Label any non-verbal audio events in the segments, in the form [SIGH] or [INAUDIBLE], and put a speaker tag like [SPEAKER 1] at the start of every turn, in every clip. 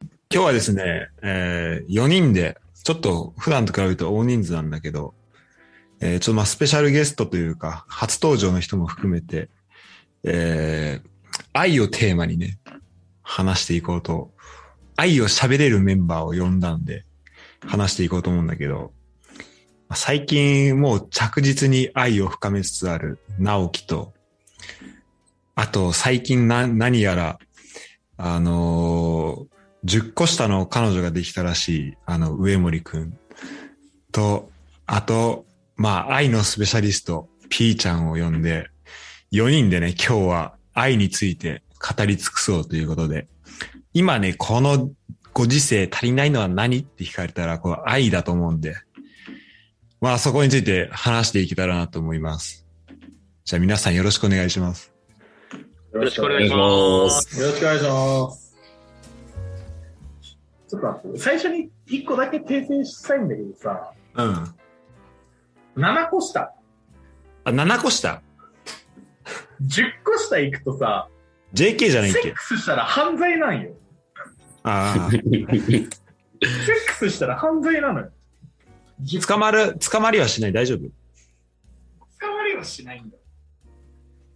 [SPEAKER 1] 今日はですね、えー、4人で、ちょっと普段と比べると大人数なんだけど、えー、ちょっとまあスペシャルゲストというか、初登場の人も含めて、えー、愛をテーマにね、話していこうと、愛を喋れるメンバーを呼んだんで、話していこうと思うんだけど、まあ最近もう着実に愛を深めつつある直樹と、あと最近な、何やら、あのー、10個下の彼女ができたらしい、あの、上森くんと、あと、まあ、愛のスペシャリスト、P ちゃんを呼んで、4人でね、今日は愛について語り尽くそうということで、今ね、このご時世足りないのは何って聞かれたら、こう、愛だと思うんで、まあ、そこについて話していけたらなと思います。じゃあ皆さんよろしくお願いします。
[SPEAKER 2] よろしくお願いします。
[SPEAKER 3] す。よろしくお願いします。
[SPEAKER 4] ちょっと待って、最初に一個だけ訂正したいんだけどさ、
[SPEAKER 1] うん。あ、
[SPEAKER 4] 7個下、
[SPEAKER 1] 7個下
[SPEAKER 4] 10個下行くとさ、
[SPEAKER 1] ?JK じゃないっ
[SPEAKER 4] セ
[SPEAKER 1] [LAUGHS]
[SPEAKER 4] ッ
[SPEAKER 1] け
[SPEAKER 4] クスしたら犯罪なんよ。
[SPEAKER 1] あ
[SPEAKER 4] セックスしたら犯罪なのよ。
[SPEAKER 1] あ。捕まる、捕まりはしない。大丈夫
[SPEAKER 4] 捕まりはしないんだ。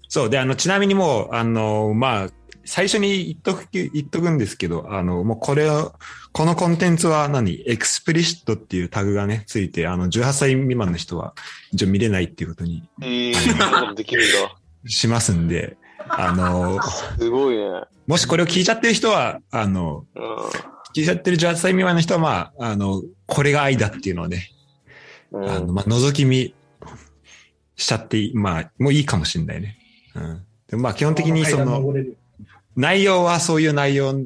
[SPEAKER 1] そう。で、あの、ちなみにもう、あの、まあ、最初に言っとく、言っとくんですけど、あの、もうこれを、このコンテンツは何エクスプリシットっていうタグがね、ついて、あの、18歳未満の人は、一応見れないっていうことに
[SPEAKER 2] えー、そんなことできるん
[SPEAKER 1] しますんで、あの、
[SPEAKER 2] だ。すごいね。うん
[SPEAKER 1] もしこれを聞いちゃってる人は、あの、聞いちゃってる18歳未満の人は、まあ、あの、これが愛だっていうのをね、
[SPEAKER 2] う
[SPEAKER 1] あの、
[SPEAKER 2] ん。
[SPEAKER 1] まあ、覗き見しちゃっていい、まあ、もういいかもしれないね。うん。でもまあ、基本的にそ
[SPEAKER 4] 階段
[SPEAKER 1] の、
[SPEAKER 4] 登れる
[SPEAKER 1] 内容はそういう内容、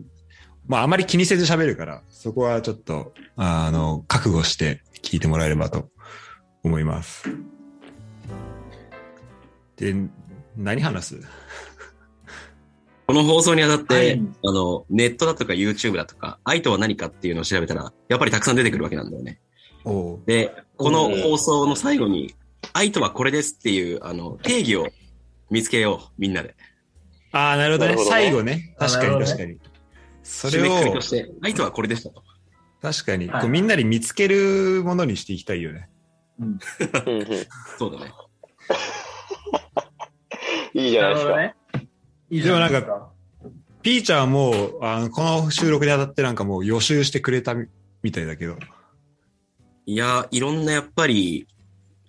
[SPEAKER 1] まあ、あまり気にせず喋るから、そこはちょっと、あの、覚悟して聞いてもらえればと思います。で、何話す
[SPEAKER 5] この放送にあたって、
[SPEAKER 4] はい
[SPEAKER 5] あの、ネットだとか YouTube だとか、愛とは何かっていうのを調べたら、やっぱりたくさん出てくるわけなんだよね。
[SPEAKER 1] おう
[SPEAKER 5] で、この
[SPEAKER 2] うん
[SPEAKER 5] 放送の最後に、愛とはこれですっていう、あの、定義を見つけよう、みんなで。
[SPEAKER 1] ああ、なるほど
[SPEAKER 2] な
[SPEAKER 1] ね。
[SPEAKER 2] るほどね
[SPEAKER 1] 最後ね。確か
[SPEAKER 4] なるほ
[SPEAKER 1] に
[SPEAKER 4] どね
[SPEAKER 1] 確かに。それ
[SPEAKER 5] 締めくくり
[SPEAKER 1] を
[SPEAKER 5] と、して、愛とはこれでしたと。
[SPEAKER 1] 確かに、
[SPEAKER 4] はい
[SPEAKER 1] こうみんなで見つけるものにしていきたいよね。
[SPEAKER 2] うんうん
[SPEAKER 5] そうだね。
[SPEAKER 2] いいじゃ
[SPEAKER 4] な
[SPEAKER 2] ない
[SPEAKER 4] るほ
[SPEAKER 2] です
[SPEAKER 4] ど
[SPEAKER 2] か。
[SPEAKER 4] ね。いい
[SPEAKER 1] でもなんか
[SPEAKER 4] じゃいですか、
[SPEAKER 1] ピーちゃんはもう、あの、この収録にあたってなんかもう予習してくれたみみたいだけど。
[SPEAKER 5] いやー、いろんなやっぱり、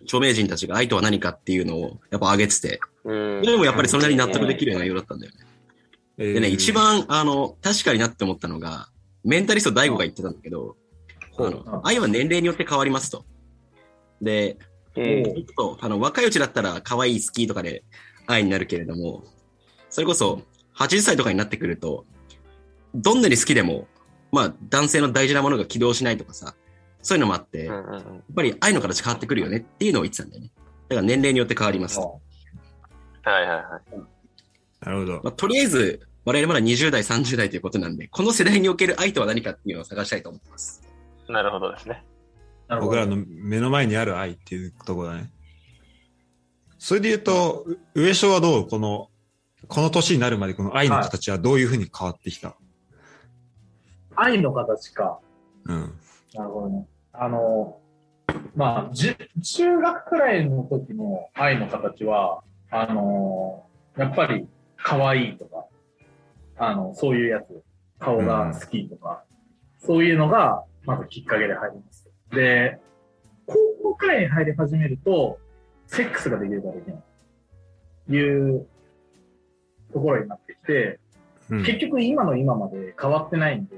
[SPEAKER 5] 著名人たちが愛とは何かっていうのをやっぱ上げてて、
[SPEAKER 2] うん
[SPEAKER 5] でもやっぱりそれなりに納得できる内容だったんだよね。
[SPEAKER 1] え
[SPEAKER 5] でね、
[SPEAKER 1] ー
[SPEAKER 5] 一番、あの、確かになって思ったのが、メンタリスト大悟が言ってたんだけど、あ
[SPEAKER 1] ほう
[SPEAKER 5] の愛は年齢によって変わりますと。で、
[SPEAKER 2] うん
[SPEAKER 5] そうあの若いうちだったら可愛い好きとかで愛になるけれども、それこそ80歳とかになってくると、どんなに好きでも、まあ男性の大事なものが起動しないとかさ、そういうのもあって、
[SPEAKER 2] う
[SPEAKER 5] やっ
[SPEAKER 2] んうん
[SPEAKER 5] ぱり愛の形変わってくるよねっていうのを言ってたんだよね。だから年齢によって変わりますと。
[SPEAKER 2] はいはいは
[SPEAKER 1] なるほど。
[SPEAKER 5] まあ、とりあえず、我々まだ20代、30代ということなんで、この世代における愛とは何かっていうのを探したいと思ってます。
[SPEAKER 2] い。なるほどですね。
[SPEAKER 4] なるほ
[SPEAKER 1] 僕
[SPEAKER 4] ど
[SPEAKER 1] らの目の前にある愛っていうところだね。それで言うと、う上昇はどうこの、この年になるまでこの愛の形はどういうふうに変わってきた、
[SPEAKER 4] 愛の形か。
[SPEAKER 1] うん。
[SPEAKER 4] なるほどね。あの、まあ、じゅ中学くらいの時の愛の形は、あの、やっぱり可愛いとか、あの、そういうやつ、顔が好きとか、そういうのが、まずきっかけで入ります。で、高校くらいに入り始めると、セックスができるかできない。いうところになってきて、
[SPEAKER 1] うん
[SPEAKER 4] 結局今の今まで変わってないんで、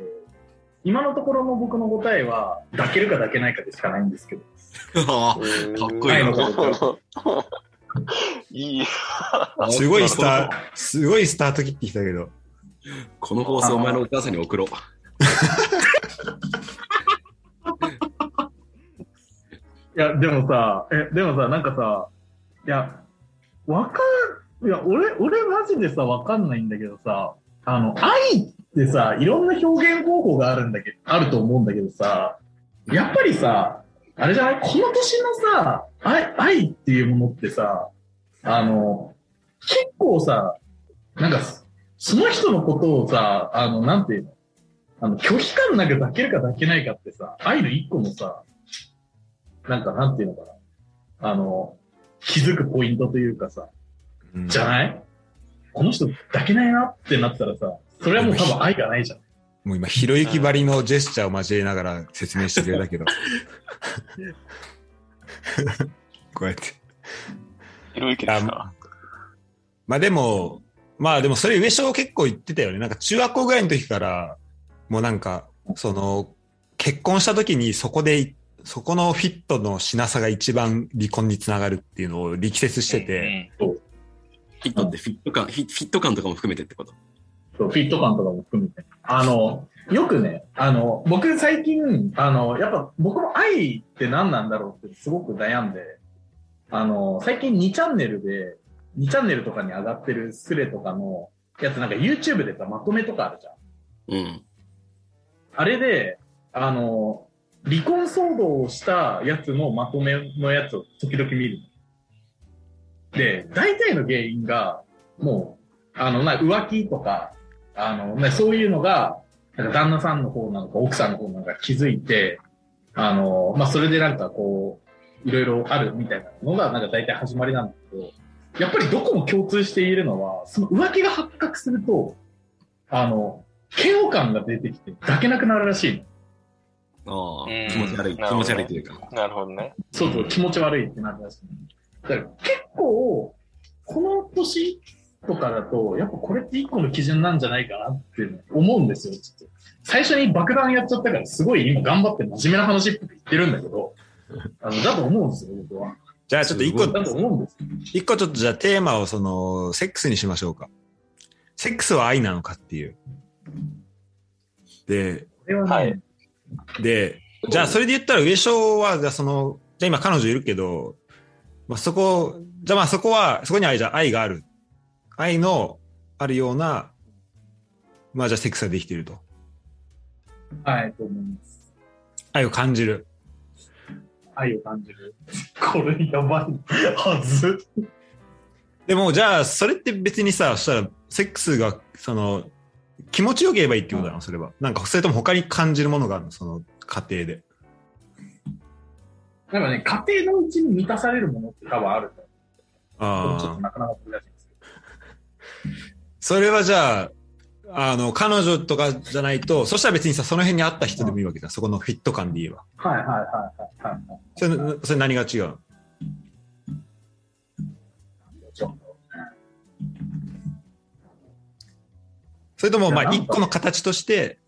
[SPEAKER 4] 今のところの僕の答えは、抱けるか抱けないかでしかないんですけど。
[SPEAKER 5] か
[SPEAKER 2] うん
[SPEAKER 5] っこいい
[SPEAKER 4] な
[SPEAKER 2] なるほど。 [LAUGHS] い
[SPEAKER 1] [LAUGHS]
[SPEAKER 2] い。
[SPEAKER 1] すごいス
[SPEAKER 5] ー
[SPEAKER 1] ター、すごいスタート切ってきたけど。
[SPEAKER 5] この放送お前のお母さんに送ろう。
[SPEAKER 4] いや、でもさ、え、でもさ、なんかさ、いや、わかん、いや、俺、俺マジでさ、わかんないんだけどさ、あの、愛ってさ、いろんな表現方法があるんだけど、あると思うんだけどさ、やっぱりさ、あれじゃないこの年のさ、愛、愛っていうものってさ、あの、結構さ、なんか、その人のことをさ、あの、なんていうのあの、拒否感なく抱けるか抱けないかってさ、愛の一個のさ、なんかなんていうのかな。あの、気づくポイントというかさ、
[SPEAKER 1] うん
[SPEAKER 4] じゃないこの人抱けないなってなったらさ、それはもう多分愛がないじゃん。
[SPEAKER 1] もう今、ひろゆきばりのジェスチャーを交えながら説明してくれ
[SPEAKER 4] [LAUGHS]
[SPEAKER 1] たけど。こうやって。
[SPEAKER 2] ひろゆきですか
[SPEAKER 1] まあでも、まあでもそれ上昇結構言ってたよね。なんか中学校ぐらいの時から、もうなんか、その、結婚した時にそこでい、そこのフィットのしなさが一番離婚につながるっていうのを力説してて、
[SPEAKER 5] フィットってフィット感、フィフィット感とかも含めてってこと。
[SPEAKER 4] そう、フィット感とかも含めて。あの、よくね、あの、僕最近、あの、やっぱ僕も愛って何なんだろうってすごく悩んで、あの、最近2チャンネルで、2チャンネルとかに上がってるスレとかのやつなんか YouTube でさ、まとめとかあるじゃん。
[SPEAKER 5] うん。
[SPEAKER 4] あれで、あの、離婚騒動をしたやつのまとめのやつを時々見るの。で、大体の原因が、もう、あの、な浮気とか、あの、なそういうのが、なんか旦那さんの方なのか奥さんの方なのか気づいて、あの、まあ、それでなんかこう、いろいろあるみたいなのが、なんか大体始まりなんだけど、やっぱりどこも共通しているのは、その浮気が発覚すると、あの、嫌悪感が出てきて抱けなくなるらしいの。
[SPEAKER 5] ああ、
[SPEAKER 2] うん
[SPEAKER 5] 気持ち悪い、気
[SPEAKER 2] なるほど
[SPEAKER 5] 持ち悪いというか。
[SPEAKER 2] なるほどね。
[SPEAKER 4] そうそう、気持ち悪いってなるらしい。だから結構、この年とかだと、やっぱこれって一個の基準なんじゃないかなって思うんですよ、ちょっと。最初に爆弾やっちゃったから、すごい今頑張って真面目な話っぽく言ってるんだけど、あの、だと思うんですよ、僕は。
[SPEAKER 1] じゃあちょっと一
[SPEAKER 5] す
[SPEAKER 1] 個
[SPEAKER 4] だ、と思うんですよ。
[SPEAKER 1] 一個ちょっとじゃあテーマをその、セックスにしましょうか。セックスは愛なのかっていう。で、
[SPEAKER 4] これはね、
[SPEAKER 2] はい
[SPEAKER 1] で、じゃあそれで言ったら上昇は、じゃあその、じゃあ今彼女いるけど、まあそこ、じゃあまあそこは、そこに愛じゃあ愛がある。愛のあるような、まあじゃあセックスができていると。
[SPEAKER 4] はい、と思います。
[SPEAKER 1] 愛を感じる。
[SPEAKER 4] 愛を感じる。これやばいはず。
[SPEAKER 1] でもじゃあそれって別にさ、そしたらセックスが、その、気持ちよければいいってことなのそれは。なんか、それとも他に感じるものがあるのその過程で。
[SPEAKER 4] なんかね、家庭のうちに満たされるものって多分あるんだよ。ちょっ
[SPEAKER 1] あ
[SPEAKER 4] と
[SPEAKER 1] あ。
[SPEAKER 4] なかなか難しいんですけど。
[SPEAKER 1] それはじゃあ、あの、彼女とかじゃないと、そしたら別にさ、その辺にあった人でもいいわけじゃん。そこのフィット感で言えば。
[SPEAKER 4] はいはいはいはいはい。
[SPEAKER 1] それ、それ何が違うのそれとも、ま
[SPEAKER 4] い
[SPEAKER 1] あ、
[SPEAKER 4] やなんか
[SPEAKER 1] 一個の形として、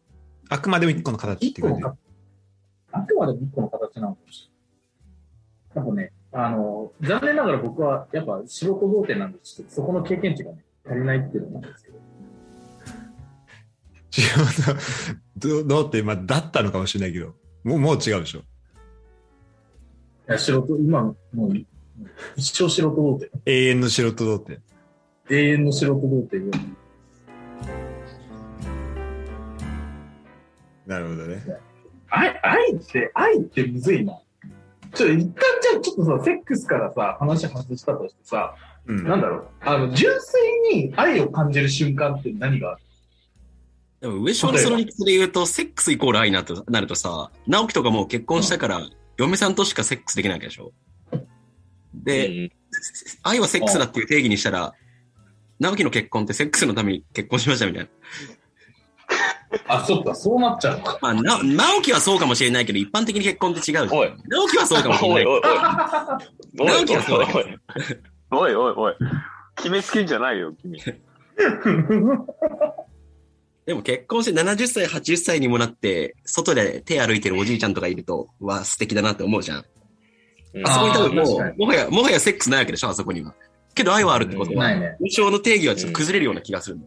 [SPEAKER 1] あくまでも一個の形っ
[SPEAKER 4] 一
[SPEAKER 1] て
[SPEAKER 4] 個
[SPEAKER 1] 感
[SPEAKER 4] の
[SPEAKER 1] じ。
[SPEAKER 4] 形。あくまでも一個の形なのかもしれない。なんかね、あの、残念ながら僕はやっぱ仕事豪邸なんで、ちょっとそこの経験値がね、足りないっていうのなんですけど。
[SPEAKER 1] 違うなどう、どうって、まあ、だったのかもしれないけど、もう、もう違うでしょ。
[SPEAKER 4] いや、仕事、今、もう、一生仕事豪邸。
[SPEAKER 1] 永遠の素人童貞。
[SPEAKER 4] 永遠の仕事豪邸よ。
[SPEAKER 1] なるほどね。
[SPEAKER 4] 愛、愛って、愛ってむずいな。ちょ、一旦じゃあちょっとさ、セックスからさ、話外したとしてさ、
[SPEAKER 1] うん。
[SPEAKER 4] なんだろう、あの、純粋に愛を感じる瞬間って何がある
[SPEAKER 5] でも上昇のその理屈で言うと、セックスイコール愛なとなるとさ、直樹とかもう結婚したから、嫁さんとしかセックスできないわけでしょ。で、愛はセックスだっていう定義にしたら、直樹の結婚ってセックスのために結婚しましたみたいな。
[SPEAKER 4] あ、そっか、そうなっちゃうのか。
[SPEAKER 5] まあ、な直樹はそうかもしれないけど、一般的に結婚って違うじゃん。
[SPEAKER 2] おい
[SPEAKER 5] 直樹はそうかもしれ
[SPEAKER 2] お
[SPEAKER 5] ないい。
[SPEAKER 2] おいおい。
[SPEAKER 5] 直樹はそうだけど
[SPEAKER 2] おいおいおい。決めつけんじゃないよ、君。
[SPEAKER 5] でも結婚して70歳、80歳にもなって、外で手歩いてるおじいちゃんとかいると、わ、素敵だなって思うじゃん。あそこに多分
[SPEAKER 4] あー確
[SPEAKER 5] も
[SPEAKER 4] か
[SPEAKER 5] う、もはや、もはやセックスないわけでしょ、あそこには。けど愛はあるってことは、
[SPEAKER 4] ないね。
[SPEAKER 5] 印象の定義はちょっと崩れるような気がするの。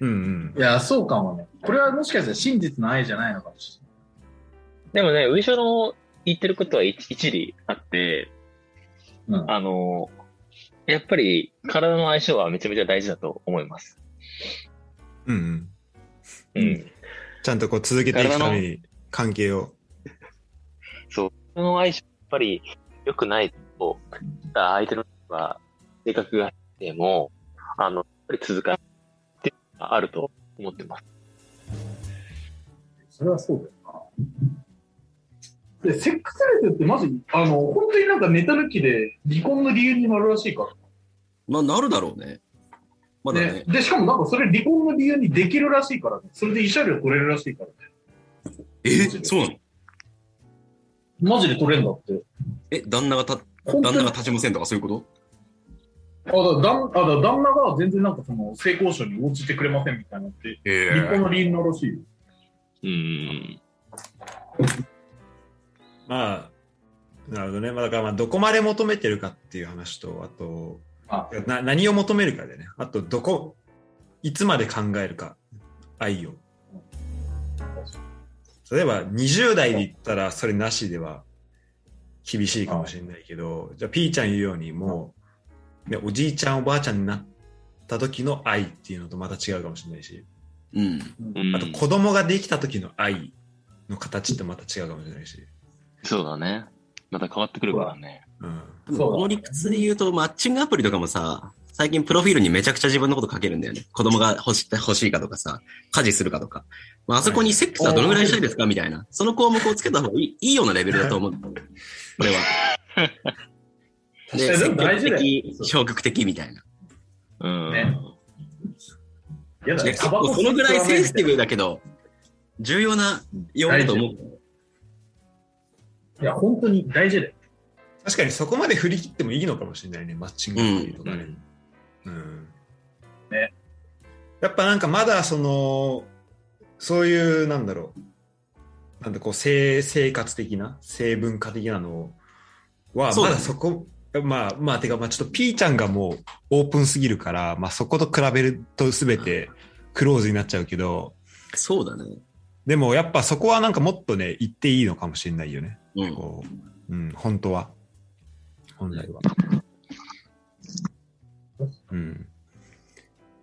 [SPEAKER 1] うんうん。
[SPEAKER 4] いや、そうかもね。これはもしかしたら真実の愛じゃないのかもし
[SPEAKER 2] でもね、上昇の言ってることは一一理あって、
[SPEAKER 4] れない。うん。
[SPEAKER 2] あの、やっぱり体の相性はめちゃめちゃ大事だと思います。
[SPEAKER 1] うんうん。
[SPEAKER 2] うん。
[SPEAKER 1] ちゃんとこう続けていくために関係を。
[SPEAKER 2] 体の相性やっぱり良くないと、相手の人が性格がでも、あの、やっぱり続かないっていうのがあると思ってます。
[SPEAKER 4] それはそうだよな。で、セックスレスってマジ、あの、本当になんかネタ抜きで離婚の理由になるらしいか
[SPEAKER 5] まあ、なるだろうね。ま
[SPEAKER 4] ら。
[SPEAKER 5] だね。
[SPEAKER 4] ね、で、しかもなんかそれ離婚の理由にできるらしいからね。それで慰謝料取れるらしいからね。
[SPEAKER 5] え、そうなの
[SPEAKER 4] マジで取れんだって。
[SPEAKER 5] え、旦那がた、
[SPEAKER 4] 本当
[SPEAKER 5] 旦那
[SPEAKER 4] に。
[SPEAKER 5] が
[SPEAKER 4] あ
[SPEAKER 5] 立ちませんとかそういうこと
[SPEAKER 4] だ旦あだ旦那が全然なんかその性交渉に応じてくれませんみたいなって、
[SPEAKER 5] え
[SPEAKER 4] 離婚の理由になるらしいよ。
[SPEAKER 2] うん。
[SPEAKER 1] まあ、なるほどね。まあ、だから、まあ、どこまで求めてるかっていう話と、あと、
[SPEAKER 4] あ
[SPEAKER 1] な何を求めるかでね。あと、どこ、いつまで考えるか、愛を。例えば、20代で言ったら、それなしでは厳しいかもしれないけど、じゃあ、ピーちゃん言うように、もう、ね、おじいちゃん、おばあちゃんになった時の愛っていうのとまた違うかもしれないし、
[SPEAKER 5] うん。
[SPEAKER 1] あと、子供ができた時の愛の形ってまた違うかもしれないし。
[SPEAKER 2] そうだね。また変わってくるからね。
[SPEAKER 1] うん。
[SPEAKER 5] で
[SPEAKER 4] そ
[SPEAKER 5] も
[SPEAKER 4] うだね
[SPEAKER 5] この理屈で言うと、マッチングアプリとかもさ、最近プロフィールにめちゃくちゃ自分のこと書けるんだよね。子供が欲し欲しいかとかさ、家事するかとか。まあ、あそこにセックスはどのぐらいしたいですかみたいな。その項目をつけた方がいいいいようなレベルだと思う。これは。で、
[SPEAKER 4] 確かに
[SPEAKER 5] 積
[SPEAKER 4] でも大
[SPEAKER 5] 極
[SPEAKER 4] 事だよ
[SPEAKER 5] 的、消極的みたいな。
[SPEAKER 2] うん。
[SPEAKER 4] ねやだ
[SPEAKER 5] い
[SPEAKER 4] ね、
[SPEAKER 5] や結構そのぐらいセンシティブだけど、重要な要因だと思う。
[SPEAKER 4] いや、本当に大事だよ。
[SPEAKER 1] 確かにそこまで振り切ってもいいのかもしれないね、マッチングアプリとかね。うん。
[SPEAKER 4] ね
[SPEAKER 1] やっぱなんかまだその、そういう、なんだろう、なんだこう性、生活的な、性文化的なのは、
[SPEAKER 5] そう
[SPEAKER 1] ま
[SPEAKER 5] だね
[SPEAKER 1] だそこ、まあ、まあ、てか、まあちょっと P ちゃんがもうオープンすぎるから、まあそこと比べると全てクローズになっちゃうけど、
[SPEAKER 5] そうだね。
[SPEAKER 1] でもやっぱそこはなんかもっとね、言っていいのかもしれないよね。
[SPEAKER 5] うん。
[SPEAKER 1] こう、うん、本当は。本来は。うん。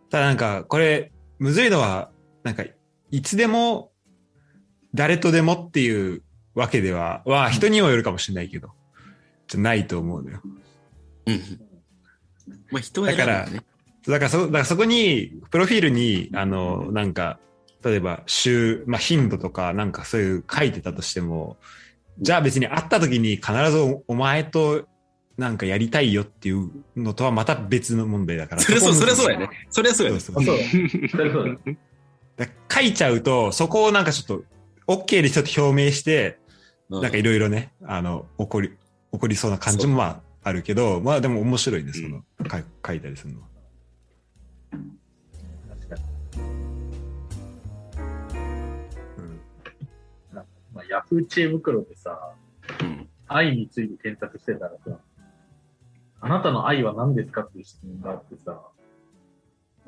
[SPEAKER 1] ただなんか、これ、むずいのは、なんか、いつでも、誰とでもっていうわけでは、は、人にもよるかもしれないけど、じゃないと思うのよ。
[SPEAKER 5] うん。まあ人は選ぶよね。
[SPEAKER 1] だからそ、だからそこに、プロフィールに、あの、なんか、例えば、週、まあ、頻度とか、なんかそういう書いてたとしても、じゃあ別に会った時に必ずおお前となんかやりたいよっていうのとはまた別の問題だから。
[SPEAKER 5] それそう、それそうだよ
[SPEAKER 1] ね。
[SPEAKER 5] ね。それはそうだ
[SPEAKER 1] そ
[SPEAKER 5] よ
[SPEAKER 1] うそう
[SPEAKER 4] あ、 [LAUGHS]
[SPEAKER 5] ね。
[SPEAKER 4] そうだ。それそうだ。
[SPEAKER 1] だから書いちゃうと、そこをなんかちょっと、OK でちょっと表明して、
[SPEAKER 5] うん
[SPEAKER 1] なんかいろいろね、あの、起こり、起こりそうな感じもまああるけど、まあでも面白いね、その、か書いたりするのは。
[SPEAKER 4] 確かに
[SPEAKER 1] うん
[SPEAKER 4] まあ、ヤフー知恵袋でさ、
[SPEAKER 5] うん
[SPEAKER 4] 愛について検索してたらさ、あなたの愛は何ですかっていう質問があってさ、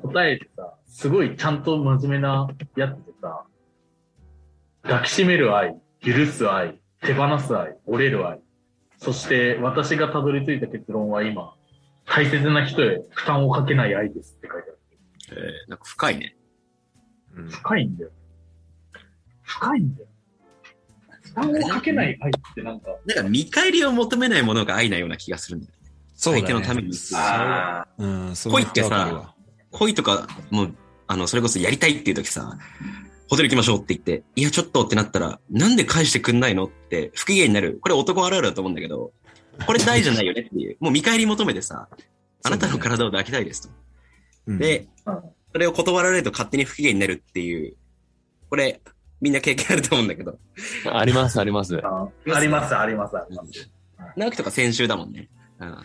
[SPEAKER 4] 答えてさ、すごいちゃんと真面目なやつでさ、抱きしめる愛、許す愛、手放す愛、折れる愛、そして私がたどり着いた結論は今、大切な人へ負担をかけない愛ですって書いてある。
[SPEAKER 5] えーなんか深いね。
[SPEAKER 1] うん
[SPEAKER 4] 深いんだよ。深いんだよ。負担をかけない愛ってなんか、
[SPEAKER 5] なんか見返りを求めないものが愛なような気がするんだよね。
[SPEAKER 1] そうだね
[SPEAKER 5] 相手のために
[SPEAKER 1] そう
[SPEAKER 4] あ
[SPEAKER 1] うん、そ
[SPEAKER 5] 恋ってさ恋とか、もう、あの、それこそやりたいっていう時さ、ホテル行きましょうって言って、いや、ちょっとってなったら、なんで返してくんないのって不機嫌になる。これ男あるあるだと思うんだけど、これ大事じゃないよねっていう。もう見返り求めてさ、あなたの体を抱きたいですと。で、
[SPEAKER 4] うん
[SPEAKER 5] それを断られると勝手に不機嫌になるっていう、これ、みんな経験あると思うんだけど、
[SPEAKER 2] あります、あります。
[SPEAKER 4] ああります、あります、あります。
[SPEAKER 5] 直樹とか先週だもんね。
[SPEAKER 3] [LAUGHS]
[SPEAKER 5] うん、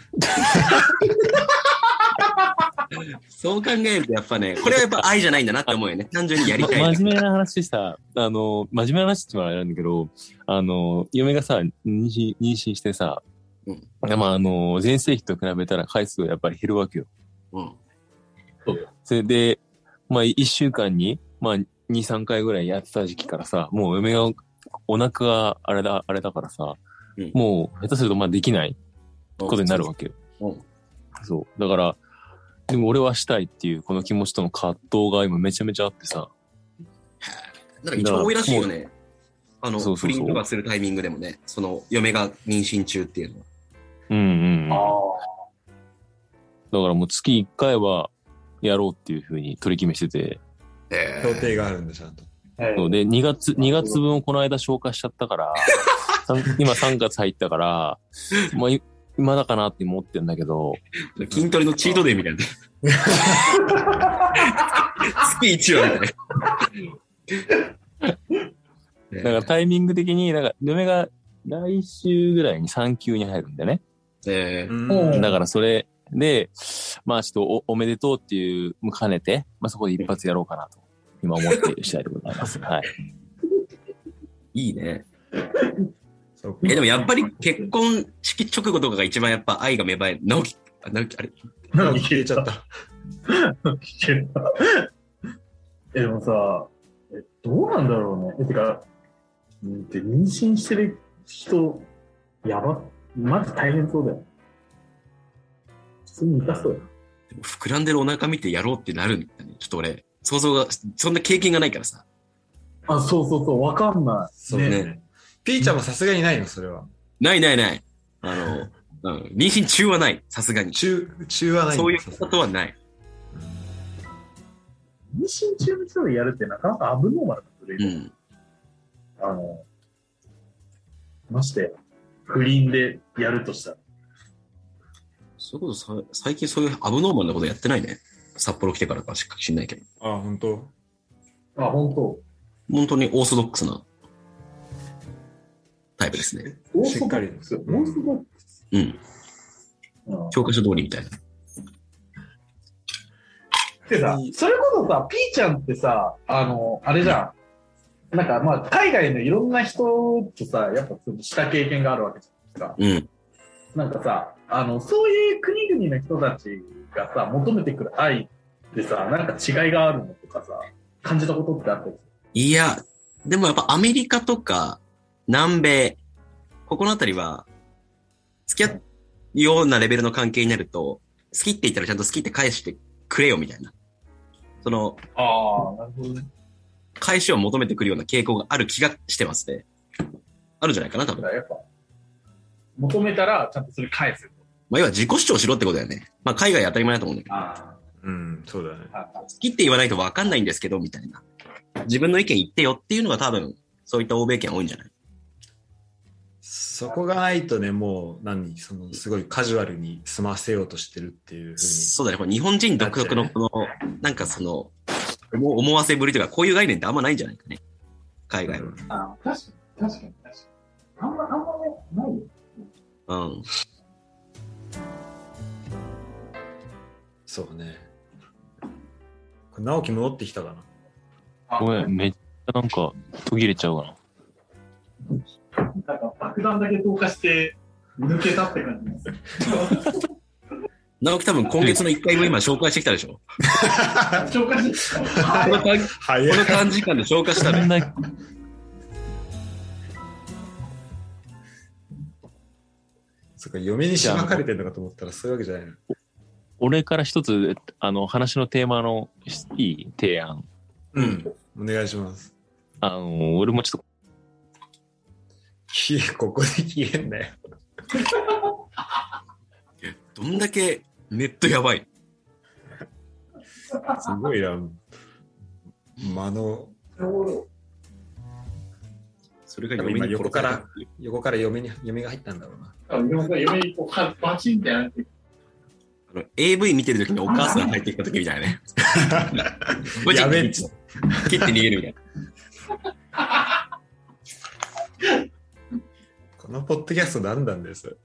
[SPEAKER 5] そう考えるとやっぱね、これはやっぱ愛じゃないんだなって思うよね。単純にやりたい。
[SPEAKER 3] ま真面目な話した、あの、真面目な話って言われるんだけど、あの、嫁がさ、妊娠妊娠してさ、
[SPEAKER 5] うん
[SPEAKER 3] まあ、あの、前世紀と比べたら回数がやっぱり減るわけよ。
[SPEAKER 5] うん。
[SPEAKER 3] それで、まあ、1週間に、まあ、2、3回ぐらいやってた時期からさ、もう嫁が、お腹があれだ、あれだからさ、
[SPEAKER 5] うん
[SPEAKER 3] もう、下手すると、まあ、できないことになるわけよ。
[SPEAKER 5] うん
[SPEAKER 3] そう。だから、でも俺はしたいっていう、この気持ちとの葛藤が今めちゃめちゃあってさ、
[SPEAKER 5] なんか一番多いらしいよね。あの、
[SPEAKER 3] そうそうそう
[SPEAKER 5] 不倫とかするタイミングでもね、その、嫁が妊娠中っていうのは。
[SPEAKER 3] うんうんうん。
[SPEAKER 4] あ
[SPEAKER 3] だからもう月1回はやろうっていうふうに取り決めしてて、
[SPEAKER 5] え
[SPEAKER 1] 協定があるんで、ちゃんと。
[SPEAKER 4] え
[SPEAKER 3] そう
[SPEAKER 4] え
[SPEAKER 3] で、2月、2月分をこの間消化しちゃったから、さん [LAUGHS] 今3月入ったから、まあ、い今だかなって思ってんだけど、
[SPEAKER 5] 筋トレのチートデーみたいな。月1話みたい
[SPEAKER 3] [LAUGHS]
[SPEAKER 5] な。
[SPEAKER 3] だからタイミング的に、だから、嫁が来週ぐらいに産休に入るんだよね。
[SPEAKER 5] えー
[SPEAKER 4] うん
[SPEAKER 3] だからそれで、まあちょっとおおめでとうっていう、兼ねて、まあそこで一発やろうかなと、今思っている次第でございます。はい。
[SPEAKER 5] いいね。
[SPEAKER 1] そうか
[SPEAKER 5] え、でもやっぱり結婚式直後とかが一番やっぱ愛が芽生える。直樹、あ直樹、あれ
[SPEAKER 4] なんか
[SPEAKER 1] 消えちゃった。
[SPEAKER 4] 聞けるなえ、でもさ、えどうなんだろうね。え、てか、うんて妊娠してる人、やば、マジ大変そうだよ。普通に痛そうよ。
[SPEAKER 5] でも膨らんでるお腹見てやろうってなるんだね。ちょっと俺、想像が、そんな経験がないからさ。
[SPEAKER 4] あ、そうそうそう、わかんない。
[SPEAKER 1] そう
[SPEAKER 5] ね
[SPEAKER 1] ね。ピーちゃんもさすがにないの、それは。
[SPEAKER 5] ないないない。あの、うん、妊娠中はない。さすがに。
[SPEAKER 1] 中、中はないの
[SPEAKER 5] そういう
[SPEAKER 1] さす
[SPEAKER 5] こ
[SPEAKER 1] が
[SPEAKER 5] とはない。
[SPEAKER 1] うん
[SPEAKER 4] 妊娠中の人でやるってなかなかアブノーマルなことで、
[SPEAKER 5] うん。
[SPEAKER 4] あの、まして、不倫でやるとしたら。
[SPEAKER 5] そういうことさ、最近そういうアブノーマルなことやってないね。札幌来てからかしか知んないけど。
[SPEAKER 1] あ、本当。
[SPEAKER 4] あ、本当。
[SPEAKER 5] 本当にオーソドックスなタイプですね。
[SPEAKER 4] オー
[SPEAKER 1] し
[SPEAKER 4] ソ
[SPEAKER 1] っ
[SPEAKER 4] ド
[SPEAKER 1] か
[SPEAKER 4] ッ
[SPEAKER 1] り
[SPEAKER 4] クス。オーソドック
[SPEAKER 5] う
[SPEAKER 4] ス
[SPEAKER 5] ん。
[SPEAKER 4] うん。
[SPEAKER 5] 教科書通りみたいな。
[SPEAKER 4] ってさ、それこそさ、ピーちゃんってさ、あの、あれじゃん。なんかまあ、海外のいろんな人とさ、やっぱそのした経験があるわけじゃないですか。
[SPEAKER 5] うん。
[SPEAKER 4] なんかさ、あの、そういう国々の人たちがさ、求めてくる愛ってさ、なんか違いがあるのとかさ、感じたことってあったりす
[SPEAKER 5] いや、でもやっぱアメリカとか、南米、ここのあたりは、付き合うようなレベルの関係になると、好きって言ったらちゃんと好きって返してくれよみたいな。その、
[SPEAKER 4] るああ、なるほどね。
[SPEAKER 5] 返しを求めてくるような傾向がある気がしてますね。あるんじゃないかな、多
[SPEAKER 4] だか
[SPEAKER 5] 分。まあ、
[SPEAKER 4] らやっぱ、求めたらちゃんとそれ返す。
[SPEAKER 5] 要は自己主張しろってことだよね。まあ、海外は当たり前だと思うんだけど。
[SPEAKER 4] あ
[SPEAKER 1] うん、そうだね。
[SPEAKER 4] あ、
[SPEAKER 5] 好きって言わないと分かんないんですけど、みたいな。自分の意見言ってよっていうのが多分、そういった欧米圏多いんじゃない
[SPEAKER 1] そこがないとね、もう、何、その、すごいカジュアルに済ませようとしてるっていうふうに。
[SPEAKER 5] そうだね。これ日本人独特のこの、なんかその、思思わせぶりというか、こういう概念ってあんまないんじゃないかね。海外は。
[SPEAKER 4] あ確かに、確かに、確かに。あんま、あんまね、ないよ。
[SPEAKER 5] うん。
[SPEAKER 1] そうね。これ直樹戻ってきたかな。
[SPEAKER 4] あ
[SPEAKER 3] ごめん、めっちゃなんか途切れちゃうかな。
[SPEAKER 4] なんか爆弾だけ投下して抜けたって感じです。
[SPEAKER 5] 直樹多分今月の1回分今紹介してきたでしょ。こ
[SPEAKER 4] 消化して
[SPEAKER 5] の短こ
[SPEAKER 1] 早
[SPEAKER 5] の短時間で紹介した
[SPEAKER 3] こん
[SPEAKER 5] ね。
[SPEAKER 3] な
[SPEAKER 1] そっか、嫁にしまかれてんのかと思ったら、そういうわけじゃないの。
[SPEAKER 3] 俺から一つ、あの、話のテーマのしいい提案。
[SPEAKER 1] うん。お願いします。
[SPEAKER 3] あの、俺もちょっ
[SPEAKER 1] ひここで消えんだよ。
[SPEAKER 5] どんだけネットやばい。
[SPEAKER 1] すごいな。間の、
[SPEAKER 5] それが嫁に殺されたっていう
[SPEAKER 1] 横から嫁に、嫁が入ったんだろうな。
[SPEAKER 4] 嫁にこうバチンってやられて
[SPEAKER 5] あの AV 見てる時にお母さんが入ってきた時みたいな
[SPEAKER 1] [LAUGHS]
[SPEAKER 5] ね。
[SPEAKER 1] やべえ
[SPEAKER 5] 切って逃げるみたいな。
[SPEAKER 1] このポッドキャスト何なんです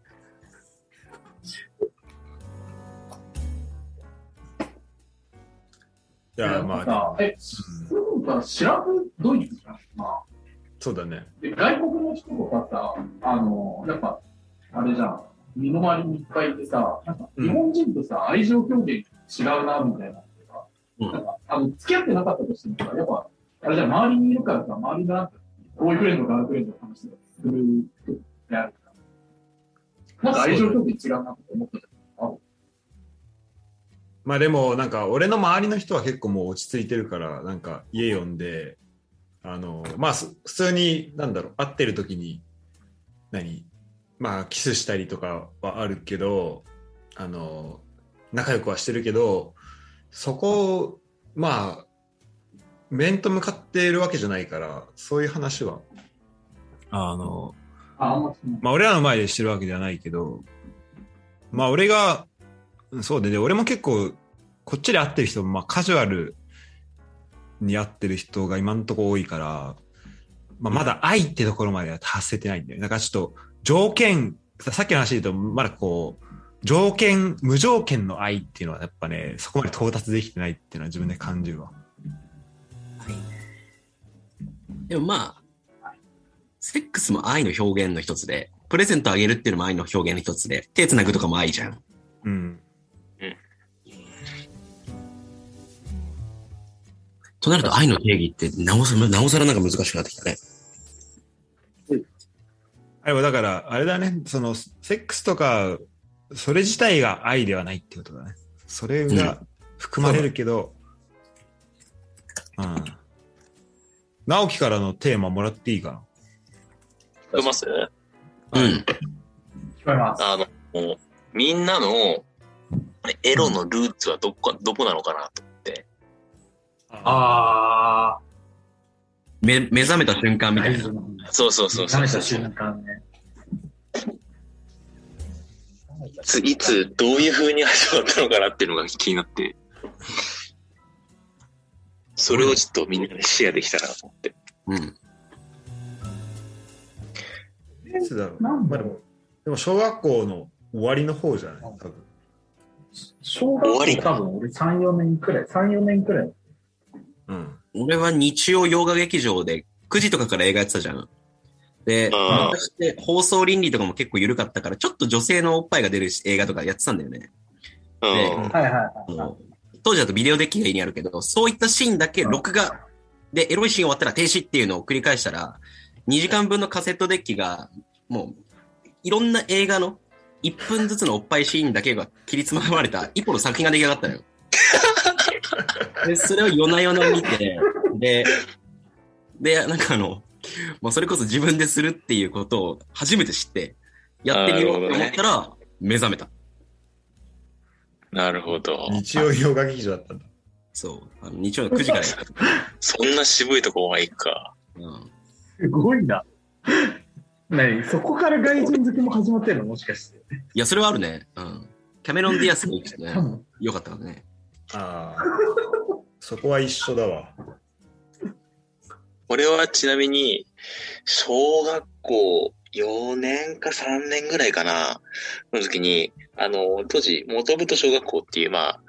[SPEAKER 1] じゃあまあ、
[SPEAKER 4] あ
[SPEAKER 1] う
[SPEAKER 4] えそ
[SPEAKER 1] ん
[SPEAKER 4] ういうことは知らんドイツじゃん、まあ、
[SPEAKER 1] そうだね。
[SPEAKER 4] で外国の人とかさあのやっぱあれじゃん身の回りにいっぱいいてさなんか
[SPEAKER 1] うん
[SPEAKER 4] 日本人とさ、愛情表現違うなみたいなのとか,、
[SPEAKER 5] うん
[SPEAKER 4] なんかあの付き合ってなかったとしてもさやっぱあれじゃん周りにいるからさ周りのなんかボーイフレンドガールフレンドの話とかする人であるからなんか愛情表現違うなって思ったじ
[SPEAKER 1] まあでもなんか俺の周りの人は結構もう落ち着いてるからなんか家呼んであのまあす普通になんだろう会ってる時に何まあキスしたりとかはあるけどあの仲良くはしてるけどそこをまあ面と向かっているわけじゃないから、そういう話は、あの、
[SPEAKER 4] あ、あんまその
[SPEAKER 1] まあ俺らの前でしてるわけではないけど、まあ俺が、うんそうでね、俺も結構、こっちで会ってる人も、まあカジュアルに会ってる人が今のとこ多いから、まあまだ愛ってところまでは達せてないんだよね。だからちょっと条件、ささっきの話で言うと、まだこう、条件、無条件の愛っていうのはやっぱね、そこまで到達できてないっていうのは自分で感じるわ。
[SPEAKER 5] でもまあ、セックスも愛の表現の一つで、プレゼントあげるっていうのも愛の表現の一つで、手繋ぐとかも愛じゃん。
[SPEAKER 1] うん。
[SPEAKER 5] となると愛の定義って、なおさら、なおさらなんか難しくなってきたね。
[SPEAKER 1] あれはだから、あれだね、その、セックスとか、それ自体が愛ではないってことだね。それが含まれるけど、うん。直樹からのテーマもらっていいかな。
[SPEAKER 3] 聞こえます
[SPEAKER 5] うん。
[SPEAKER 4] 聞こえます。
[SPEAKER 3] あの、みんなの、あれエロのルーツはどこか、どこなのかなと。
[SPEAKER 4] あ
[SPEAKER 5] め、目覚めた瞬間
[SPEAKER 4] ー、
[SPEAKER 5] みた
[SPEAKER 4] 大
[SPEAKER 5] いな。
[SPEAKER 4] 事な。
[SPEAKER 3] そうそうそう
[SPEAKER 4] 舐
[SPEAKER 3] そう
[SPEAKER 4] め
[SPEAKER 3] そ
[SPEAKER 4] た
[SPEAKER 3] う
[SPEAKER 4] 瞬間ね。
[SPEAKER 3] いつ、いつ、どういう風に始まったのかなっていうのが気になって。それをちょっとみんなでシェアできたらなと思って。
[SPEAKER 5] うん。
[SPEAKER 1] いつだろう。
[SPEAKER 4] なん
[SPEAKER 1] まあ
[SPEAKER 4] だ
[SPEAKER 1] で
[SPEAKER 4] ろう
[SPEAKER 1] も、でも小学校の終わりの方じゃない多分。
[SPEAKER 4] 小
[SPEAKER 3] 終わ
[SPEAKER 4] 学
[SPEAKER 3] り
[SPEAKER 4] 校多分俺3、4年くらい、3、4年くらい。
[SPEAKER 1] うん。
[SPEAKER 5] 俺は日曜洋画劇場で9時とかから映画やってたじゃん。で、
[SPEAKER 3] あー
[SPEAKER 5] 私って放送倫理とかも結構緩かったから、ちょっと女性のおっぱいが出るし映画とかやってたんだよね。
[SPEAKER 3] うん。
[SPEAKER 4] はいはいはいはい。
[SPEAKER 5] 当時だとビデオデッキが家にあるけど、そういったシーンだけ録画でエロいシーン終わったら停止っていうのを繰り返したら、2時間分のカセットデッキが、もう、いろんな映画の1分ずつのおっぱいシーンだけが切り詰まれた一歩の作品が出来上がったのよ。で、それを夜な夜な見て、で、で、なんかあの、まあ、それこそ自分でするっていうことを初めて知って、やってみようと思ったら、目覚めた。
[SPEAKER 3] なるほど
[SPEAKER 1] 日曜洋画劇場だったんだ。
[SPEAKER 5] そう。あの日曜の9時からやった。
[SPEAKER 3] そんな渋いとこはいいか。
[SPEAKER 5] うん
[SPEAKER 4] すごいな。 [LAUGHS] ねそこから外人好きも始まってるのもしかして。
[SPEAKER 5] いや、それはあるね。うん。キャメロン・ディアスが生きてね
[SPEAKER 4] 多、分
[SPEAKER 5] よかったからね。
[SPEAKER 1] ああ。そこは一緒だわ。
[SPEAKER 3] 俺はちなみに、小学校4年か3年ぐらいかな、の時に、あの、当時、元部と小学校っていう、まあ、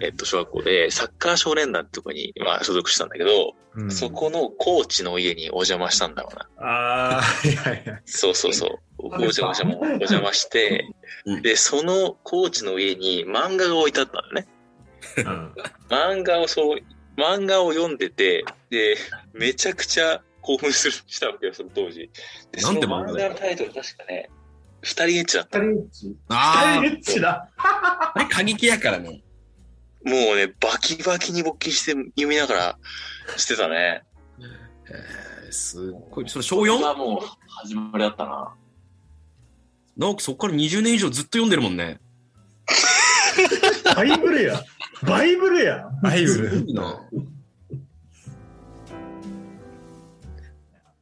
[SPEAKER 3] えっと、小学校で、サッカー少年団ってとこに、まあ、所属したんだけど、
[SPEAKER 1] うん、
[SPEAKER 3] そこのコーチの家にお邪魔したんだろうな。
[SPEAKER 1] ああ、いやいや。
[SPEAKER 3] そうそうそう。お
[SPEAKER 4] そうです
[SPEAKER 3] 邪
[SPEAKER 4] か
[SPEAKER 3] 魔お邪魔して
[SPEAKER 5] う、ん
[SPEAKER 3] で、そのコーチの家に漫画が置いてあったのね。
[SPEAKER 1] [LAUGHS] うん、
[SPEAKER 3] 漫画をそう、漫画を読んでて、で、めちゃくちゃ興奮するしたわけよ、その当時。
[SPEAKER 5] な
[SPEAKER 3] で、そ
[SPEAKER 5] ん
[SPEAKER 3] の
[SPEAKER 5] て漫画だ
[SPEAKER 3] 漫画
[SPEAKER 5] よ
[SPEAKER 3] のタイトル確かね、二人エッチだった。
[SPEAKER 4] 二人エッチ
[SPEAKER 5] あ
[SPEAKER 4] 二人エッチだ。
[SPEAKER 5] あ、あれ過激やからね。
[SPEAKER 3] もうね、バキバキに勃起して読みながらしてたね。
[SPEAKER 5] えー、すっごい。それ小 4?
[SPEAKER 3] もう始まりだったな。
[SPEAKER 5] 直樹そこから20年以上ずっと読んでるもんね。
[SPEAKER 4] バイブルや。バイブルや。
[SPEAKER 1] アイブ
[SPEAKER 5] いい
[SPEAKER 1] ル。
[SPEAKER 5] な。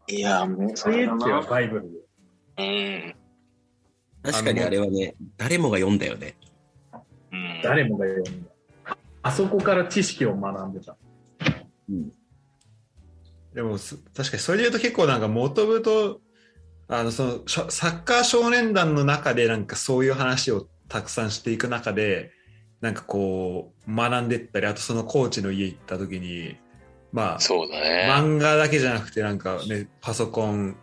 [SPEAKER 3] いや、もう、
[SPEAKER 4] 二人エッチはバイブル。
[SPEAKER 3] うん。
[SPEAKER 5] 確かにあれはね、誰もが読んだよね。
[SPEAKER 3] うん、
[SPEAKER 4] 誰もが読んだ。あそこから知識を学んでた。
[SPEAKER 1] でもす、確かにそれで言うと結構なんか元部と、あの、その、しょサッカー少年団の中でなんかそういう話をたくさんしていく中で、なんかこう、学んでったり、あとそのコーチの家行った時に、まあ、
[SPEAKER 3] そうだね。
[SPEAKER 1] 漫画だけじゃなくてなんかね、パソコン、
[SPEAKER 5] うん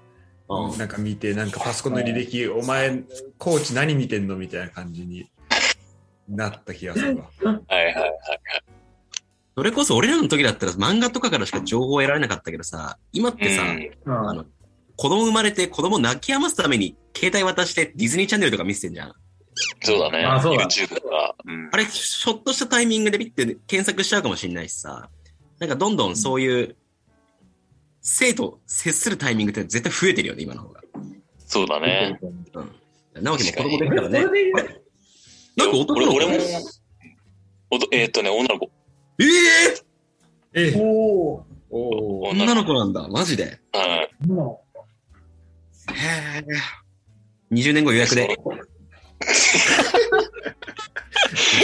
[SPEAKER 1] なんか見て、なんかパソコンの履歴、お前、コーチ何見てんのみたいな感じになった気がするわ。
[SPEAKER 3] はいはいはい。
[SPEAKER 5] それこそ俺らの時だったら漫画とかからしか情報を得られなかったけどさ、今ってさ、
[SPEAKER 3] うん
[SPEAKER 4] うん
[SPEAKER 5] あの、子供生まれて子供泣き止ますために携帯渡してディズニーチャンネルとか見せてんじゃん。
[SPEAKER 3] そうだね。
[SPEAKER 4] あそうだ
[SPEAKER 3] YouTube とか。うん
[SPEAKER 5] あれ、ちょっとしたタイミングでビッて検索しちゃうかもしれないしさ、なんかどんどんそういう、生と接するタイミングって絶対増えてるよね、今の方が。
[SPEAKER 3] そうだね。
[SPEAKER 5] なわけも子供でき
[SPEAKER 4] え
[SPEAKER 5] た
[SPEAKER 4] そ
[SPEAKER 5] らね
[SPEAKER 4] れ。でいいの
[SPEAKER 5] なんか男の子
[SPEAKER 3] 俺俺も、おとえーっとね、女の子。
[SPEAKER 5] ええ
[SPEAKER 1] ええ。
[SPEAKER 4] おお。
[SPEAKER 1] おお。
[SPEAKER 5] 女の子なんだ、マジで。
[SPEAKER 2] はい。
[SPEAKER 4] 今の
[SPEAKER 5] へえ。20年後予約で。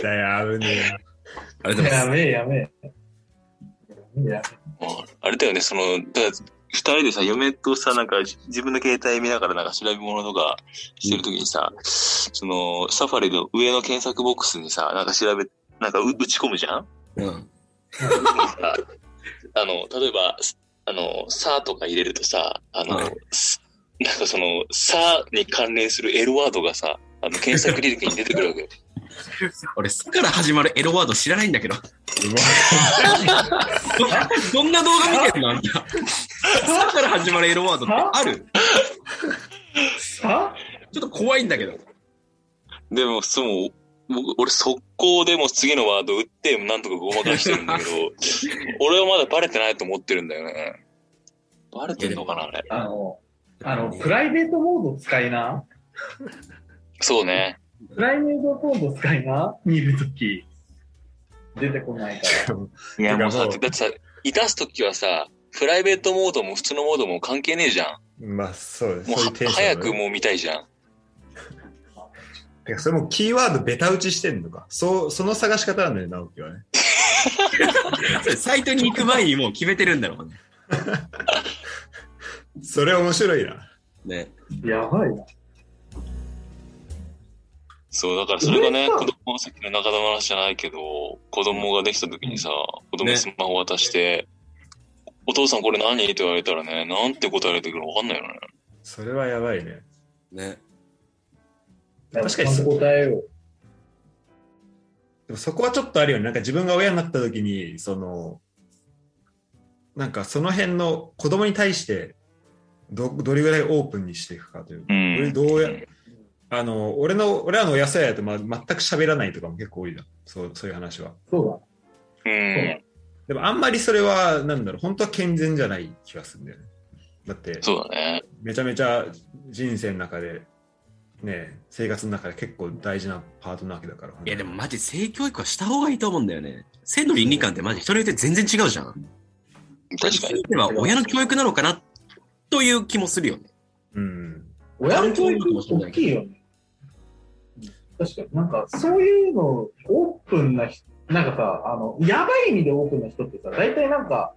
[SPEAKER 1] だいあるね。
[SPEAKER 5] ありがとうござい
[SPEAKER 4] や
[SPEAKER 5] ま
[SPEAKER 4] めえやめえ。いや
[SPEAKER 2] もうあれだよね、その、だから二人でさ、嫁とさ、なんか自分の携帯見ながらなんか調べ物とかしてるときにさ、その、サファリの上の検索ボックスにさ、なんか調べ、なんかう打ち込むじゃん
[SPEAKER 5] す。うん。
[SPEAKER 2] ああの、例えば、すあの、さとか入れるとさ、あの、
[SPEAKER 5] はい
[SPEAKER 2] すなんかその、さに関連するエロワードがさ、あの、検索履歴に出てくるわけよ。
[SPEAKER 5] 俺、すから始まるエロワード知らないんだけど。どんな動画見てるのあんた。さから始まるエロワードってある
[SPEAKER 4] さ
[SPEAKER 5] ちょっと怖いんだけど。
[SPEAKER 2] [LAUGHS] でも、そう、僕、俺、速攻でもう次のワード打って、なんとかごまかしてるん
[SPEAKER 1] [LAUGHS]
[SPEAKER 2] だけど、俺はまだバレてないと思ってるんだよね。バレてんのかな、あれ。
[SPEAKER 4] あの、あの、プライベートモード使いな。
[SPEAKER 2] そうね。
[SPEAKER 4] プライベートモード使いな。見るとき。出てこないから。
[SPEAKER 2] いや、もうさ、
[SPEAKER 1] てかも
[SPEAKER 2] だ
[SPEAKER 1] う
[SPEAKER 2] ってさ、いたすときはさ、プライベートモードも普通のモードも関係ねえじゃん。
[SPEAKER 1] まあ、そうです。
[SPEAKER 2] もう
[SPEAKER 1] そうい
[SPEAKER 2] は
[SPEAKER 1] うテンションだね
[SPEAKER 2] 早くもう見たいじゃん。
[SPEAKER 1] てか、それもうキーワードベタ打ちしてんのか。そう、その探し方なんだよ、直樹はね。
[SPEAKER 5] [LAUGHS] それサイトに行く前にもう決めてるんだろうね。
[SPEAKER 1] それ面白いな。
[SPEAKER 5] ね。
[SPEAKER 4] やばいな。
[SPEAKER 2] そう、だからそれがね、
[SPEAKER 4] 上
[SPEAKER 2] 子
[SPEAKER 4] さ
[SPEAKER 2] 供のさっきの中田の話じゃないけど、子供ができた時にさ、子供にスマホ渡して、お父さんこれ何って言われたらね、なんて答えられてくるかわかんないよね。
[SPEAKER 1] それはやばいね。
[SPEAKER 5] ね。
[SPEAKER 1] 確かに
[SPEAKER 4] ちゃんと答えよう。
[SPEAKER 1] でもそこはちょっとあるよね。なんか自分が親になった時に、その、なんかその辺の子供に対して、ど、どれぐらいオープンにしていくかというか。
[SPEAKER 2] うん。
[SPEAKER 1] どうや、あの、俺の、俺らの親世代だと、まあ、全く喋らないとかも結構多いじゃん。そう、そういう話は。
[SPEAKER 4] そう
[SPEAKER 2] うん。
[SPEAKER 1] でもあんまりそれは、なんだろう、本当は健全じゃない気がするんだよね。だって、
[SPEAKER 2] そうだね。
[SPEAKER 1] めちゃめちゃ人生の中で、ね、生活の中で結構大事なパートなわけだから。
[SPEAKER 5] いや、でもマジ性教育はした方がいいと思うんだよね。性の倫理観ってマジ人によって全然違うじゃん。
[SPEAKER 2] 確かに。
[SPEAKER 5] ては親の教育なのかなという気もするよね。
[SPEAKER 1] うん。
[SPEAKER 4] だ。親の教育大きいよね。確かになんか、そういうの、オープンな人、なんかさ、あの、やばい意味でオープンな人ってさ、大体なんか、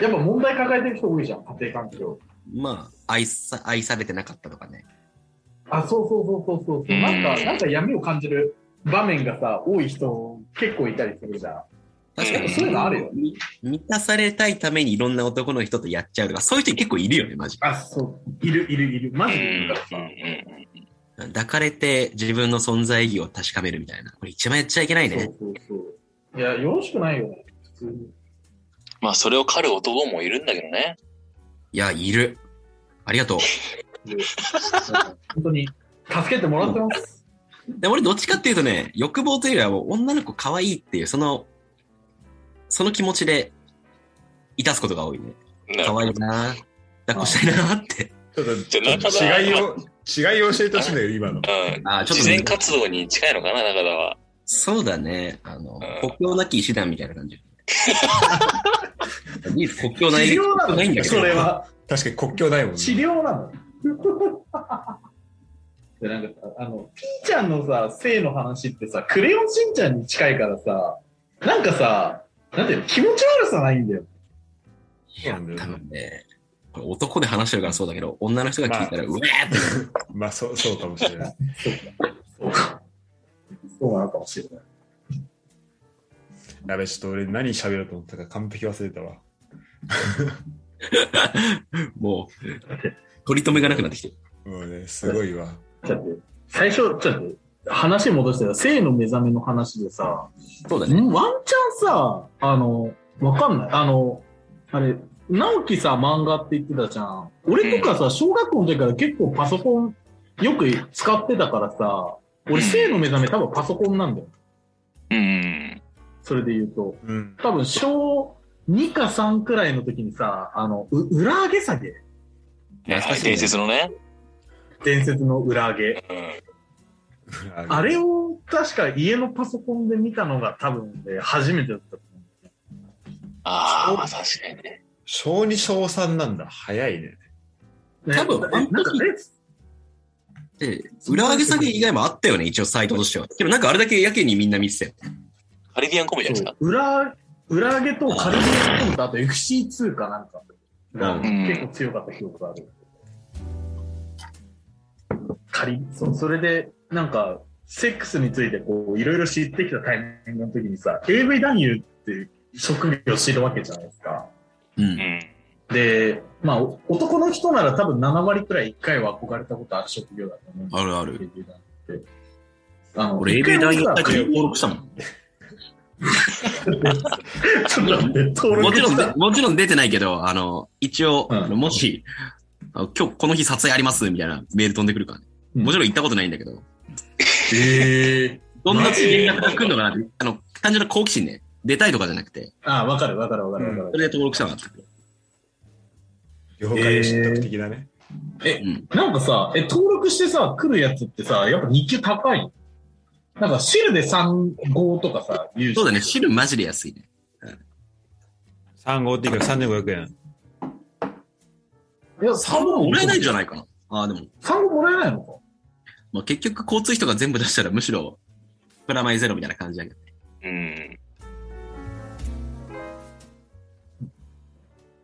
[SPEAKER 4] やっぱ問題抱えてる人多いじゃん、家庭環境。
[SPEAKER 5] まあ、愛さ、愛されてなかったとかね。
[SPEAKER 4] あ、そうそうそうそうそうそう。なんか、なんか闇を感じる場面がさ、多い人結構いたりするじゃん。
[SPEAKER 5] 確かに
[SPEAKER 4] そういうのあるよ
[SPEAKER 5] み満たされたいためにいろんな男の人とやっちゃうとか、そういう人結構いるよね、マジ。
[SPEAKER 4] あ、そう。いる、いる、いる。マ
[SPEAKER 2] うん。
[SPEAKER 4] ジ
[SPEAKER 2] う
[SPEAKER 4] でいるからさ。
[SPEAKER 2] ん。
[SPEAKER 5] 抱かれて自分の存在意義を確かめるみたいな。これ一番やっちゃいけない
[SPEAKER 4] そう
[SPEAKER 5] ね。
[SPEAKER 4] そうそう。いや、よろしくないよね。普通に。
[SPEAKER 2] まあ、それを狩る男もいるんだけどね。
[SPEAKER 5] いや、いる。ありがとう。
[SPEAKER 4] で本当に、助けてもらって [LAUGHS] ます。
[SPEAKER 5] で俺どっちかっていうとね、欲望というよりはもう女の子可愛いっていう、その、その気持ちで、いたすことが多いね。
[SPEAKER 2] な
[SPEAKER 5] 可愛いなぁ抱っこしたいなぁって。
[SPEAKER 1] ちょっと、
[SPEAKER 2] じゃあ中田は
[SPEAKER 1] 違いを、違いを教えてほしいんだけど、今の。
[SPEAKER 2] うん。
[SPEAKER 5] あーちょっと
[SPEAKER 2] 慈善活動に近いのかな、中田は。
[SPEAKER 5] そうだね。あの
[SPEAKER 2] ん、
[SPEAKER 5] 国境なき医師団みたいな [LAUGHS] 感じ。いいです国境ない。
[SPEAKER 4] 治療な
[SPEAKER 5] 国境ないん
[SPEAKER 4] の
[SPEAKER 5] だけど
[SPEAKER 4] それは。
[SPEAKER 1] 確かに国境ないもんね。
[SPEAKER 4] 治療なの。 [LAUGHS] で、なんかさ、あの、ピーちゃんのさ、性の話ってさ、クレヨンしんちゃんに近いからさ、なんかさ、なんていうの、気持ち悪さないんだよ。
[SPEAKER 1] そうなんだよ
[SPEAKER 5] 多
[SPEAKER 1] ね
[SPEAKER 5] 分ね、これ男で話してるからそうだけど、女の人が聞いたら、うわーって。
[SPEAKER 1] まあ、そう、そうかもしれない。
[SPEAKER 4] そうか。そうなのかもしれない。
[SPEAKER 1] やべ、ちょっと俺何喋ろうと思ったか完璧忘れたわ。
[SPEAKER 5] もう、取り留めがなくなってきてる。
[SPEAKER 1] もうね、すごいわ。
[SPEAKER 4] ちょっと待って、最初、ちょっと待って、話戻してた、性の目覚めの話でさ、
[SPEAKER 5] そうだね。
[SPEAKER 4] んワンチャンさ、あの、わかんない。あの、あれ、直樹さ、漫画って言ってたじゃん。俺とかさ、小学校の時から結構パソコンよく使ってたからさ、
[SPEAKER 2] うん
[SPEAKER 4] 俺、性の目覚め多分パソコンなんだよ。
[SPEAKER 2] うん。
[SPEAKER 4] それで言うと。
[SPEAKER 1] うん。
[SPEAKER 4] 多分、小2か3くらいの時にさ、あの、う裏上げ下げ
[SPEAKER 5] 懐かしいね
[SPEAKER 2] 伝説のね。
[SPEAKER 4] 伝説の裏上げ。
[SPEAKER 2] うん。
[SPEAKER 4] あれを確か家のパソコンで見たのが多分、ね、初めてだったと思う。
[SPEAKER 2] ああ、まあ確かにね。
[SPEAKER 1] 小2小3なんだ。早いね。
[SPEAKER 5] 多分
[SPEAKER 4] ねなんかね、
[SPEAKER 5] で、裏上げ下げ以外もあったよね、一応サイトとしては。でもなんかあれだけやけにみんな見てたよ。
[SPEAKER 2] カリビアンコムじゃないですか。
[SPEAKER 4] 裏、裏上げとカルビアンコムとあと FC2 かなんかが
[SPEAKER 2] うん
[SPEAKER 4] 結構強かった記憶がある。仮そう、それで、なんか、セックスについてこう、いろいろ知ってきたタイミングの時にさ、AV 男優っていう職業を知るわけじゃないですか。
[SPEAKER 5] うん
[SPEAKER 2] うん。
[SPEAKER 4] で、まあ、お男の人なら多分7割くらい1回は憧れたことある職業だと思うんです
[SPEAKER 5] あるあ
[SPEAKER 4] けど
[SPEAKER 5] る。
[SPEAKER 4] AV 男優って。あの
[SPEAKER 5] 俺、
[SPEAKER 4] 一回
[SPEAKER 5] AV
[SPEAKER 4] もさ
[SPEAKER 5] 男優大会に登録したもん。
[SPEAKER 4] ちょっと待って、登
[SPEAKER 5] も
[SPEAKER 4] 録
[SPEAKER 5] ちろん
[SPEAKER 4] し
[SPEAKER 5] で
[SPEAKER 4] た、。
[SPEAKER 5] もちろん出てないけど、あの、一応、
[SPEAKER 4] うん
[SPEAKER 5] あのもし、あの今日この日撮影ありますみたいなメール飛んでくるからね。
[SPEAKER 4] うん
[SPEAKER 5] もちろん行ったことないんだけど、
[SPEAKER 4] ええ
[SPEAKER 5] どんな連絡が来るのかなって、あの、単純な好奇心ね。出たいとかじゃなくて、
[SPEAKER 4] ああ、わかるわかるわかるわかる。
[SPEAKER 5] それで登録したのがあったけど。
[SPEAKER 1] 業界の知得的だね。
[SPEAKER 5] うん。
[SPEAKER 4] なんかさ、え、登録してさ、来るやつってさ、やっぱ日給高いのなんか、シルで3、5とかさ、言う
[SPEAKER 5] そうだね、汁マジで安いね。
[SPEAKER 1] 3号っていいから3500円。
[SPEAKER 4] いや、
[SPEAKER 5] 3
[SPEAKER 4] 3
[SPEAKER 5] 本
[SPEAKER 4] 号
[SPEAKER 5] もらえないんじゃ
[SPEAKER 4] ん。
[SPEAKER 5] ないかな。ああ、でも、
[SPEAKER 4] 3号もらえないのか。
[SPEAKER 5] まあ、結局交通費とか全部出したらむしろ、プラマイゼロみたいな感じだけど。
[SPEAKER 2] うん。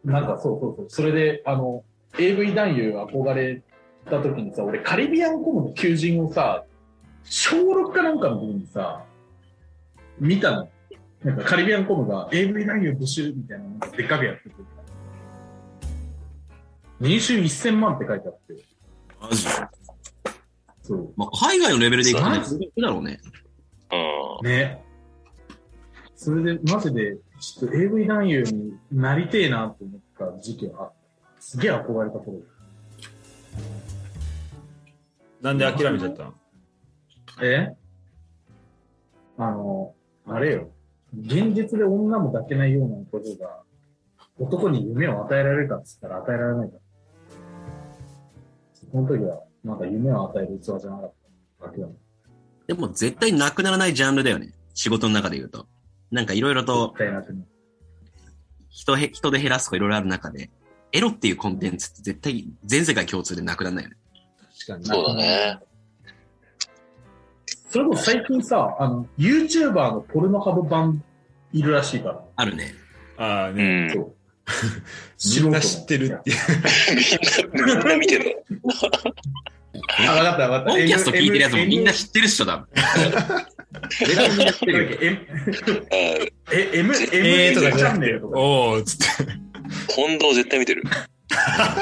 [SPEAKER 4] なんか、そうそうそう。それで、あの、AV 男優憧れた時にさ、俺、カリビアンコムの求人をさ、小6かなんかの時にさ、見たの。なんか、カリビアンコムが AV 男優募集みたいなのがでっかくやってて。年収1000万って書いてあって。
[SPEAKER 5] マジ
[SPEAKER 4] そう。
[SPEAKER 5] まあ、海外のレベルでいくとね、すごいだろうね。
[SPEAKER 2] う
[SPEAKER 4] ね。それで、マジで、ちょっと AV 男優になりてえなと思った時期はあった、すげえ憧れた頃。
[SPEAKER 1] なんで諦めちゃったの
[SPEAKER 4] えあの、あれよ。現実で女も抱けないような男が、男に夢を与えられるかっつったら与えられないから。その時は、なんか夢を与える器じゃなかったわけだもん。
[SPEAKER 5] でも絶対なくならないジャンルだよね。仕事の中で言うと。なんかいろいろと
[SPEAKER 4] 絶対なくね。
[SPEAKER 5] 人へ、人で減らすとかいろいろある中で、エロっていうコンテンツって絶対全世界共通でなくならないよね。
[SPEAKER 1] 確
[SPEAKER 2] ん。そうだね。
[SPEAKER 4] それこそ最近さ、あの、YouTuber のポルノハブ版いるらしいから。
[SPEAKER 5] あるね。
[SPEAKER 1] ああ
[SPEAKER 2] う
[SPEAKER 1] ね。
[SPEAKER 2] ん。み
[SPEAKER 4] そ
[SPEAKER 2] ん
[SPEAKER 4] う。
[SPEAKER 1] みんな知ってるっていう。
[SPEAKER 2] な、みんな見てる。
[SPEAKER 4] あ、わかったわかった。
[SPEAKER 5] ポンキャスト聞いてるやつもみんな知ってるっしょ、多 [LAUGHS] 分。絶対みんな知ってるよ。
[SPEAKER 2] うん。
[SPEAKER 4] え、M、M、
[SPEAKER 1] えー
[SPEAKER 4] M
[SPEAKER 1] とか
[SPEAKER 4] チ
[SPEAKER 1] じゃ
[SPEAKER 4] ャ
[SPEAKER 1] な
[SPEAKER 4] ン
[SPEAKER 1] く
[SPEAKER 4] ネ
[SPEAKER 1] て
[SPEAKER 4] ルと、か。
[SPEAKER 1] おーっつって。
[SPEAKER 2] 近藤絶対見てる。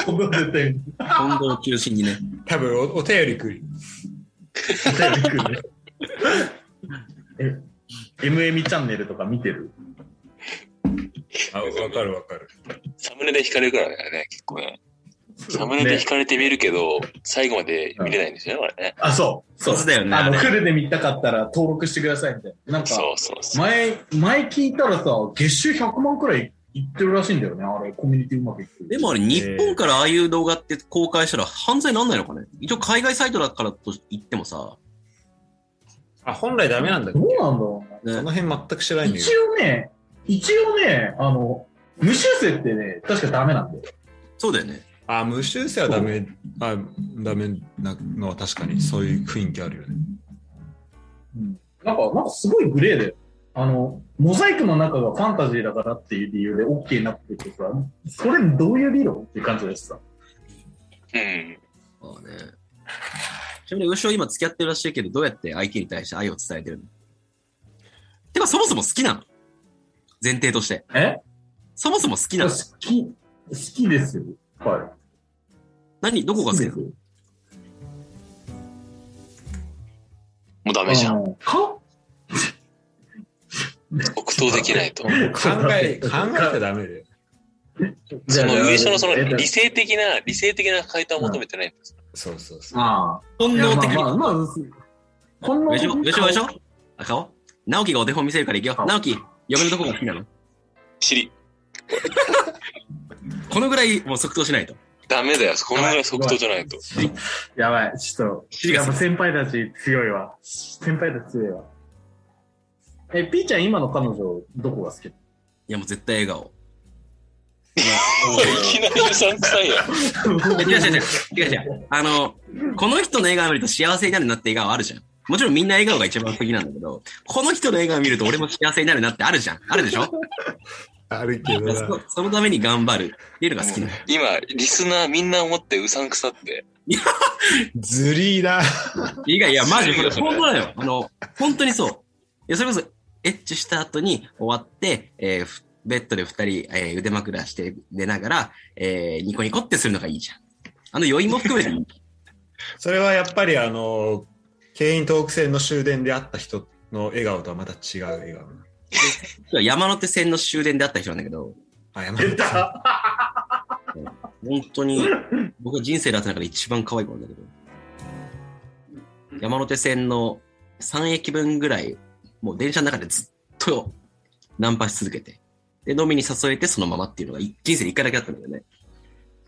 [SPEAKER 4] こんなの [LAUGHS] 絶対見
[SPEAKER 5] 近藤を中心にね。
[SPEAKER 1] 多分おお便り来る。
[SPEAKER 4] てる。え、M、M チャンネルとか見てる
[SPEAKER 1] あ、わかるわかる。
[SPEAKER 2] サムネで惹かれるからね、結構ね。サムネで
[SPEAKER 4] ね
[SPEAKER 2] 惹かれて見るけど、最後まで見れないんですよね、これね。
[SPEAKER 4] あ、そう。そう
[SPEAKER 5] そうだよね
[SPEAKER 4] あ
[SPEAKER 5] あ
[SPEAKER 4] の、
[SPEAKER 5] れ
[SPEAKER 4] フルで見たかったら登録してくださいみたいな。なんか、
[SPEAKER 2] そうそうそう。
[SPEAKER 4] 前、前聞いたらさ、月収100万くらいいってるらしいんだよね。あれ、コミュニティうまくいってる。
[SPEAKER 5] でもあれ、日本からああいう動画って公開したら犯罪になんないのかね一応海外サイトだからと言ってもさ、
[SPEAKER 1] あ、本来ダメなんだっけ
[SPEAKER 4] どうなんだろうね。
[SPEAKER 5] ね
[SPEAKER 1] その辺全く知らないんだけ
[SPEAKER 4] 一
[SPEAKER 1] ど。
[SPEAKER 4] 応ね、一応ね、あの、無修正ってね、確かダメなんだよ。
[SPEAKER 5] そうだよね。
[SPEAKER 1] あ、無修正はダメ、あダメなのは確かにそういう雰囲気あるよね。
[SPEAKER 4] なんか、なんかすごいグレーだよ。あの、モザイクの中がファンタジーだからっていう理由で OK になっててさ、それどういう理論っていう感じだしさ。
[SPEAKER 5] ああ
[SPEAKER 2] うん。
[SPEAKER 5] ね。ちなみに、牛尾今付き合ってるらしいけど、どうやって相手に対して愛を伝えてるのてか、そもそも好きなの前提として。
[SPEAKER 4] え
[SPEAKER 5] そもそも好き
[SPEAKER 4] い
[SPEAKER 5] な
[SPEAKER 4] や
[SPEAKER 5] の
[SPEAKER 4] 好き、好きですよ。は
[SPEAKER 5] 何ど
[SPEAKER 4] い。
[SPEAKER 5] こが好きな
[SPEAKER 4] で
[SPEAKER 5] の
[SPEAKER 4] すよ。
[SPEAKER 2] もうダメじゃ
[SPEAKER 4] あ
[SPEAKER 2] ん。
[SPEAKER 4] のか
[SPEAKER 2] 即答できないと。
[SPEAKER 1] 考え、考えちゃダメで。
[SPEAKER 2] その上下のその
[SPEAKER 4] えっと
[SPEAKER 2] 理性的な、理性的な回答を求めてないんです。
[SPEAKER 1] そうそうそう。
[SPEAKER 4] ああ。
[SPEAKER 5] 本
[SPEAKER 4] いや
[SPEAKER 5] 能的
[SPEAKER 4] ま
[SPEAKER 5] に。
[SPEAKER 4] あまあ、まあ、本能
[SPEAKER 5] 上
[SPEAKER 4] 的
[SPEAKER 5] 尾、
[SPEAKER 4] に
[SPEAKER 5] 上尾でしょあ、顔直樹がお手本見せるから行くよ。
[SPEAKER 4] 顔
[SPEAKER 5] 直樹、嫁のどこが好きなの
[SPEAKER 2] 尻。
[SPEAKER 5] このぐらいもう即答しないと。
[SPEAKER 2] ダメだよ。このぐらい即答じゃないと。
[SPEAKER 4] やばい、ちょっと、
[SPEAKER 5] 違う
[SPEAKER 4] やっぱ先輩たち強いわ。先輩たち強いわ。え、ピーちゃん今の彼女、どこが好き
[SPEAKER 5] いや、もう絶対笑顔。
[SPEAKER 2] [LAUGHS] いきなりうさんくさいよ。
[SPEAKER 5] 違う違う違う。違う違う。あの、この人の笑顔見ると幸せになるなって笑顔あるじゃん。もちろんみんな笑顔が一番好きなんだけど、この人の笑顔見ると俺も幸せになるなってあるじゃん。あるでしょ
[SPEAKER 1] あるけどな。
[SPEAKER 5] そそのために頑張るっていうのが好きなの。
[SPEAKER 2] 今、リスナーみんな思ってうさんくさって。
[SPEAKER 1] ずりーだ。
[SPEAKER 5] いやいや、マジこれ本当だよ。あの、本当にそう。いや、それこそ、エッチした後に終わって、えーふベッドで二人、えー腕枕して寝ながら、えーニコニコってするのがいいじゃん。あの余韻も含 [LAUGHS] めていい。
[SPEAKER 1] それはやっぱりあの、ケイントーク戦の終電で会った人の笑顔とはまた違う笑顔。
[SPEAKER 5] 山手線の終電であった人なんだけど、
[SPEAKER 1] あ、山
[SPEAKER 4] 出
[SPEAKER 1] 田さん。
[SPEAKER 4] た。
[SPEAKER 5] 本当に僕は人生で会った中で一番可愛い子なんだけど、山手線の3駅分ぐらい、もう電車の中でずっとナンパし続けて、で、飲みに誘えてそのままっていうのがい人生で一回だけあったんだよね。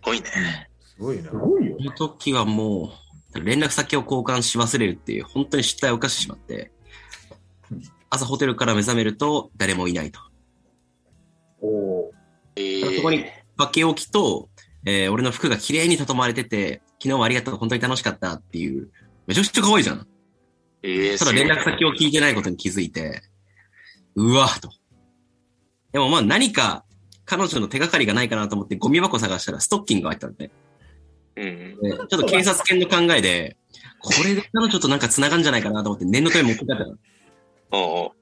[SPEAKER 2] すごいね。
[SPEAKER 1] すごいな
[SPEAKER 4] す。ごいよ
[SPEAKER 5] そ。の時はもう、連絡先を交換し忘れるっていう、本当に失態を犯してしまって、朝ホテルから目覚めると誰もいないと。
[SPEAKER 4] おー
[SPEAKER 2] えー
[SPEAKER 5] そこに化け置きと、えー俺の服が綺麗に畳まれてて、昨日はありがとう、本当に楽しかったっていう、めちゃくちゃ可愛いじゃん。
[SPEAKER 2] えー、
[SPEAKER 5] ただ連絡先を聞いてないことに気づいて、うわと。でもまあ何か彼女の手がかりがないかなと思ってゴミ箱探したらストッキングが入ってたんで、
[SPEAKER 2] うん。
[SPEAKER 5] でちょっと警察犬の考えで、これで彼女となんか繋がんじゃないかなと思って念のため持って帰ったの。
[SPEAKER 2] おうお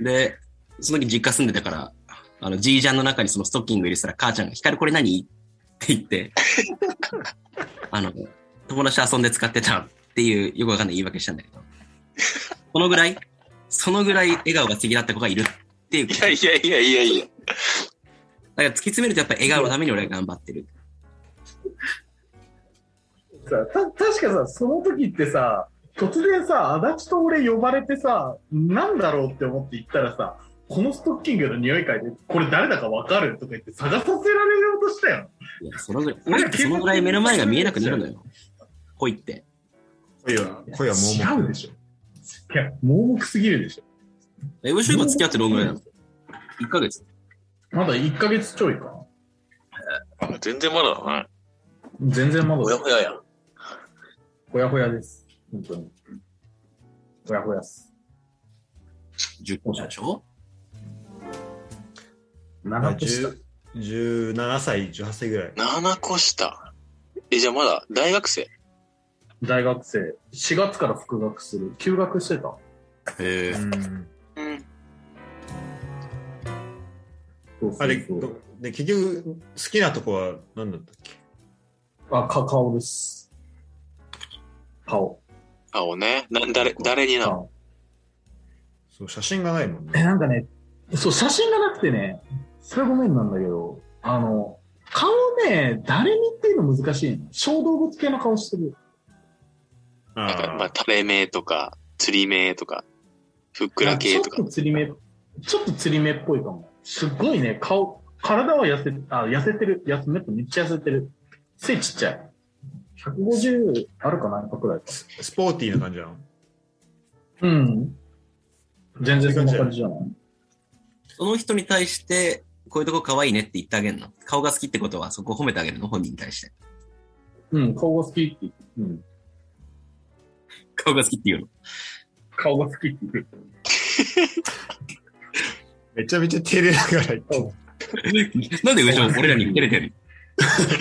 [SPEAKER 2] う
[SPEAKER 5] で、その時実家住んでたから、あの、じいちゃんの中にそのストッキング入れてたら母ちゃんが、光これ何って言って、あの、友達と遊んで使ってたっていうよくわかんない言い訳したんだけど、このぐらい、そのぐらい笑顔が好きだった子がいるっていうこ
[SPEAKER 2] い
[SPEAKER 5] と。
[SPEAKER 2] やいやいやいやい
[SPEAKER 5] だ
[SPEAKER 2] や。
[SPEAKER 5] から突き詰めるとやっぱ笑顔のために俺は頑張ってる。
[SPEAKER 4] さた確かさその時ってさ突然さ足立と俺呼ばれてさなんだろうって思って行ったらさこのストッキングの匂い嗅いでこれ誰だか分かるとか言って探させられようとしたよ
[SPEAKER 5] いや、そのぐらい、俺ってそのぐらい目の前が見えなくなるのよ。恋って。
[SPEAKER 1] 恋は、恋は盲
[SPEAKER 4] 違う
[SPEAKER 1] 目
[SPEAKER 4] で。しょいや盲目すぎるでしょ
[SPEAKER 5] エブシューバー付き合ってどんぐらいなの ?1 ヶ月。
[SPEAKER 4] まだ1ヶ月ちょいか
[SPEAKER 2] あ全然まだだな。
[SPEAKER 4] 全然まだ
[SPEAKER 2] ほやほややん。
[SPEAKER 4] ほやほやです本当にほやほやっす
[SPEAKER 5] 10個でしょ
[SPEAKER 1] まあ
[SPEAKER 4] 長くした
[SPEAKER 1] 10 17歳、18歳ぐらい。
[SPEAKER 2] 7個下。え、じゃあまだ大学生
[SPEAKER 4] 大学生4月から復学する休学してた
[SPEAKER 5] へえ
[SPEAKER 1] うん
[SPEAKER 2] うん。
[SPEAKER 4] そうそうそう
[SPEAKER 1] あれ、どで結局、好きなとこは何だったっけ
[SPEAKER 4] あ、か、顔です。顔。
[SPEAKER 2] 青ね。な、誰、誰になの
[SPEAKER 4] 顔
[SPEAKER 1] そう、写真がないもん
[SPEAKER 4] え、
[SPEAKER 1] ね。
[SPEAKER 4] なんかね、そう、写真がなくてね、それごめんなんだけど、あの、顔ね、誰にっていうの難しいの。小動物系の顔してる。
[SPEAKER 2] なんか、まあ、
[SPEAKER 1] あ
[SPEAKER 2] 垂れ目とか、釣り目とか、ふっくら
[SPEAKER 4] ち
[SPEAKER 2] 系
[SPEAKER 4] ょっ
[SPEAKER 2] とか
[SPEAKER 4] と。釣り目、ちょっと釣り目っぽいかも。すっごいね、顔、体は痩せ、あ、痩せてる。痩せ、めっちゃ痩せてる。背ちっちゃい。150あるかな、くらいか。
[SPEAKER 1] ースポーティーな感じなの
[SPEAKER 4] うん。全然そんな感じじゃない。
[SPEAKER 5] その人に対して、こういうとこ可愛いねって言ってあげるの顔が好きってことは、そこを褒めてあげるの本人に対して。
[SPEAKER 4] うん、顔が好きって言って。うん。
[SPEAKER 5] 顔が好きって
[SPEAKER 4] [LAUGHS]
[SPEAKER 5] 言うの。
[SPEAKER 4] 顔が好きって言って。
[SPEAKER 1] めちゃめちゃ照れながら言
[SPEAKER 4] [LAUGHS]
[SPEAKER 1] ってる
[SPEAKER 5] なんで後ろ俺らに照れてる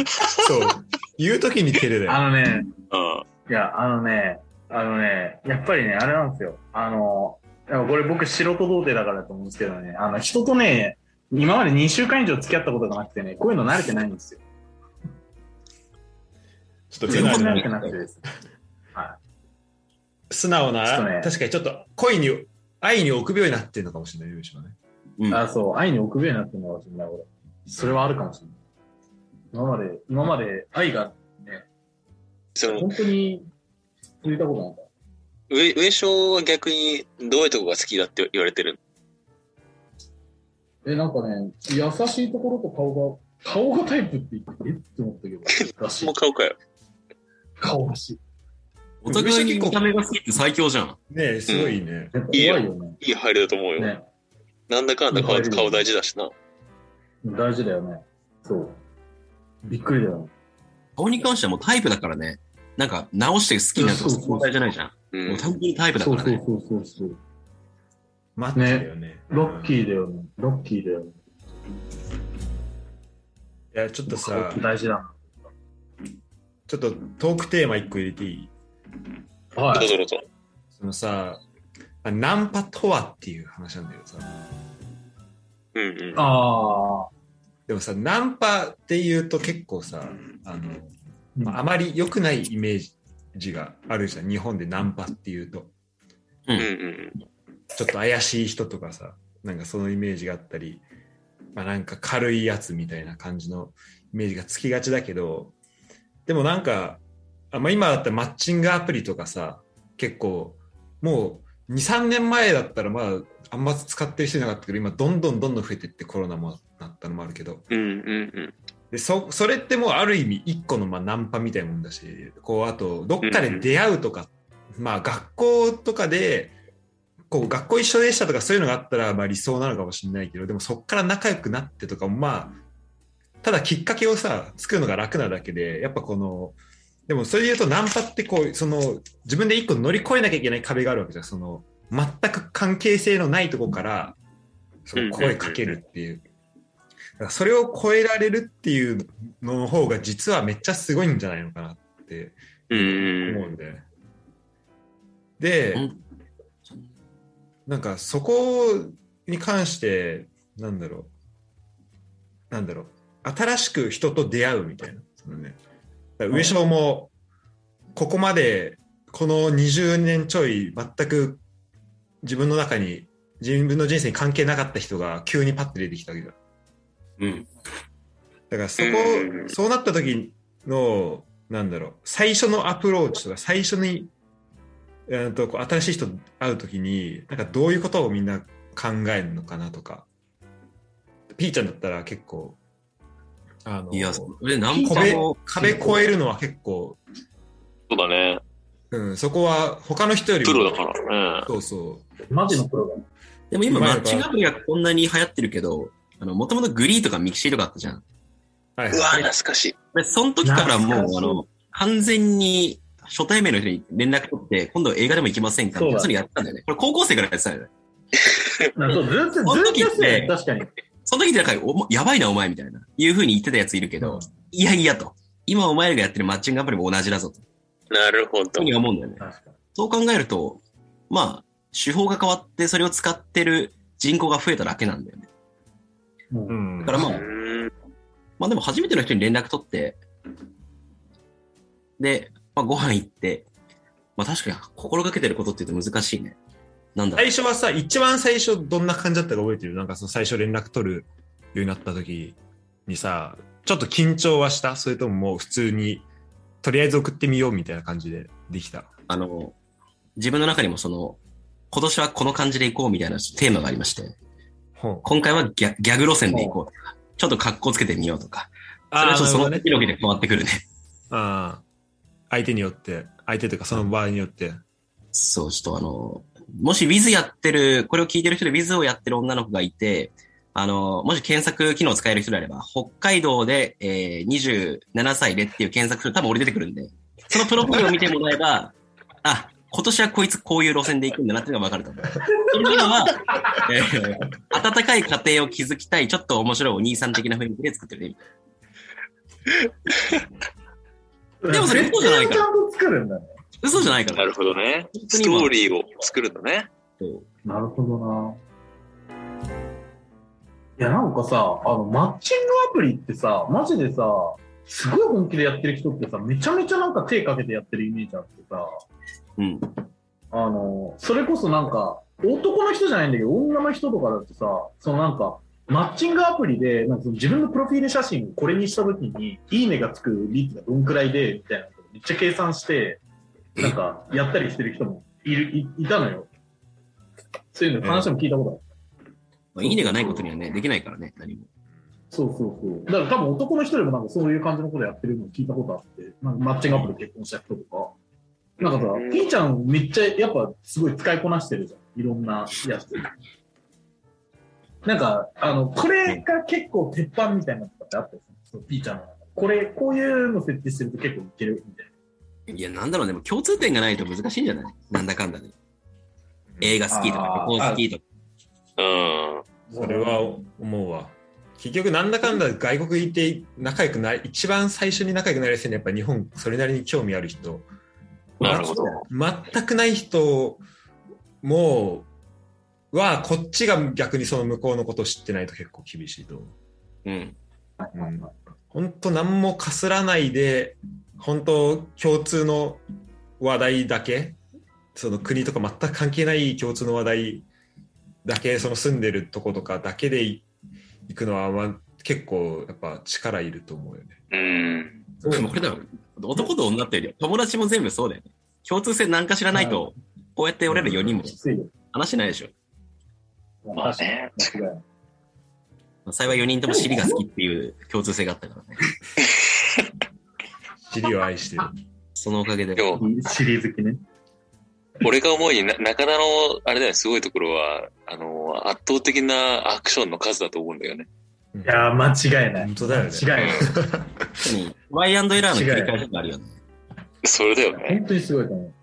[SPEAKER 1] そう。言うときに照れだよ。
[SPEAKER 4] あのね、
[SPEAKER 2] うん。
[SPEAKER 4] いや、あのね、あのね、やっぱりね、あれなんですよ。あの、いやこれ僕素人童貞だからだと思うんですけどね、あの、人とね、今まで2週間以上付き合ったことがなくてね、こういうの慣れてないんですよ。
[SPEAKER 1] ちょっと
[SPEAKER 5] 全
[SPEAKER 1] 普
[SPEAKER 4] 全然
[SPEAKER 5] 然
[SPEAKER 1] 段の
[SPEAKER 4] 慣れてなくてです。
[SPEAKER 1] 素直な、
[SPEAKER 4] ちょっとね
[SPEAKER 1] 確かにちょっと恋に、愛に臆病になってるのかもしれない、よいしょね。
[SPEAKER 5] うん。
[SPEAKER 4] あ、そう、愛に臆病になってるのかもしれない、俺。それはあるかもしれない。今まで、今まで愛がね、
[SPEAKER 2] その、
[SPEAKER 4] 本当に続いたことなかった。
[SPEAKER 2] 上、上昇は逆に、どういうとこが好きだって言われてる
[SPEAKER 4] え、なんかね、優しいところと顔が、顔がタイプって言って、えって思 [LAUGHS] ったけど、らしい
[SPEAKER 2] のもう。顔かよ。
[SPEAKER 4] 顔らしい。
[SPEAKER 5] お互いに見た目が好きって最強じゃん。
[SPEAKER 1] ねえすごいね。
[SPEAKER 4] やっぱ怖いよね。
[SPEAKER 2] いい入りだと思うよ。
[SPEAKER 4] ね。
[SPEAKER 2] なんだかんだ顔顔大事だしな。
[SPEAKER 4] 大事だよね。そう。びっくりだよ。
[SPEAKER 5] 顔に関してはもうタイプだからね。なんか、直して好きになるとか、
[SPEAKER 4] そうそうそう
[SPEAKER 5] 問題じゃないじゃん。
[SPEAKER 2] う。
[SPEAKER 5] もうん単純にタイプだか
[SPEAKER 4] そう
[SPEAKER 5] ら
[SPEAKER 4] そう
[SPEAKER 5] ね。
[SPEAKER 4] そうそうそう。
[SPEAKER 1] マッチだよね。
[SPEAKER 4] ロッキーだよね。ロッキーだよね。
[SPEAKER 1] いや、ちょっとさ、
[SPEAKER 4] 大事だ
[SPEAKER 1] ちょっとトークテーマ一個入れていい
[SPEAKER 4] な。は
[SPEAKER 2] どう
[SPEAKER 4] い。
[SPEAKER 2] ぞどうぞ。
[SPEAKER 1] そのさ、ナンパとはっていう話なんだけどさ。
[SPEAKER 2] うんうん。
[SPEAKER 4] ああ。
[SPEAKER 1] でもさ、ナンパっていうと結構さ、あの、まあ、あまり良くないイメージがあるじゃん。日本でナンパっていうと。
[SPEAKER 2] うんうん
[SPEAKER 1] ちょっと怪しい人とかさ、なんかそのイメージがあったり、まあなんか軽いやつみたいな感じのイメージがつきがちだけど、でもなんか、あまあ、今だったらマッチングアプリとかさ、結構もう2、3年前だったらまだあんま使ってる人いなかったけど、今どんどんどんどん増えてってコロナもなったのもあるけど、
[SPEAKER 2] うん。うんうんうん。
[SPEAKER 1] でそそれってもうある意味一個のまあナンパみたいなもんだしこうあとどっかで出会うとか、まあ学校とかでこう学校一緒でしたとかそういうのがあったらまあ理想なのかもしれないけどでもそっから仲良くなってとかもまあただきっかけをさ作るのが楽なだけでやっぱこのでもそれで言うとナンパってこうその自分で一個乗り越えなきゃいけない壁があるわけじゃんその全く関係性のないとこからその声かけるっていう。だからそれを超えられるっていうのの方が実はめっちゃすごいんじゃないのかなって
[SPEAKER 2] うんうん
[SPEAKER 1] 思
[SPEAKER 2] う。
[SPEAKER 1] うんんだよね。で
[SPEAKER 5] う、ん
[SPEAKER 1] なんかそこに関して、なんだろう、なんだろう、新しく人と出会うみたいな。そのね、だから上昇も、ここまで、この20年ちょい、全く自分の中に、自分の人生に関係なかった人が急にパッて出てきたわけじゃん。
[SPEAKER 5] うん。
[SPEAKER 1] だからそこ
[SPEAKER 2] う、ん
[SPEAKER 1] そうなった時の、なんだろう、最初のアプローチとか、最初に、えー、とこう新しい人と会う時に、なんかどういうことをみんな考えるのかなとか、ピーちゃんだったら結構、あの、
[SPEAKER 5] いや、それナンパ
[SPEAKER 1] 壁
[SPEAKER 5] も、
[SPEAKER 1] 壁越えるのは結構、
[SPEAKER 2] そうだね。
[SPEAKER 1] うん、そこは他の人より
[SPEAKER 2] プ
[SPEAKER 1] も
[SPEAKER 2] ロだから。
[SPEAKER 1] そうそう。
[SPEAKER 4] マジのプロだね。
[SPEAKER 5] でも今マッチングアプリがこんなに流行ってるけど、あの、もともとグリーとかミキシーとかあったじゃん。
[SPEAKER 1] はい、
[SPEAKER 2] うん。うわ、懐かしい。
[SPEAKER 5] で、その時からも
[SPEAKER 4] 懐かし
[SPEAKER 5] う、
[SPEAKER 4] い
[SPEAKER 5] あの、完全に初対面の人に連絡取って、今度映画でも行きませんかって、
[SPEAKER 4] そうだ
[SPEAKER 5] そういうのやったんだよね。これ高校生からやってたんだよね。
[SPEAKER 4] なんかそう、ずっと、ずっとやってたよね確かに。
[SPEAKER 5] その時ってなんか、おもやばいなお前みたいな、いう風に言ってたやついるけど、いやいやと。今お前らがやってるマッチングアプリも同じだぞと。
[SPEAKER 2] なるほ
[SPEAKER 5] ふ
[SPEAKER 2] ど
[SPEAKER 5] う。に思うんだよね。
[SPEAKER 4] 確かに。
[SPEAKER 5] そう考えると、まあ、手法が変わってそれを使ってる人口が増えただけなんだよね。
[SPEAKER 4] うん
[SPEAKER 1] うん
[SPEAKER 5] だからまあ、
[SPEAKER 2] うん
[SPEAKER 5] まあでも初めての人に連絡取って、で、まあご飯行って、まあ確かに心がけてることって言うと難しいね。なんだろう
[SPEAKER 1] 最初はさ、一番最初どんな感じだったか覚えてるなんかその最初連絡取るようになった時にさ、ちょっと緊張はしたそれとももう普通に、とりあえず送ってみようみたいな感じでできた。
[SPEAKER 5] あの、自分の中にもその、今年はこの感じで行こうみたいなテーマがありまして、
[SPEAKER 1] ほう
[SPEAKER 5] 今回はギャギャグ路線で行こうとか、ちょっと格好つけてみようとか、それ
[SPEAKER 1] あ
[SPEAKER 5] は
[SPEAKER 1] あ、
[SPEAKER 5] ちょっと
[SPEAKER 1] なる
[SPEAKER 5] そ
[SPEAKER 1] ほど
[SPEAKER 5] の
[SPEAKER 1] ね
[SPEAKER 5] 時々で変わってくるね。
[SPEAKER 1] あー相手によって、相手というかその場合によって。
[SPEAKER 5] そう、ちょっとあの、もし Wiz やってる、これを聞いてる人で Wiz をやってる女の子がいて、あの、もし検索機能を使える人であれば、北海道で、えー、27歳でっていう検索すると多分俺出てくるんで、そのプロフィールを見てもらえば、あ、今年はこいつこういう路線で行くんだなっていうのがわかると思う。それからは、えー温かい家庭を築きたい、ちょっと面白いお兄さん的な雰囲気で作ってるね。でもそれ嘘じゃないから
[SPEAKER 4] ちゃんと作るんだね。
[SPEAKER 5] 嘘じゃないから。
[SPEAKER 2] なるほどね。
[SPEAKER 5] 本当
[SPEAKER 2] ス
[SPEAKER 5] に
[SPEAKER 2] ト
[SPEAKER 5] 今
[SPEAKER 2] ーリーを作るのね。
[SPEAKER 5] そう
[SPEAKER 4] なるほどな。いや、なんかさ、あの、マッチングアプリってさ、マジでさ、すごい本気でやってる人ってさ、めちゃめちゃなんか手かけてやってるイメージあってさ、
[SPEAKER 5] うん。
[SPEAKER 4] あの、それこそなんか、男の人じゃないんだけど、女の人とかだってさ、そのなんか、マッチングアプリで、なんかその自分のプロフィール写真をこれにしたときに、いいねがつく率がどんくらいで、みたいなことめっちゃ計算して、なんか、やったりしてる人もいる、いいたのよ。そういうの話も聞いたことある。
[SPEAKER 5] まあいいねがないことにはね、できないからね、何も。
[SPEAKER 4] そうそうそう。だから多分男の人でもなんかそういう感じのことやってるのを聞いたことあって、なんかマッチングアプリで結婚した人とか。なんかさ
[SPEAKER 2] うん、
[SPEAKER 4] ピーちゃんめっちゃやっぱすごい使いこなしてるじゃん。いろんなやつ。なんか、あの、これが結構鉄板みたいなのとかってあったりするんですよ、ピーちゃんの中で。これ、こういうの設定してると結構いけるみたい
[SPEAKER 5] いや、なんだろうね、でも共通点がないと難しいんじゃないなんだかんだで。映画好きとか、
[SPEAKER 4] あー
[SPEAKER 5] 旅行好きとか。
[SPEAKER 2] うん。
[SPEAKER 4] な。
[SPEAKER 1] それは思うわ。結局、なんだかんだ外国行って仲良くない、一番最初に仲良くなる人にやっぱ日本、それなりに興味ある人、
[SPEAKER 2] なるほど。
[SPEAKER 1] 全くない人も、は、こっちが逆にその向こうのことを知ってないと結構厳しいと思う。
[SPEAKER 5] うん。
[SPEAKER 1] うん本当何もかすらないで本当共通の話題だけその国とか全く関係ない共通の話題だけその住んでるとことかだけでい行くのは、まあ、結構やっぱ力いると思うよね。
[SPEAKER 2] うん。
[SPEAKER 5] でもこれだろ、男と女ってより友達も全部そうだよね。共通性なんか知らないと、こうやって俺ら4人も
[SPEAKER 4] きついよ。
[SPEAKER 5] 話してないでしょ。
[SPEAKER 2] まあね
[SPEAKER 4] 確かに間違いない
[SPEAKER 5] 幸い4人とも尻が好きっていう共通性があったからね。
[SPEAKER 1] 尻を愛してる。
[SPEAKER 5] そのおかげで。
[SPEAKER 2] でも、
[SPEAKER 4] シリーズ好きね。
[SPEAKER 2] 俺が思うにな、中田の、あれだよね、すごいところは、あの、圧倒的なアクションの数だと思うんだよね。
[SPEAKER 1] うん
[SPEAKER 4] いやー、間違いない。
[SPEAKER 1] 本当だよね
[SPEAKER 4] 間違いない。
[SPEAKER 5] 確かに、ワイアンドエラーの繰り返しがあるよね。
[SPEAKER 2] それだよね。
[SPEAKER 4] 本当にすごいと思う。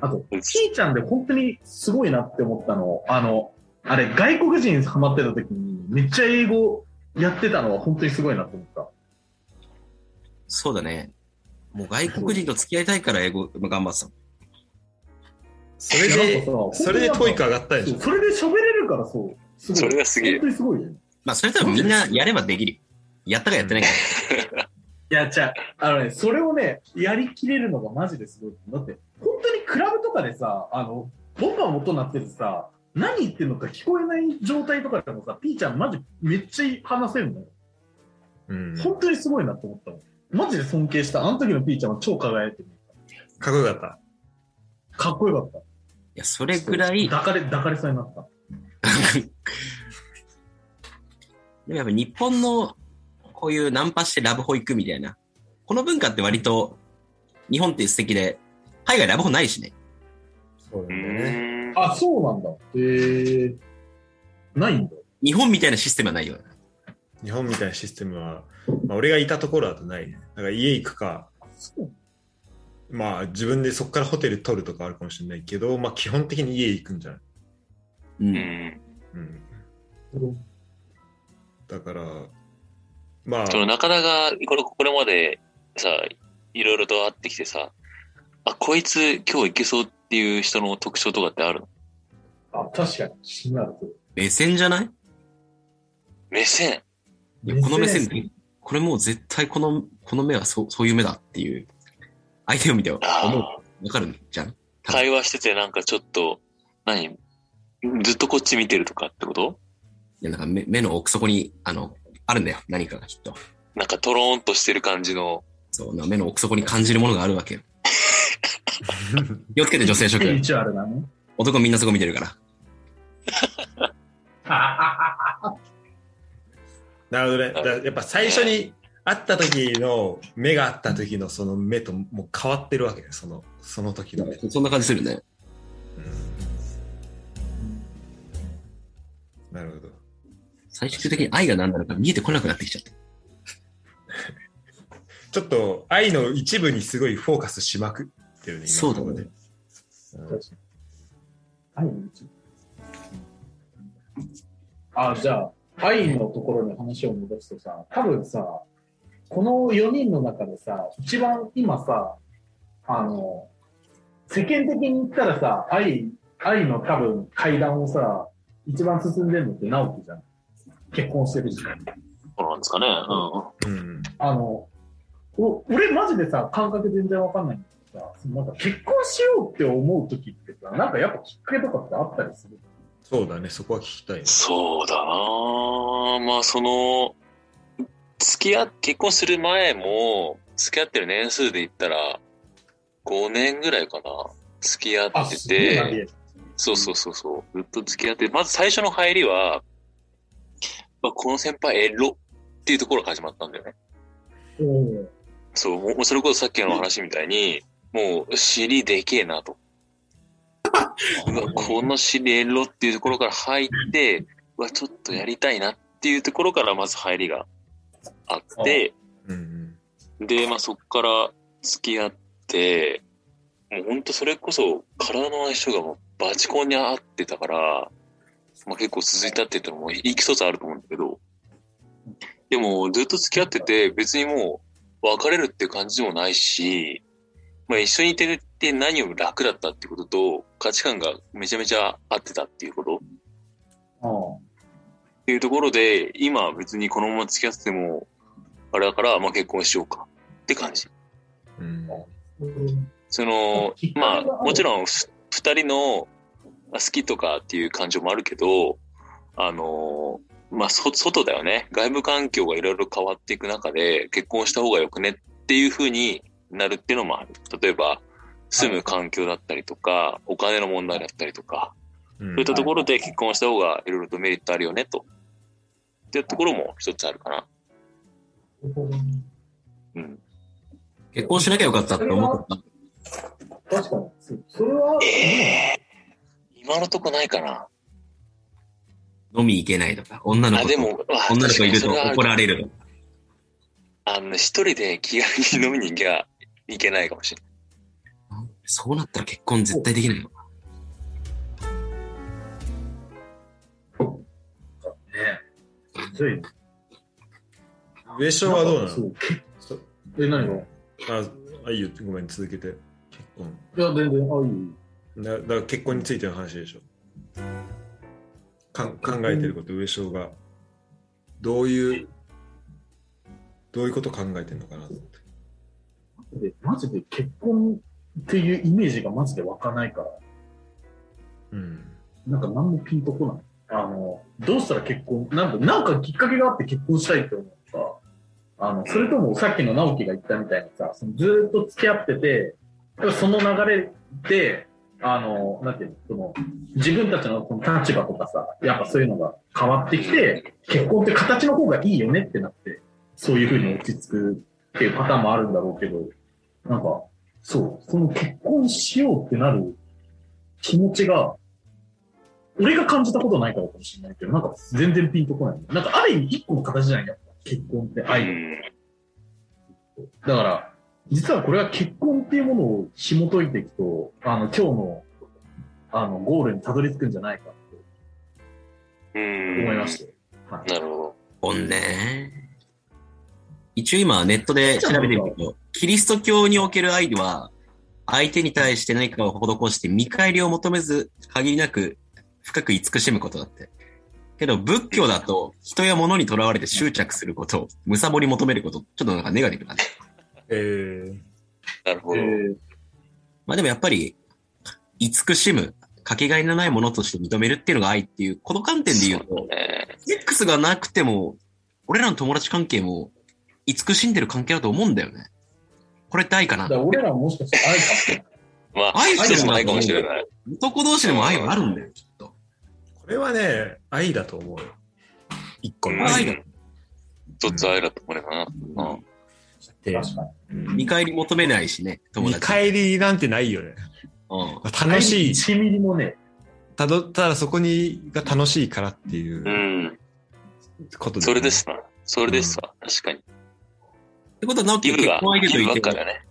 [SPEAKER 4] あと、ちーちゃんで本当にすごいなって思ったの、あの、あれ、外国人ハマってた時に、めっちゃ英語やってたのは本当にすごいなって思った。
[SPEAKER 5] そうだね。もう外国人と付き合いたいから英語頑張ってたもん。
[SPEAKER 1] それ
[SPEAKER 4] いやなん
[SPEAKER 1] で
[SPEAKER 4] かさ本当に
[SPEAKER 1] それでトイック上がったでし
[SPEAKER 4] そ
[SPEAKER 1] ょ
[SPEAKER 4] う。それで喋れるからそう。すごい
[SPEAKER 2] それがすげえ
[SPEAKER 4] 本当にすごいよね。
[SPEAKER 5] まあ、それ多分みんなやればできるよ。やったかやってないか。
[SPEAKER 4] いや、じゃあ、あのね、それをね、やりきれるのがマジですごい。だって、本当にクラブとかでさ、あの、ボンバン音鳴っててさ、何言ってんのか聞こえない状態とかでもさ、ピーちゃんマジめっちゃ話せるのよ。
[SPEAKER 1] うん、
[SPEAKER 4] 本当にすごいなと思ったもん。マジで尊敬した。あの時のピーちゃんは超輝いてる。
[SPEAKER 1] かっこよかった。
[SPEAKER 4] かっこよかっ
[SPEAKER 5] いや、それぐらい
[SPEAKER 4] た。、抱かれ、抱かれそうになった。
[SPEAKER 5] [LAUGHS] でもやっぱ日本のこういうナンパしてラブホ行くみたいな。この文化って割と日本って素敵で、海外ラブホないしね。
[SPEAKER 1] そう
[SPEAKER 2] う
[SPEAKER 1] だよね。
[SPEAKER 2] ん。
[SPEAKER 4] あ、そうなんだ。へえ。ないんだ。
[SPEAKER 5] 日本みたいなシステムはないよ。
[SPEAKER 1] 日本みたいなシステムは、まあ、俺がいたところだとないね。だから家行くか、
[SPEAKER 4] そう
[SPEAKER 1] まあ自分でそこからホテル取るとかあるかもしれないけど、まあ基本的に家行くんじゃない、
[SPEAKER 5] う。
[SPEAKER 2] うんん。
[SPEAKER 1] うん、
[SPEAKER 4] なん
[SPEAKER 1] だから、まあ、
[SPEAKER 2] その中田が、これ、これまでさ、いろいろと会ってきてさ、あ、こいつ今日いけそうっていう人の特徴とかってあるの
[SPEAKER 4] だ。あ、確かに気になると。
[SPEAKER 5] 目線じゃない
[SPEAKER 2] 目線。
[SPEAKER 5] いやこの目線
[SPEAKER 4] で。
[SPEAKER 5] これもう絶対この、この目はそう、そういう目だっていう。相手を見て思う。
[SPEAKER 2] あ
[SPEAKER 5] わかるじゃん。
[SPEAKER 2] あ。会話しててなんかちょっと、何ずっとこっち見てるとかってこと
[SPEAKER 5] いや、なんか目目の奥底に、あの、あるんだよ。何かがきっと。
[SPEAKER 2] なんかトローンとしてる感じの。
[SPEAKER 5] そう、な目の奥底に感じるものがあるわけよ。気をつけて女性諸君。
[SPEAKER 4] 一応あれだね。
[SPEAKER 5] 男みんなそこ見てるから。
[SPEAKER 4] あああ
[SPEAKER 1] なるほどね。だからやっぱ最初に会った時の、目があった時のその目ともう変わってるわけね。その、その時の目。
[SPEAKER 5] そんな感じするね。
[SPEAKER 1] なるほど。
[SPEAKER 5] 最終的に愛が何なのか見えてこなくなってきちゃって。
[SPEAKER 1] ちょっと愛の一部にすごいフォーカスしまくってるね。今のところ
[SPEAKER 5] そうだ
[SPEAKER 1] で
[SPEAKER 5] ね。
[SPEAKER 4] あ。確かに愛の一部あ、じゃあ、愛のところに話を戻すとさ、多分さ、この4人の中でさ、一番今さ、あの、世間的に言ったらさ、愛、愛の多分階段をさ、一番進んでるのって直樹じゃん。結婚してるし。
[SPEAKER 2] そうなんですかね。
[SPEAKER 1] う
[SPEAKER 2] う
[SPEAKER 1] んうん。
[SPEAKER 4] あの、お俺マジでさ、感覚全然わかんないんだけどさ、そのなんか結婚しようって思う時ってさ、なんかやっぱきっかけとかってあったりする
[SPEAKER 1] そうだね。そこは聞きたいね
[SPEAKER 2] ん。。そうだなあまあその、付き合っ、結婚する前も、付き合ってる年数で言ったら、5年ぐらいかな。付き合ってて。そうそうそうそう。ずっと付き合って、まず最初の入りは、まあ、この先輩エロっていうところから始まったんだよね。
[SPEAKER 4] う。お
[SPEAKER 2] そう、もうそれこそさっきの話みたいに、もう尻でけえなと。うわこの尻エロっていうところから入って、うわ、ちょっとやりたいなっていうところからまず入りがあって、
[SPEAKER 1] うん
[SPEAKER 2] で、まあ、そこから付き合って、もう本当それこそ体の相性がもうバチコンに合ってたから、まあ、結構続いたって言ったのもいきそつあると思うんだけど、でもずっと付き合ってて別にもう別れるって感じでもないし、まあ、一緒にいてて何より楽だったってことと価値観がめちゃめちゃ合ってたっていうことっていうところで、今は別にこのまま付き合ってても、あれだから、まあ結婚しようかって感じ。
[SPEAKER 1] うん
[SPEAKER 4] うん
[SPEAKER 2] その
[SPEAKER 4] きっ、かけがあ
[SPEAKER 2] まあ
[SPEAKER 4] る
[SPEAKER 2] もちろんふ二人のまあ好きとかっていう感情もあるけど、あのー、まあそ外だよね。外部環境がいろいろ変わっていく中で、結婚した方がよくねっていう風になるっていうのもある。例えば、住む環境だったりとか、お金の問題だったりとか、
[SPEAKER 1] うん
[SPEAKER 2] そういったところで結婚した方がいろいろとメリットあるよねと。っていうところも一つあるかな。うん。
[SPEAKER 5] 結婚しなきゃよかったって思った。
[SPEAKER 4] 確かに。それは、
[SPEAKER 2] えー、今のとこないかな。
[SPEAKER 5] 飲み行けないとか、女の
[SPEAKER 2] あ、
[SPEAKER 5] 子
[SPEAKER 2] で
[SPEAKER 5] と、
[SPEAKER 2] も、あ
[SPEAKER 5] 女の子いる
[SPEAKER 2] 確かにそ
[SPEAKER 5] と
[SPEAKER 2] はあ
[SPEAKER 5] 怒られるとか。
[SPEAKER 2] あの、一人で気軽に飲みに行けばいけないかもしれない。
[SPEAKER 5] そうなったら結婚絶対できないよ。
[SPEAKER 4] ね。じゃあいい
[SPEAKER 1] 上昇はどうな
[SPEAKER 4] そ
[SPEAKER 1] の
[SPEAKER 4] うえ、何がい
[SPEAKER 1] あ、あ、いいよ、ごめん、続けて。結婚。
[SPEAKER 4] や、全然、あ、いい。
[SPEAKER 1] だだから結婚についての話でしょ。かん考えてること、上昇が。どういう、どういうこと考えてるのかなと思って。
[SPEAKER 4] で、マジで結婚っていうイメージがマジで湧かないから、
[SPEAKER 1] うん。
[SPEAKER 4] なんか何もピンとこない。あの、どうしたら結婚、なんか、なんかきっかけがあって結婚したいって思うのか、あの、それともさっきの直樹が言ったみたいにさ、そのずーっと付き合ってて、その流れで、あの、なんていうの、その、自分たちのその立場とかさ、やっぱそういうのが変わってきて、結婚って形の方がいいよねってなって、そういうふうに落ち着くっていうパターンもあるんだろうけど、なんか、そう、その結婚しようってなる気持ちが、俺が感じたことないからかもしれないけど、なんか全然ピンとこない。なんかある意味一個の形じゃないやっぱ結婚って愛。
[SPEAKER 2] うん。
[SPEAKER 4] だから、実はこれは結婚っていうものを紐解いていくと、あの、今日の、あの、ゴールにたどり着くんじゃないかって
[SPEAKER 2] うん。
[SPEAKER 4] 思いましたよ。はい。
[SPEAKER 2] なるほど。
[SPEAKER 5] ほんね。一応今ネットで調べてみると、キリスト教における愛は、相手に対して何かを施して見返りを求めず、限りなく深く慈しむことだって。けど仏教だと、人や物にとらわれて執着すること、むさぼり求めること、ちょっとなんかネガティブだね。
[SPEAKER 1] えー、
[SPEAKER 2] なるほ
[SPEAKER 4] え
[SPEAKER 2] ど。
[SPEAKER 4] ー
[SPEAKER 5] まあでもやっぱり、慈しむ、かけがえのないものとして認めるっていうのが愛っていう、この観点で言うと、
[SPEAKER 2] えー
[SPEAKER 5] セックスがなくても、俺らの友達関係も、慈しんでる関係だと思うんだよね。これって愛かな
[SPEAKER 4] だから俺らもしかしたら愛かもしれない。
[SPEAKER 2] まあ、
[SPEAKER 5] 愛
[SPEAKER 2] 愛
[SPEAKER 5] して
[SPEAKER 2] して
[SPEAKER 5] る
[SPEAKER 2] も
[SPEAKER 5] もん
[SPEAKER 2] ないかもしれない。
[SPEAKER 5] 男同士でも愛はあるんだよ、きっと。
[SPEAKER 1] これはね、愛だと思うよ。一個
[SPEAKER 2] う
[SPEAKER 1] の
[SPEAKER 2] ん
[SPEAKER 5] まあ
[SPEAKER 1] 愛。
[SPEAKER 5] 愛だ
[SPEAKER 2] 一つ愛だと思うかな。うん。
[SPEAKER 1] で
[SPEAKER 4] 確かに。
[SPEAKER 5] 見返り求めないしね、友
[SPEAKER 1] 見
[SPEAKER 5] 達。
[SPEAKER 1] 返りなんてないよね。
[SPEAKER 5] うん。
[SPEAKER 1] 楽しい。
[SPEAKER 4] 1ミリもね、
[SPEAKER 1] たどただそこにが楽しいからっていううんことだ
[SPEAKER 2] そ
[SPEAKER 1] よ
[SPEAKER 2] れ
[SPEAKER 1] ね
[SPEAKER 2] ですな。それですわ。確かに。
[SPEAKER 5] ってことは、直
[SPEAKER 2] ギ
[SPEAKER 5] 樹
[SPEAKER 2] ブ
[SPEAKER 5] 結
[SPEAKER 2] が
[SPEAKER 5] 婚、相手
[SPEAKER 2] ギ
[SPEAKER 5] と
[SPEAKER 2] ブ
[SPEAKER 5] い
[SPEAKER 2] ばってか
[SPEAKER 5] も
[SPEAKER 2] だね。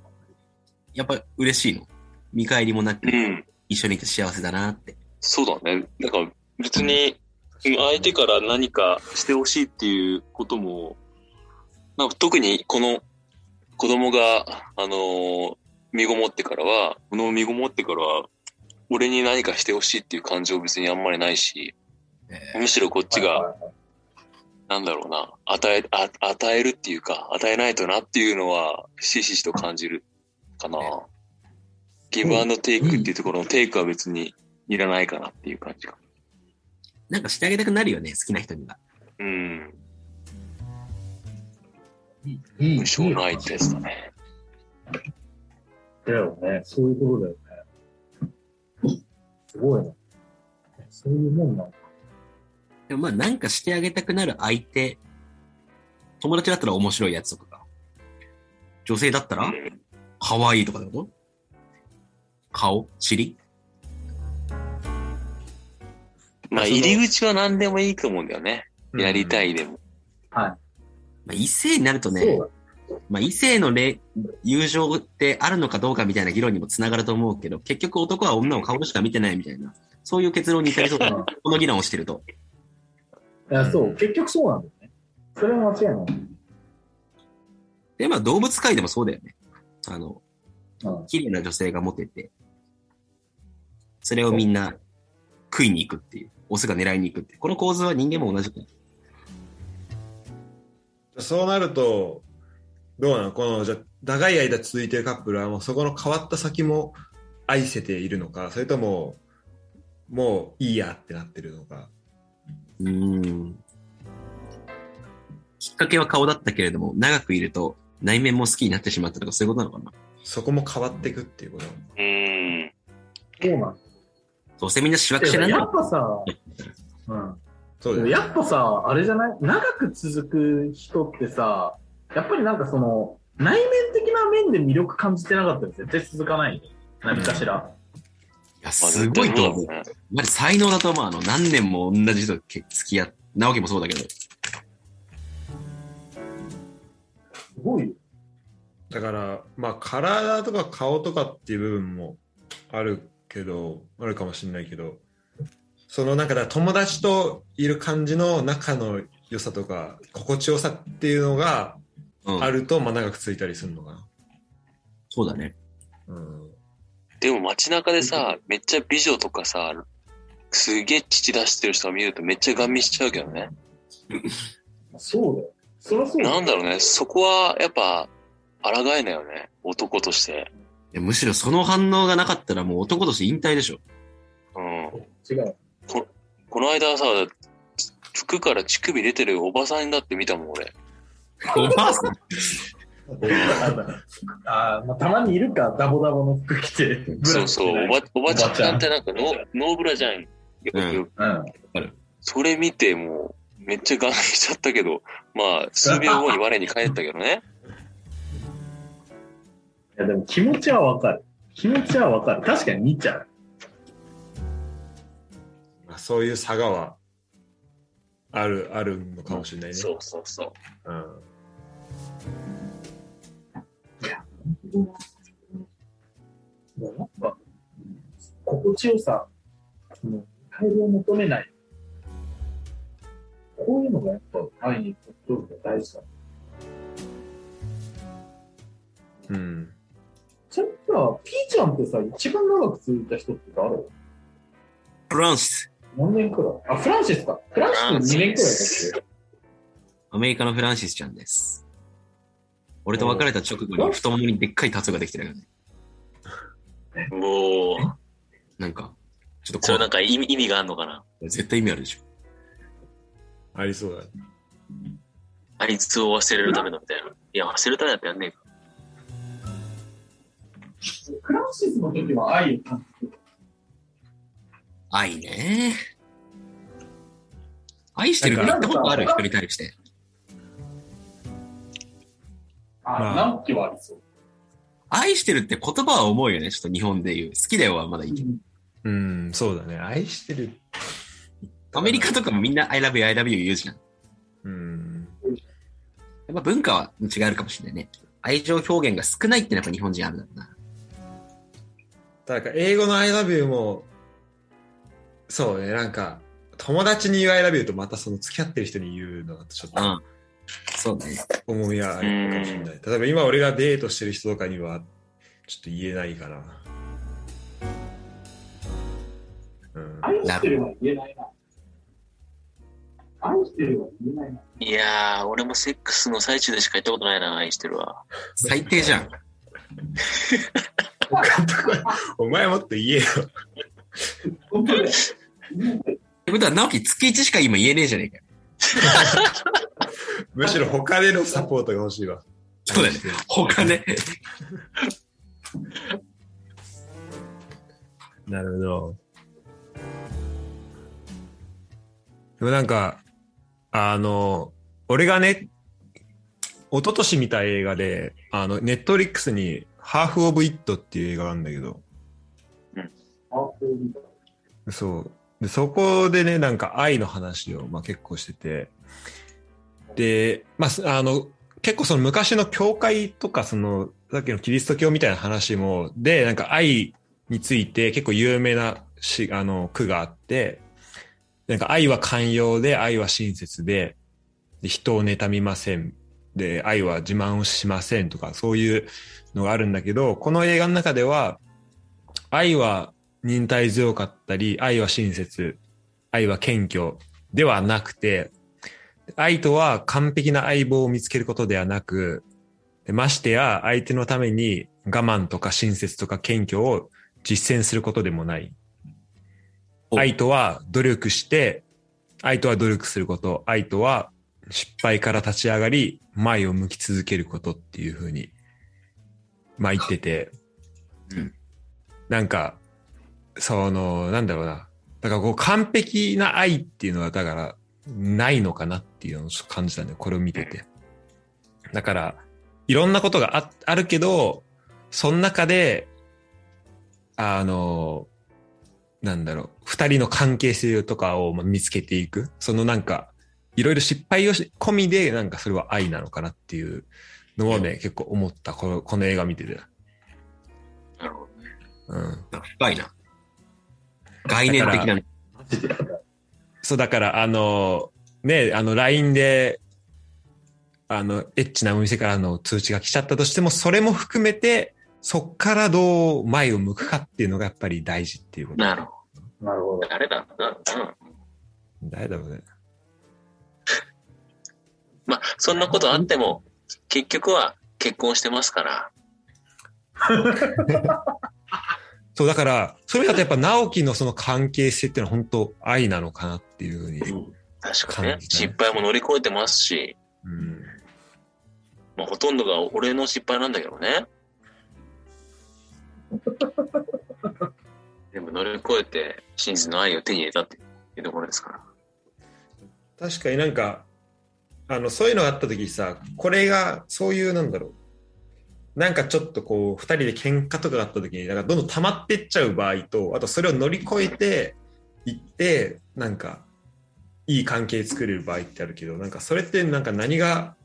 [SPEAKER 5] やっぱ嬉しいの。見返りもなく
[SPEAKER 2] う、ん。
[SPEAKER 5] 一緒にいて幸せだなって。
[SPEAKER 2] そうだね。だから別に相手から何かしてほしいっていうことも、なんか特にこの子供が、あのー身ごもってからは、この身ごもってからは、俺に何かしてほしいっていう感情別にあんまりないし、
[SPEAKER 5] え
[SPEAKER 2] むしろこっちが、なんだろうな、与え、あ与えるっていうか、与えないとなっていうのは、しひしと感じるかな。ギブアンドテイクっていうところのテイクは別にいらないかなっていう感じか。
[SPEAKER 5] ーなんかしてあげたくなるよね、好きな人には。
[SPEAKER 2] うん。
[SPEAKER 4] いい、いい。
[SPEAKER 2] 無償の相手ですかね。
[SPEAKER 4] だよね。そういうことだよね。すごいな。そういうもんなのか。
[SPEAKER 5] でもまあ、なんかしてあげたくなる相手、友達だったら面白いやつとかか。女性だったら、可愛いとかってこと顔尻
[SPEAKER 2] まあ、
[SPEAKER 5] その
[SPEAKER 2] 入り口は何でもいいと思うんだよね。やりたいでも。
[SPEAKER 5] まあ異性になるとね、
[SPEAKER 4] そう
[SPEAKER 5] まあ、異性のれ友情ってあるのかどうかみたいな議論にもつながると思うけど、結局男は女を顔しか見てないみたいな、そういう結論に至りそ
[SPEAKER 4] [LAUGHS]
[SPEAKER 5] うだなこの議論をしてると。
[SPEAKER 4] だ。いや、そう、結局そうなんだよね。それは間違いない。
[SPEAKER 5] で、まあ動物界でもそうだよね。あの、
[SPEAKER 4] うん
[SPEAKER 5] 綺麗な女性がモテて、それをみんな食いに行くっていう、オスが狙いに行くっていう、この構図は人間も同じだ。
[SPEAKER 1] そうなると、どうなのこの、じゃあ長い間続いてるカップルは、もうそこの変わった先も愛せているのか、それとも、もういいやってなってるのか。
[SPEAKER 5] うーん。きっかけは顔だったけれども、長くいると内面も好きになってしまったとか、そういうことなのかな。
[SPEAKER 1] そこも変わっていくっていうこと。
[SPEAKER 2] うん。
[SPEAKER 4] そうなん
[SPEAKER 5] どうせみんな主
[SPEAKER 4] だ
[SPEAKER 5] 役者
[SPEAKER 4] よ
[SPEAKER 5] なんだ
[SPEAKER 4] や
[SPEAKER 5] ろ
[SPEAKER 4] っぱさ、うん。
[SPEAKER 1] そうだよね
[SPEAKER 4] やっぱさ、あれじゃない長く続く人ってさ、やっぱりなんかその、内面的な面で魅力感じてなかったら絶対続かない。何かしら。
[SPEAKER 5] いや、すごいと思う。
[SPEAKER 2] まあ。
[SPEAKER 5] まあ、才能だと思う。あの、何年も同じ人と付き合っ、直樹もそうだけど。
[SPEAKER 4] すごいよ。
[SPEAKER 1] だから、まあ、体とか顔とかっていう部分もあるけど、あるかもしれないけど、そのなんかだから友達といる感じの仲の良さとか、心地よさっていうのが
[SPEAKER 5] うん。
[SPEAKER 1] あると、まあ、長く続いたりするのかな。
[SPEAKER 5] そうだね。
[SPEAKER 1] うん。
[SPEAKER 2] でも街中でさ、めっちゃ美女とかさ、すげえ乳出してる人を見るとめっちゃガン見しちゃうけどね。
[SPEAKER 4] そうだよ。そりゃそうだよ
[SPEAKER 2] なんだろうね、そこはやっぱ、抗えないよね、男として。
[SPEAKER 5] いやむしろその反応がなかったらもう男として引退でしょ。
[SPEAKER 2] うん。
[SPEAKER 4] 違う。
[SPEAKER 2] この間さ、服から乳首出てるおばさんだって見たもん、俺。
[SPEAKER 5] おばあさん。
[SPEAKER 4] なんだあーまあ、たまにいるか、ダボダボの服着て。ブラ
[SPEAKER 2] そうそう、おば、おばちゃ
[SPEAKER 4] おばちゃん
[SPEAKER 2] んってなんかノーノーブラじゃん。よく、
[SPEAKER 5] うん
[SPEAKER 4] うん。
[SPEAKER 2] それ見てもう、めっちゃガン見しちゃったけど、まあ、数秒後に我に返ったけどね。
[SPEAKER 4] いや、でも気持ちはわかる。気持ちはわかる。確かに見ちゃう。
[SPEAKER 1] まあ、そういう差がは、ある、あるのかもしれないね。
[SPEAKER 2] そうそうそう。
[SPEAKER 1] うん。
[SPEAKER 4] もうやっぱ、心地よさ、その、改良を求めない。こういうのがやっぱ、愛にとって大事だ。
[SPEAKER 1] うん。
[SPEAKER 4] ちなみにさ、ピーちゃんってさ、一番長く続いた人って誰
[SPEAKER 5] フランシス。
[SPEAKER 4] 何年くらいあ、フランシスか。フランシス2年くらいだっ
[SPEAKER 5] アメリカのフランシスちゃんです。俺と別れた直後に太ももにでっかいタトゥーができてるよね。
[SPEAKER 2] おー、
[SPEAKER 5] なんか、ちょっと
[SPEAKER 2] そ
[SPEAKER 5] 怖
[SPEAKER 2] れ
[SPEAKER 5] い
[SPEAKER 2] なんか意味意味があるのかな
[SPEAKER 5] 絶対意味あるでしょ。
[SPEAKER 1] ありそうだね。
[SPEAKER 2] あいつを忘れるためだみたいな。いや、忘れるためだったらやんねえか。
[SPEAKER 4] けフランシスの時は愛を感じて
[SPEAKER 5] 愛ね。愛してるって言ったことある人に対して。
[SPEAKER 4] あ、
[SPEAKER 1] まあ
[SPEAKER 4] 何期はありそう。
[SPEAKER 5] 愛してるって言葉は重いよね。ちょっと日本で言う。好きだよはまだいいけど。
[SPEAKER 1] うん、そうだね。愛してる。
[SPEAKER 5] アメリカとかもみんな I love you, I love you 言うじゃん。
[SPEAKER 1] うん。
[SPEAKER 5] やっぱ文化は違うかもしれないね。愛情表現が少ないってのはやっぱ日本人あるんだろうな。
[SPEAKER 1] だから英語の I love you も、そうね、なんか、友達に言う I love you とまたその付き合ってる人に言うのだとちょっと
[SPEAKER 5] うん。そうね。
[SPEAKER 1] 重みはあるかもしれない。例えば今俺がデートしてる人とかには、ちょっと言えないかな。うん、
[SPEAKER 4] 愛してるは言えないな。愛してるは言えないな。
[SPEAKER 2] いやー、俺もセックスの最中でしか行ったことないな、愛してるわ。
[SPEAKER 5] 最低じゃん。
[SPEAKER 1] お前もっと言えよ。
[SPEAKER 4] 本当だよ
[SPEAKER 5] ってことは、直樹月1しか今言えねえじゃねえかよ。
[SPEAKER 1] むしろ他でのサポートが欲しいわ。
[SPEAKER 5] そうだね。他ね。
[SPEAKER 1] なるほど。でもなんか、あの、俺がね、一昨年見た映画で、あの、ネットフリックスに、ハーフ・オブ・イットっていう映画があるんだけど、
[SPEAKER 4] あそういう
[SPEAKER 1] そう。で、そこでね、なんか愛の話を、まあ、結構してて、で、まあす、あの、結構その昔の教会とか、その、さっきのキリスト教みたいな話も、で、なんか愛について結構有名なし、あの、句があって、なんか愛は寛容で、愛は親切で、で人を妬みません。で、愛は自慢をしませんとか、そういうのがあるんだけど、この映画の中では、愛は忍耐強かったり、愛は親切、愛は謙虚ではなくて、愛とは完璧な相棒を見つけることではなく、でましてや相手のために我慢とか親切とか謙虚を実践することでもない。
[SPEAKER 5] お
[SPEAKER 1] 愛とは努力して、愛とは努力すること、愛とは失敗から立ち上がり、前を向き続けることっていうふうに、まあ言ってて、
[SPEAKER 2] うん
[SPEAKER 1] なんか、その、なんだろうな。だからこう、完璧な愛っていうのは、だから、ないのかなっていうのをちょっと感じたんで、これを見てて。だから、いろんなことがああるけど、その中で、あの、なんだろう、二人の関係性とかをまあ見つけていく。そのなんか、いろいろ失敗をし込みで、なんかそれは愛なのかなっていうのをね、結構思った、このこの映画見てて。
[SPEAKER 2] なるほ
[SPEAKER 1] う
[SPEAKER 2] ど。
[SPEAKER 1] ん。
[SPEAKER 5] 深いな。概念的なね。
[SPEAKER 1] そう、だから、あの、ね、あの、LINE で、あの、エッチなお店からの通知が来ちゃったとしても、それも含めて、そっからどう前を向くかっていうのがやっぱり大事っていうこと。
[SPEAKER 2] なるほ
[SPEAKER 4] [LAUGHS] なるほ
[SPEAKER 2] ど。誰だなうん。
[SPEAKER 1] 誰だろうね。
[SPEAKER 2] まあ、そんなことあっても、結局は結婚してますから。
[SPEAKER 1] そう、だから、それだとやっぱ直樹のその関係性っていうのは本当愛なのかなっていうふうに。
[SPEAKER 2] 確かにね
[SPEAKER 1] 感。じたね
[SPEAKER 2] 失敗も乗り越えてますし、
[SPEAKER 1] うん。
[SPEAKER 2] まあ、ほとんどが俺の失敗なんだけど [LAUGHS] ね。でも乗り越えて、真実の愛を手に入れたっていうところですから。
[SPEAKER 1] 確かになんかあのそういうのがあった時さこれがそういうなんだろうなんかちょっとこう2人で喧嘩とかがあった時になんかどんどん溜まってっちゃう場合とあとそれを乗り越えていってなんかいい関係作れる場合ってあるけどなんかそれってなんか何が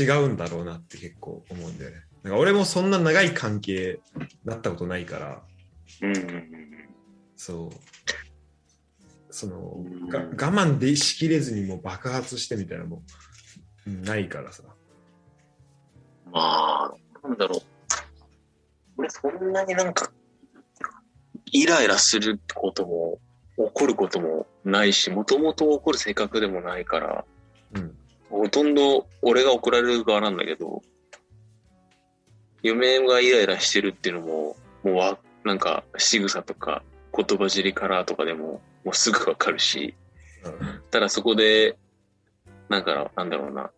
[SPEAKER 1] 違うんだろうなって結構思うんだよね。なんか俺もそんな長い関係だったことないから
[SPEAKER 2] うんうんうん
[SPEAKER 1] そうその
[SPEAKER 2] うん
[SPEAKER 1] が我慢でしきれずにもう爆発してみたいなもううんないからさ
[SPEAKER 2] うん。まあ、なんだろう。俺そんなになんか、イライラすることも、怒ることもないし、もともと怒る性格でもないから、
[SPEAKER 1] うん
[SPEAKER 2] ほとんど俺が怒られる側なんだけど、嫁がイライラしてるっていうのも、もうわ、なんか仕草とか言葉尻からとかでも、もうすぐわかるし、ただそこで、なんか、なんだろうな、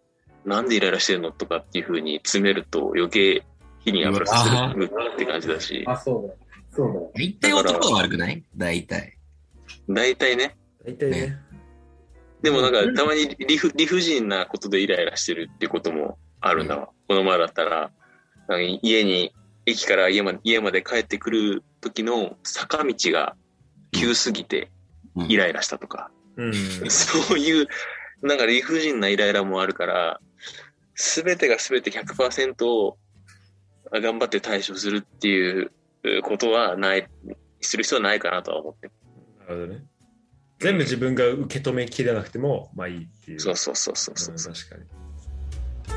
[SPEAKER 2] なんでイライラしてるのとかっていう風に詰めると余計火に油させるって感じだし
[SPEAKER 4] ど。、あ、そうだよ。そうだよ。
[SPEAKER 5] 大体男は悪くない大体。
[SPEAKER 2] 大体ね、
[SPEAKER 1] 大体ね
[SPEAKER 2] でもなんかたまに理不理不尽なことでイライラしてるっていうこともあるんだわ。この前だったら、なんか家に、駅から家まで家まで帰ってくる時の坂道が急すぎて
[SPEAKER 5] うん
[SPEAKER 2] イライラしたとか、 [LAUGHS]
[SPEAKER 1] うん
[SPEAKER 2] そういうなんか理不尽なイライラもあるから、すべてがすべて100%を頑張って対処するっていうことはない、する必要はないかなとは思って。
[SPEAKER 1] なるほどね全部自分が受け止めきれなくてもまあいいっていう
[SPEAKER 2] そうそうそうそうそう。
[SPEAKER 1] うん確かに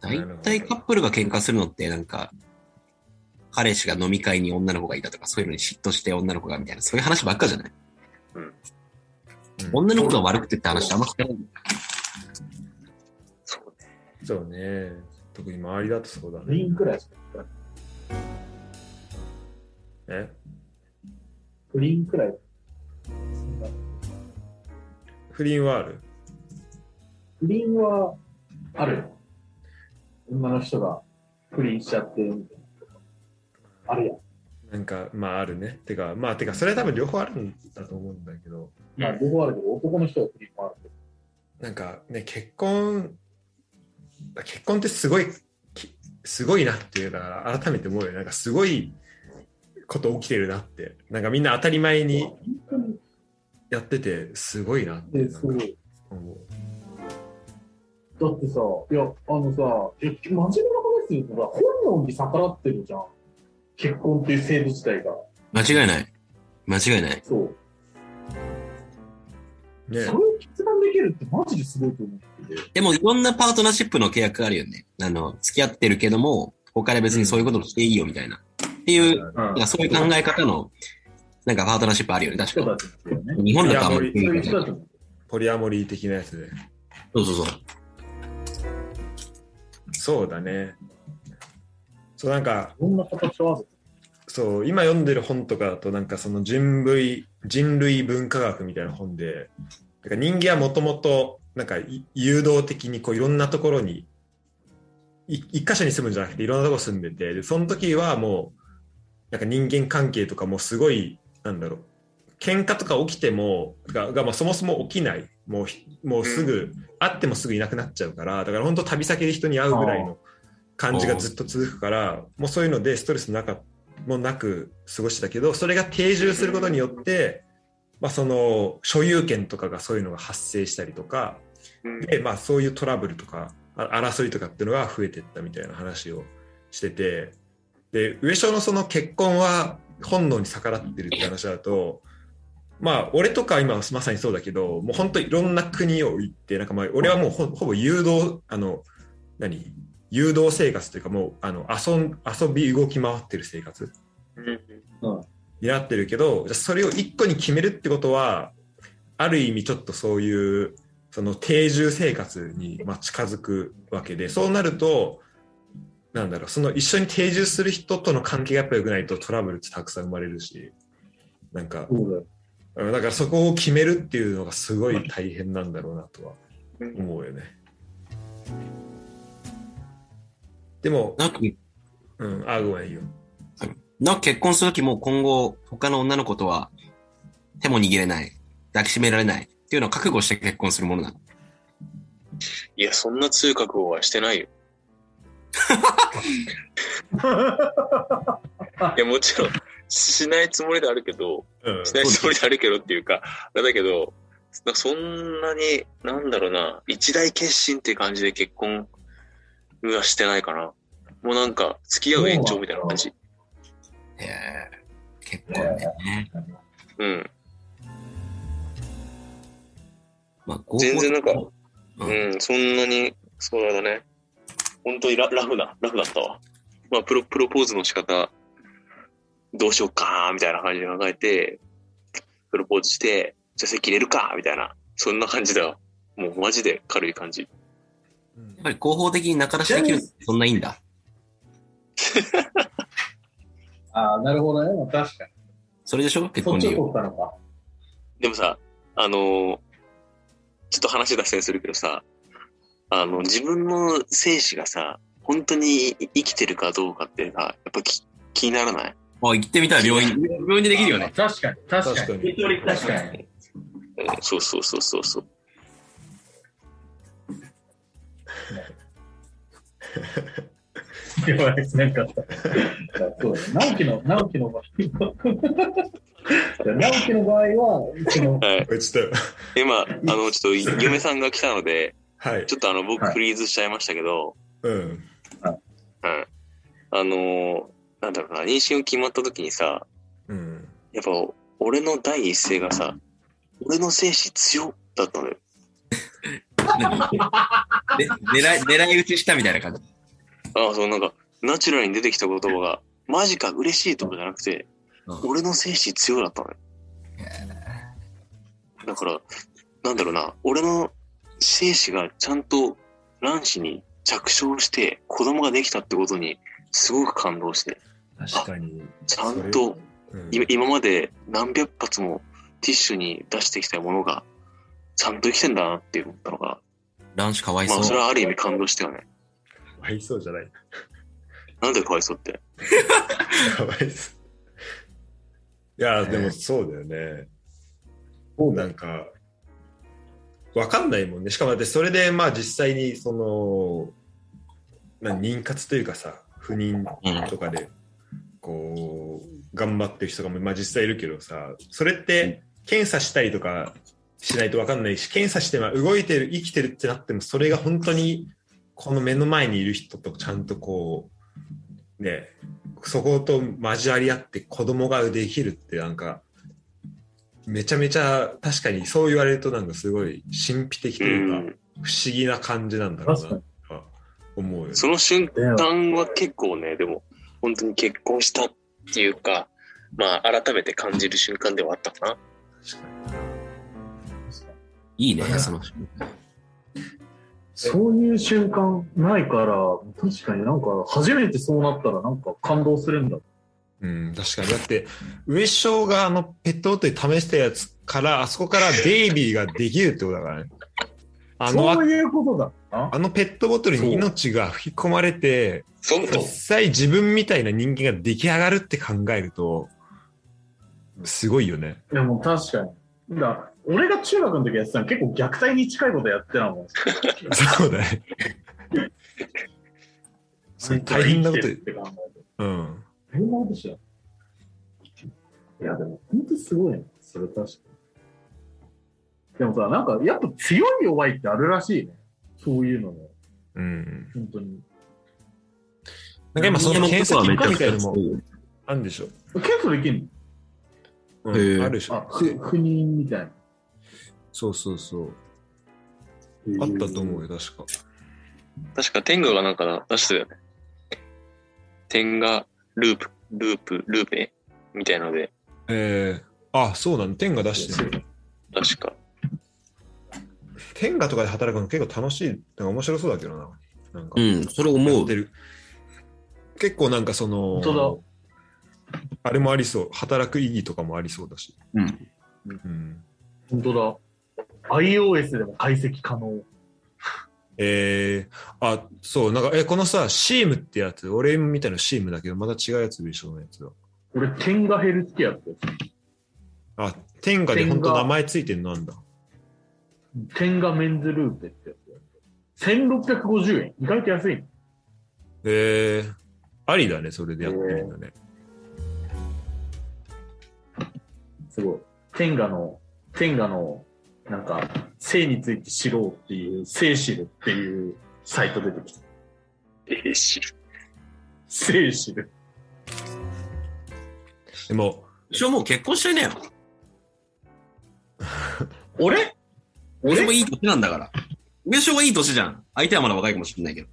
[SPEAKER 5] 大体カップルが喧嘩するのって、なんか、彼氏が飲み会に女の子がいたとか、そういうのに嫉妬して女の子がみたいな、そういう話ばっかじゃない、
[SPEAKER 2] うん
[SPEAKER 5] 女の子が悪くてって話ってあんま聞かない。
[SPEAKER 2] そう
[SPEAKER 1] そうね特に周りだとそうだね
[SPEAKER 4] リンくらいしか作らない。
[SPEAKER 1] え
[SPEAKER 4] 不倫くらい。そんな
[SPEAKER 1] 不倫はある
[SPEAKER 4] 不倫は、あるよ。女の人が不倫しちゃって、みたいな。あるやん。
[SPEAKER 1] なんかまああるねてかまあてかそれは多分両方あるんだと思うんだけど
[SPEAKER 4] まあ、両方あるけど、男の人が不倫もあるけど。
[SPEAKER 1] なんかね結婚結婚ってすごいきすごいなっていうのは改めて思うよねなんかすごいこと起きてるなって、なんかみんな当たり前にやってて、すごいなって
[SPEAKER 4] え
[SPEAKER 1] なん
[SPEAKER 4] すご
[SPEAKER 1] か
[SPEAKER 4] い。
[SPEAKER 1] 思う。
[SPEAKER 4] だってさ、いや、あのさ、え真面目な話するとさ、本能に逆らってるじゃん。結婚っていう制度自体が。
[SPEAKER 6] 間違いない。間違いない。
[SPEAKER 4] そう。
[SPEAKER 1] ね
[SPEAKER 4] それを決断できるってマジですごいと思ってて。
[SPEAKER 6] でもいろんなパートナーシップの契約があるよね。あの、付き合ってるけども、他で別にそういうこともしていいよみたいな。っていう、
[SPEAKER 4] う
[SPEAKER 6] なんかそういう考え方の、なんかパートナーシップあるよね、確
[SPEAKER 4] 人
[SPEAKER 6] か
[SPEAKER 4] たちですよね。
[SPEAKER 6] に。日本だとあんま
[SPEAKER 1] い
[SPEAKER 6] り
[SPEAKER 1] や。
[SPEAKER 4] そういう人たちも。
[SPEAKER 1] ポリアモリー的なやつで。
[SPEAKER 6] そうそうそう。
[SPEAKER 1] そうだね。そうなんか、
[SPEAKER 4] どんな形を合わせて
[SPEAKER 1] そう、今読んでる本とかだと、なんかその人類、人類文化学みたいな本で、なんか人間はもともと、なんかい誘導的にこういろんなところに、い一箇所に住むんじゃなくていろんなとこ住んでて、で、その時はもう、なんか人間関係とかもすごい、なんだろう、喧嘩とか起きても、が、がまあそもそも起きない。もうひ、もうすぐ、会ってもすぐいなくなっちゃうから、だから本当旅先で人に会うぐらいの感じがずっと続くから、もうそういうのでストレスなかっもなく過ごしてたけどそれが定住することによって、まあ、その所有権とかがそういうのが発生したりとかで、まあ、そういうトラブルとかあ争いとかっていうのが増えてったみたいな話をしててで上昇のその結婚は本能に逆らってるって話だと。まあ、俺とか今まさにそうだけどもう本当いろんな国を行ってなんかまあ俺はもうほほぼ誘導あの何誘導生活というかもうあの遊ん遊び動き回ってる生活になってるけどじゃあそれを一個に決めるってことはある意味ちょっとそういうその定住生活にまあ近づくわけでそうなるとなんだろうその一緒に定住する人との関係がやっぱ良くないとトラブルってたくさん生まれるしなんか
[SPEAKER 4] そうだ
[SPEAKER 1] う
[SPEAKER 4] よ。
[SPEAKER 1] んだからそこを決めるっていうのがすごい大変なんだろうなとは思うよね。でも、
[SPEAKER 6] なんか、
[SPEAKER 1] うん、あ、ごめんいいよ。
[SPEAKER 6] なんか結婚するときも今後、他の女の子とは手も握れない、抱きしめられないっていうのを覚悟して結婚するものなの。
[SPEAKER 2] いや、そんな痛覚悟はしてないよ。いや、もちろん、しないつもりであるけど、
[SPEAKER 1] うん
[SPEAKER 2] しないつもりであるけどっていうか、あれだけど、なんかそんなに、なんだろうな、一大決心って感じで結婚はしてないかな。もうなんか、付き合う延長みたいな感じ。
[SPEAKER 6] へえ結婚ね。
[SPEAKER 2] うん。
[SPEAKER 6] まあ、合法
[SPEAKER 2] 全然なんか
[SPEAKER 6] う
[SPEAKER 2] うん、そんなに、そうだね。本当にララフな、ラフだったわ。まあ、プロ、プロポーズの仕方、どうしようか、みたいな感じで考えて、プロポーズして、じゃあ席入れるか、みたいな。そんな感じだわ。もうマジで軽い感じ。
[SPEAKER 6] やっぱり合法的に仲出しできるのってそんないいんだ。
[SPEAKER 4] ああ、なるほどね。まあ確か
[SPEAKER 6] それでしょ
[SPEAKER 4] に。
[SPEAKER 6] 結
[SPEAKER 4] そっ
[SPEAKER 6] 婚
[SPEAKER 4] ち
[SPEAKER 6] 理
[SPEAKER 4] を
[SPEAKER 6] 由。
[SPEAKER 4] 取ったのか。
[SPEAKER 2] でもさ、あのーちょっと話脱線するけどさ、あの、自分の精子がさ、本当に生きてるかどうかってさ、やっぱき気にならない
[SPEAKER 6] あ、行ってみたい、病院。病院でできるよ [LAUGHS]
[SPEAKER 4] あ
[SPEAKER 6] ね。
[SPEAKER 4] ー。確かに、
[SPEAKER 1] 確
[SPEAKER 4] 確か
[SPEAKER 1] か
[SPEAKER 4] に。
[SPEAKER 1] に。
[SPEAKER 4] 確かに。
[SPEAKER 2] うん、そうそうそうそうそう。
[SPEAKER 4] やばいです、なんか。そうだね。直樹の、直樹の場合。直樹の場合は、その、
[SPEAKER 2] はい。
[SPEAKER 1] えちょっと、
[SPEAKER 2] 今、あの、ちょっと、嫁さんが来たので、
[SPEAKER 1] はい。
[SPEAKER 2] ちょっとあの、僕
[SPEAKER 4] はい
[SPEAKER 2] フリーズしちゃいましたけど、
[SPEAKER 1] うん。
[SPEAKER 2] うん。あのーなんだろうな、妊娠を決まった時にさ、
[SPEAKER 1] うん。
[SPEAKER 2] やっぱ、俺の第一声がさ、俺の精子強っだったのよ。
[SPEAKER 6] で狙い、狙い撃ちしたみたいな感じ。
[SPEAKER 2] ああ、そう、なんか、ナチュラルに出てきた言葉が、マジか嬉しいとかじゃなくて、
[SPEAKER 6] うん
[SPEAKER 2] 俺の精子強いだったのよ。だから、なんだろうな、俺の精子がちゃんと卵子に着床して子供ができたってことにすごく感動して、
[SPEAKER 1] 確かに。
[SPEAKER 2] ちゃんと
[SPEAKER 1] うん
[SPEAKER 2] い今まで何百発もティッシュに出してきたものが、ちゃんと生きてんだなって思ったのが、
[SPEAKER 6] 男子かわい
[SPEAKER 2] ま
[SPEAKER 6] そ
[SPEAKER 2] あ
[SPEAKER 6] う
[SPEAKER 2] それ。はある意味感動したよね。
[SPEAKER 1] かわいそうじゃない。 [LAUGHS]
[SPEAKER 2] なんでかわいそうって。
[SPEAKER 1] かわいそう。いや、でもそうだよね。
[SPEAKER 4] そうだ
[SPEAKER 1] なんか、わかんないもんね。しかもだってそれで、まあ実際に、その、まあ、妊活というかさ、不妊とかで、こう、頑張ってる人が、まあ実際いるけどさ、それって検査したりとかしないと分かんないし、検査しては動いてる、生きてるってなっても、それが本当にこの目の前にいる人とちゃんとこう、ね、そこと交わり合って子供ができるってなんか、めちゃめちゃ確かにそう言われるとなんかすごい神秘的と
[SPEAKER 2] う
[SPEAKER 1] いうか、
[SPEAKER 2] ん。
[SPEAKER 1] 不思議な感じなんだろうな
[SPEAKER 4] 確かに
[SPEAKER 1] とは思うよね。
[SPEAKER 2] その瞬間は結構ね、でも、本当に結婚したっていうか、まあ、改めて感じる瞬間ではあったかな。
[SPEAKER 6] いいね、その。
[SPEAKER 4] そういう瞬間ないから、確かになんか、初めてそうなったらなんか感動するんだ。
[SPEAKER 1] うん、確かに。だって、上昇があのペットボトル試したやつから、あそこからベイビーができるってことだからね。あの、
[SPEAKER 4] そう
[SPEAKER 1] あ
[SPEAKER 4] いうことだな。
[SPEAKER 1] のペットボトルに命が吹き込まれて、
[SPEAKER 2] そう
[SPEAKER 1] 実
[SPEAKER 2] と。
[SPEAKER 1] 際自分みたいな人間が出来上がるって考えると、すごいよね。
[SPEAKER 4] いやもう確かに。だから俺が中学の時やってたの結構虐待に近いことやってたもん。
[SPEAKER 1] そうだ [LAUGHS] ね。そう大変なこ
[SPEAKER 4] 生き
[SPEAKER 1] と
[SPEAKER 4] てるって考えて。
[SPEAKER 1] うん。
[SPEAKER 4] 大変なことしたよ。いやでも本当すごいね。それ確かに。でもさ、なんかやっぱ強い弱いってあるらしいね。そういうのも、
[SPEAKER 1] うん。
[SPEAKER 4] 本当に。
[SPEAKER 1] なんか今その検査結果みたいなのも
[SPEAKER 6] 強い
[SPEAKER 1] あるんでしょ。
[SPEAKER 4] 検査できる
[SPEAKER 1] うん
[SPEAKER 6] へえ
[SPEAKER 1] あるでし
[SPEAKER 4] のあ
[SPEAKER 1] ょ。、
[SPEAKER 4] く不妊みたいな。
[SPEAKER 1] そうそうそう。あったと思うよ、確か。
[SPEAKER 2] 確か天下がなんか出してたよね。天下ループ、ループ、ルーペみたいので、
[SPEAKER 1] えー、あ、そうなの。天が出してる。
[SPEAKER 2] 確か。
[SPEAKER 1] 天下とかで働くの結構楽しい、なんか面白そうだけどな。なんか、
[SPEAKER 6] うん、それ思
[SPEAKER 1] や
[SPEAKER 6] う
[SPEAKER 1] って。る。結構なんかその、
[SPEAKER 4] 本
[SPEAKER 1] あれもありそう。働く意義とかもありそうだし。
[SPEAKER 6] うん。
[SPEAKER 1] うん、
[SPEAKER 4] 本当だ。iOS でも解析可能。
[SPEAKER 1] えー、あ、そう、なんか、え、このさ、シームってやつ、俺みたいなシームだけど、また違うやつでしょ、のやつだ。
[SPEAKER 4] 俺、天がヘルスケアってや
[SPEAKER 1] あ、天下で
[SPEAKER 4] 天
[SPEAKER 1] 本
[SPEAKER 4] 下
[SPEAKER 1] 当名前ついてるのなんだ。
[SPEAKER 4] つ。天がメンズルーペってやつ。1650円。意外と安いね。
[SPEAKER 1] えー、ありだね、それでやってみるのね。
[SPEAKER 4] すごい。天がの、天がの、なんか、性について知ろうっていう、性知るっていうサイト出てきた。
[SPEAKER 2] えー、知る。
[SPEAKER 4] 性知る。
[SPEAKER 1] でも、
[SPEAKER 6] 一応もう結婚してねよ。
[SPEAKER 4] 俺
[SPEAKER 6] 俺もいい年なんだから。上昇はいい年じゃん。相手はまだ若いかもしれないけど。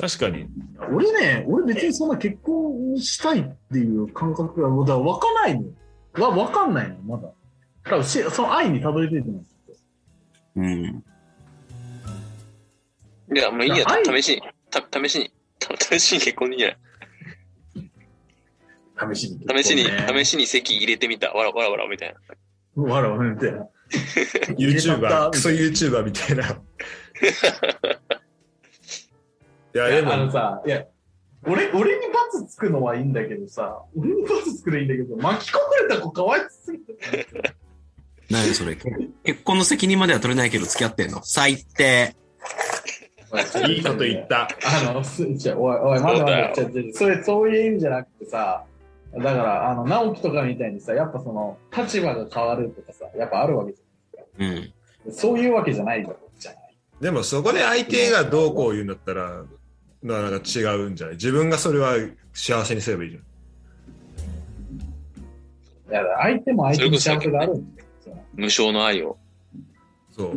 [SPEAKER 1] 確かに、
[SPEAKER 4] 俺ね、俺別にそんな結婚したいっていう感覚が、だから湧かないのよ。わ、わかんないのよ、まだ。多分し、その愛にたどり着いてない。
[SPEAKER 6] うん。
[SPEAKER 2] いや、もういいや、
[SPEAKER 4] はい
[SPEAKER 2] 試しに、た試しに、た試しに結婚でいいんじゃ
[SPEAKER 4] 試しに、
[SPEAKER 2] ない試しに、試
[SPEAKER 4] し
[SPEAKER 2] しに席入れてみた。わらわらわらみたいな。
[SPEAKER 4] に。わらわらみたいな。 [LAUGHS]
[SPEAKER 1] YouTuber、クソ YouTuber みた
[SPEAKER 6] [LAUGHS]
[SPEAKER 1] いな。いや、
[SPEAKER 4] い
[SPEAKER 1] で
[SPEAKER 4] や、あ
[SPEAKER 1] も
[SPEAKER 4] の、さ、いや、俺、俺に罰つくのはいいんだけどさ、俺に罰つくのはいいんだけど、巻き込まれた子かわいすぎて。
[SPEAKER 6] 何それ。結婚の責任までは取れないけど付き合ってんの。最低。
[SPEAKER 1] いいこと言った。
[SPEAKER 4] あの、すじゃあおい、おい、まだまだ、ちょちょそれ、そういう意味じゃなくてさ、だから、あの、直樹とかみたいにさ、やっぱその、立場が変わるとかさ、やっぱあるわけじ
[SPEAKER 6] うん。
[SPEAKER 4] ゃん。そういうわけじゃないだろ、じゃない。
[SPEAKER 1] でもそこで相手がどうこう言うんだったら、なんか違うんじゃない自分がそれは幸せにすればいいじゃん。
[SPEAKER 4] いや、相手も相手に幸せがあるんだよ。その
[SPEAKER 2] 無償の愛を。
[SPEAKER 1] そう。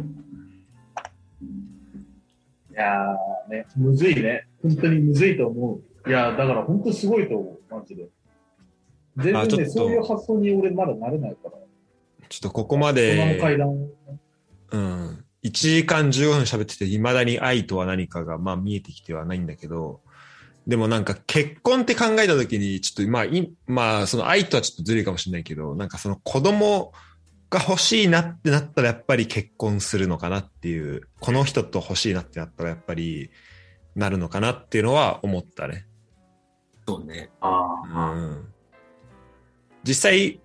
[SPEAKER 4] いやーね、むずいね。本当にむずいと思う。いやーだから本当すごいと思う、マジで。全
[SPEAKER 1] あ
[SPEAKER 4] 然
[SPEAKER 1] ちょっ
[SPEAKER 4] ね、
[SPEAKER 1] と
[SPEAKER 4] そういう発想に俺まだなれないから。
[SPEAKER 1] ちょっとここま
[SPEAKER 4] 大人の階
[SPEAKER 1] で、
[SPEAKER 4] 段を。
[SPEAKER 1] うん。1時間15分喋ってて、未だに愛とは何かが、まあ見えてきてはないんだけど、でもなんか結婚って考えた時に、ちょっとまあ、いまあその愛とはちょっとずるいかもしれないけど、なんかその子供が欲しいなってなったらやっぱり結婚するのかなっていう、この人と欲しいなってなったらやっぱりなるのかなっていうのは思ったね。
[SPEAKER 6] そうね。
[SPEAKER 4] あ
[SPEAKER 1] うん。実際、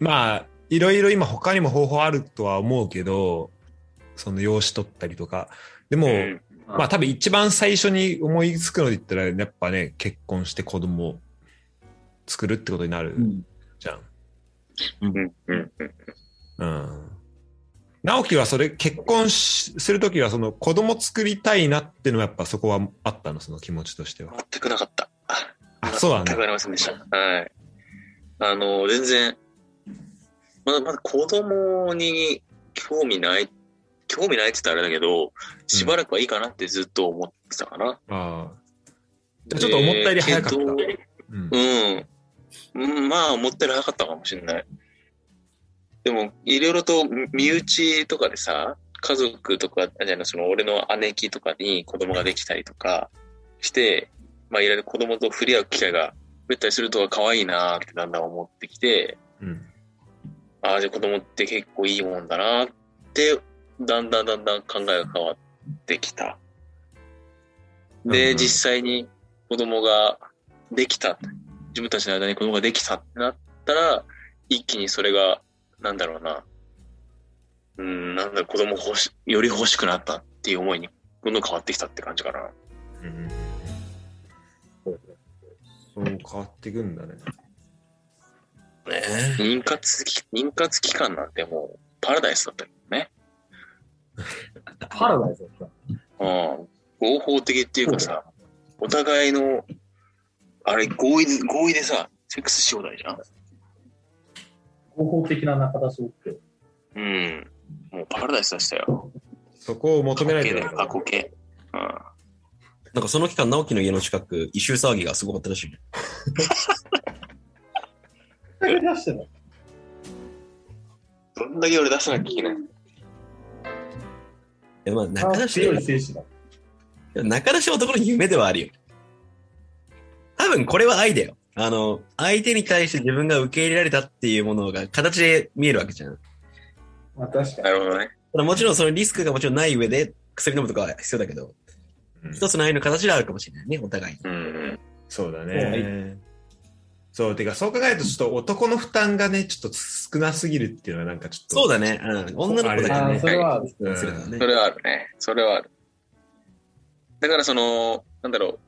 [SPEAKER 1] まあ、いろいろ今他にも方法あるとは思うけど、その養子取ったりとか。でも、
[SPEAKER 2] うん
[SPEAKER 1] まあ多分一番最初に思いつくので言ったら、やっぱね、結婚して子供を作るってことになる
[SPEAKER 7] うん
[SPEAKER 1] じゃん。
[SPEAKER 2] うんうんうん。
[SPEAKER 1] うん。直樹はそれ、結婚しするときは、その子供作りたいなっていうのはやっぱそこはあったの、その気持ちとしては。
[SPEAKER 2] 全くなかった。
[SPEAKER 1] あ、そうなんだ
[SPEAKER 2] 全くありませんでした。はい。あの、全然、まだまだ子供に興味ない、興味ないって言ったらあれだけど、しばらくはいいかなってずっと思ってたかな。
[SPEAKER 1] あじゃあちょっと思ったより早かった
[SPEAKER 2] だけど
[SPEAKER 1] あ。うん。
[SPEAKER 2] うん。うんまあ、思ったより早かったかもしれない。でも、いろいろと身内とかでさ、家族とか、あじゃない、その俺の姉貴とかに子供ができたりとかして、まあ、いろいろ子供と触れ合う機会が増えたりすると可愛いなってだんだん思ってきて、
[SPEAKER 1] うん。
[SPEAKER 2] ああ、じゃあ子供って結構いいもんだなって、だんだんだんだん考えが変わってきた。で、
[SPEAKER 1] うん
[SPEAKER 2] 実際に子供ができた。自分たちの間に子供ができたってなったら、一気にそれが、なんだろうな。うん、なんだろう、子供欲し、より欲しくなったっていう思いに、どんどん変わってきたって感じかな。
[SPEAKER 1] うん。そう変わっていくんだね。
[SPEAKER 5] え
[SPEAKER 2] 妊活期、妊活期間なんてもう、パラダイスだったけどね。
[SPEAKER 4] パラダイスだった。
[SPEAKER 2] うん。合法的っていうかさ、お互いの、あれ、合意で、合意でさ、セックスし放題じゃん。
[SPEAKER 4] 合法的な仲出し
[SPEAKER 1] [LAUGHS]
[SPEAKER 4] をって。
[SPEAKER 2] うん。もうパラダイスでしたよ。
[SPEAKER 1] そこを求められて
[SPEAKER 2] 過去形
[SPEAKER 1] る
[SPEAKER 2] だよ過去形。うん。
[SPEAKER 5] なんかその期間、直樹の家の近く、異臭騒ぎがすごかったらしいね。
[SPEAKER 4] 出してない。
[SPEAKER 2] どんだけ俺出さなきゃいけない。
[SPEAKER 5] いやまあ、仲出し
[SPEAKER 4] 強い精神だ。
[SPEAKER 5] 仲出しは男の夢ではあるよ。多分これは愛だよ。あの、相手に対して自分が受け入れられたっていうものが形で見えるわけじゃん。
[SPEAKER 4] まあ確か
[SPEAKER 2] なるほどね。
[SPEAKER 5] ただもちろんそのリスクがもちろんない上で薬飲むとかは必要だけど、
[SPEAKER 1] うん
[SPEAKER 5] 一つの愛の形であるかもしれないね、お互いに。
[SPEAKER 2] うん。
[SPEAKER 1] そうだ
[SPEAKER 5] は
[SPEAKER 1] ね。そう、てか、そう考えると、ちょっと男の負担がね、ちょっと少なすぎるっていうのは、なんかちょっと。
[SPEAKER 5] そうだね。うん。女の子だけ
[SPEAKER 4] に。あ
[SPEAKER 5] ど
[SPEAKER 4] あ、
[SPEAKER 5] ね
[SPEAKER 4] そ。れはある、
[SPEAKER 1] うん
[SPEAKER 5] するからね
[SPEAKER 2] それはあるね。それはある。だからその、なんだろ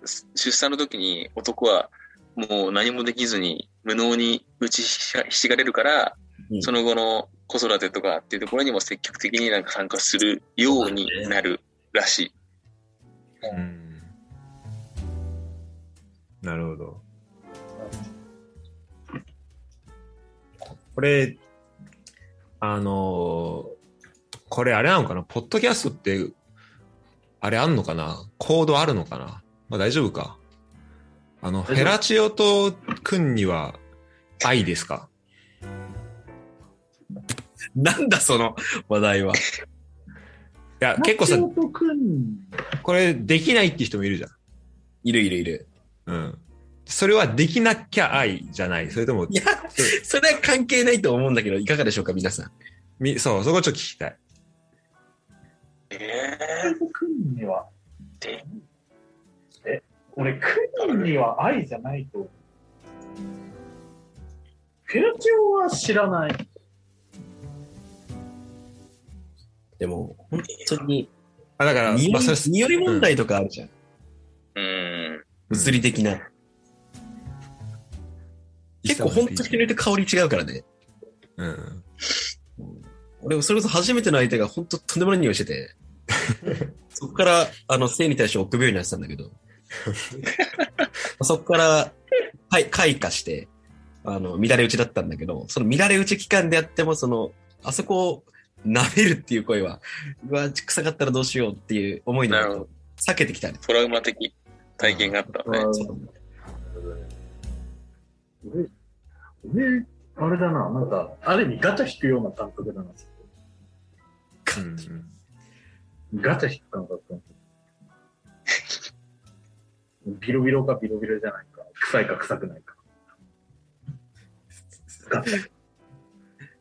[SPEAKER 2] う、す出産の時に男はもう何もできずに無能に打ちひしがひしがれるから、
[SPEAKER 5] うん
[SPEAKER 2] その後の子育てとかっていうところにも積極的になんか参加するようになるらしい。
[SPEAKER 1] うんなるほど。これ、あのーこれあれなのかなポッドキャストって、あれあんのかなコードあるのかなまあ大丈夫か。あの、ヘラチオとくんには愛ですか
[SPEAKER 5] なんだその話題は。
[SPEAKER 1] いや、結構さ
[SPEAKER 4] 松、本君
[SPEAKER 1] これできないって人もいるじゃん。
[SPEAKER 5] いるいるいる。
[SPEAKER 1] うん。それはできなきゃ愛じゃない。それとも
[SPEAKER 5] い、や、それは関係ないと思うんだけど、いかがでしょうか、皆さん。
[SPEAKER 1] みそう、そこちょっと聞きたい。
[SPEAKER 2] え
[SPEAKER 4] 松本君には
[SPEAKER 2] え。
[SPEAKER 4] え、俺、君には愛じゃないと思う。フェラチオは知らない。
[SPEAKER 5] でも、本当に、
[SPEAKER 1] あ、だから、
[SPEAKER 5] 匂い
[SPEAKER 1] まあそれ
[SPEAKER 5] 匂い問題とかあるじゃん。
[SPEAKER 2] うん。
[SPEAKER 5] 物理的な。結構本当に人によって香り違うからね。
[SPEAKER 1] うん。
[SPEAKER 5] 俺、それこそ初めての相手が本当とんでもない匂いし
[SPEAKER 1] [LAUGHS]
[SPEAKER 5] てて。そこから、あの、性に対して臆病になってたんだ
[SPEAKER 1] [LAUGHS]
[SPEAKER 5] けど。そこから、はい、開花して、あの、乱れ打ちだったんだけど、その乱れ打ち期間であっても、その、あそこを舐めるっていう声は、うわ、臭かったらどうしようっていう思いの
[SPEAKER 2] なるほど
[SPEAKER 5] 避けてきたね。
[SPEAKER 2] トラウマ的体験があったのね。
[SPEAKER 5] そう
[SPEAKER 4] 俺、俺、あれだな、なんか、ある意味ガチャ引くような感覚だな。
[SPEAKER 1] うん
[SPEAKER 4] ガチャ引く感覚だな。ビロビロかビロビロじゃないか。臭いか臭くないか。ガチャ。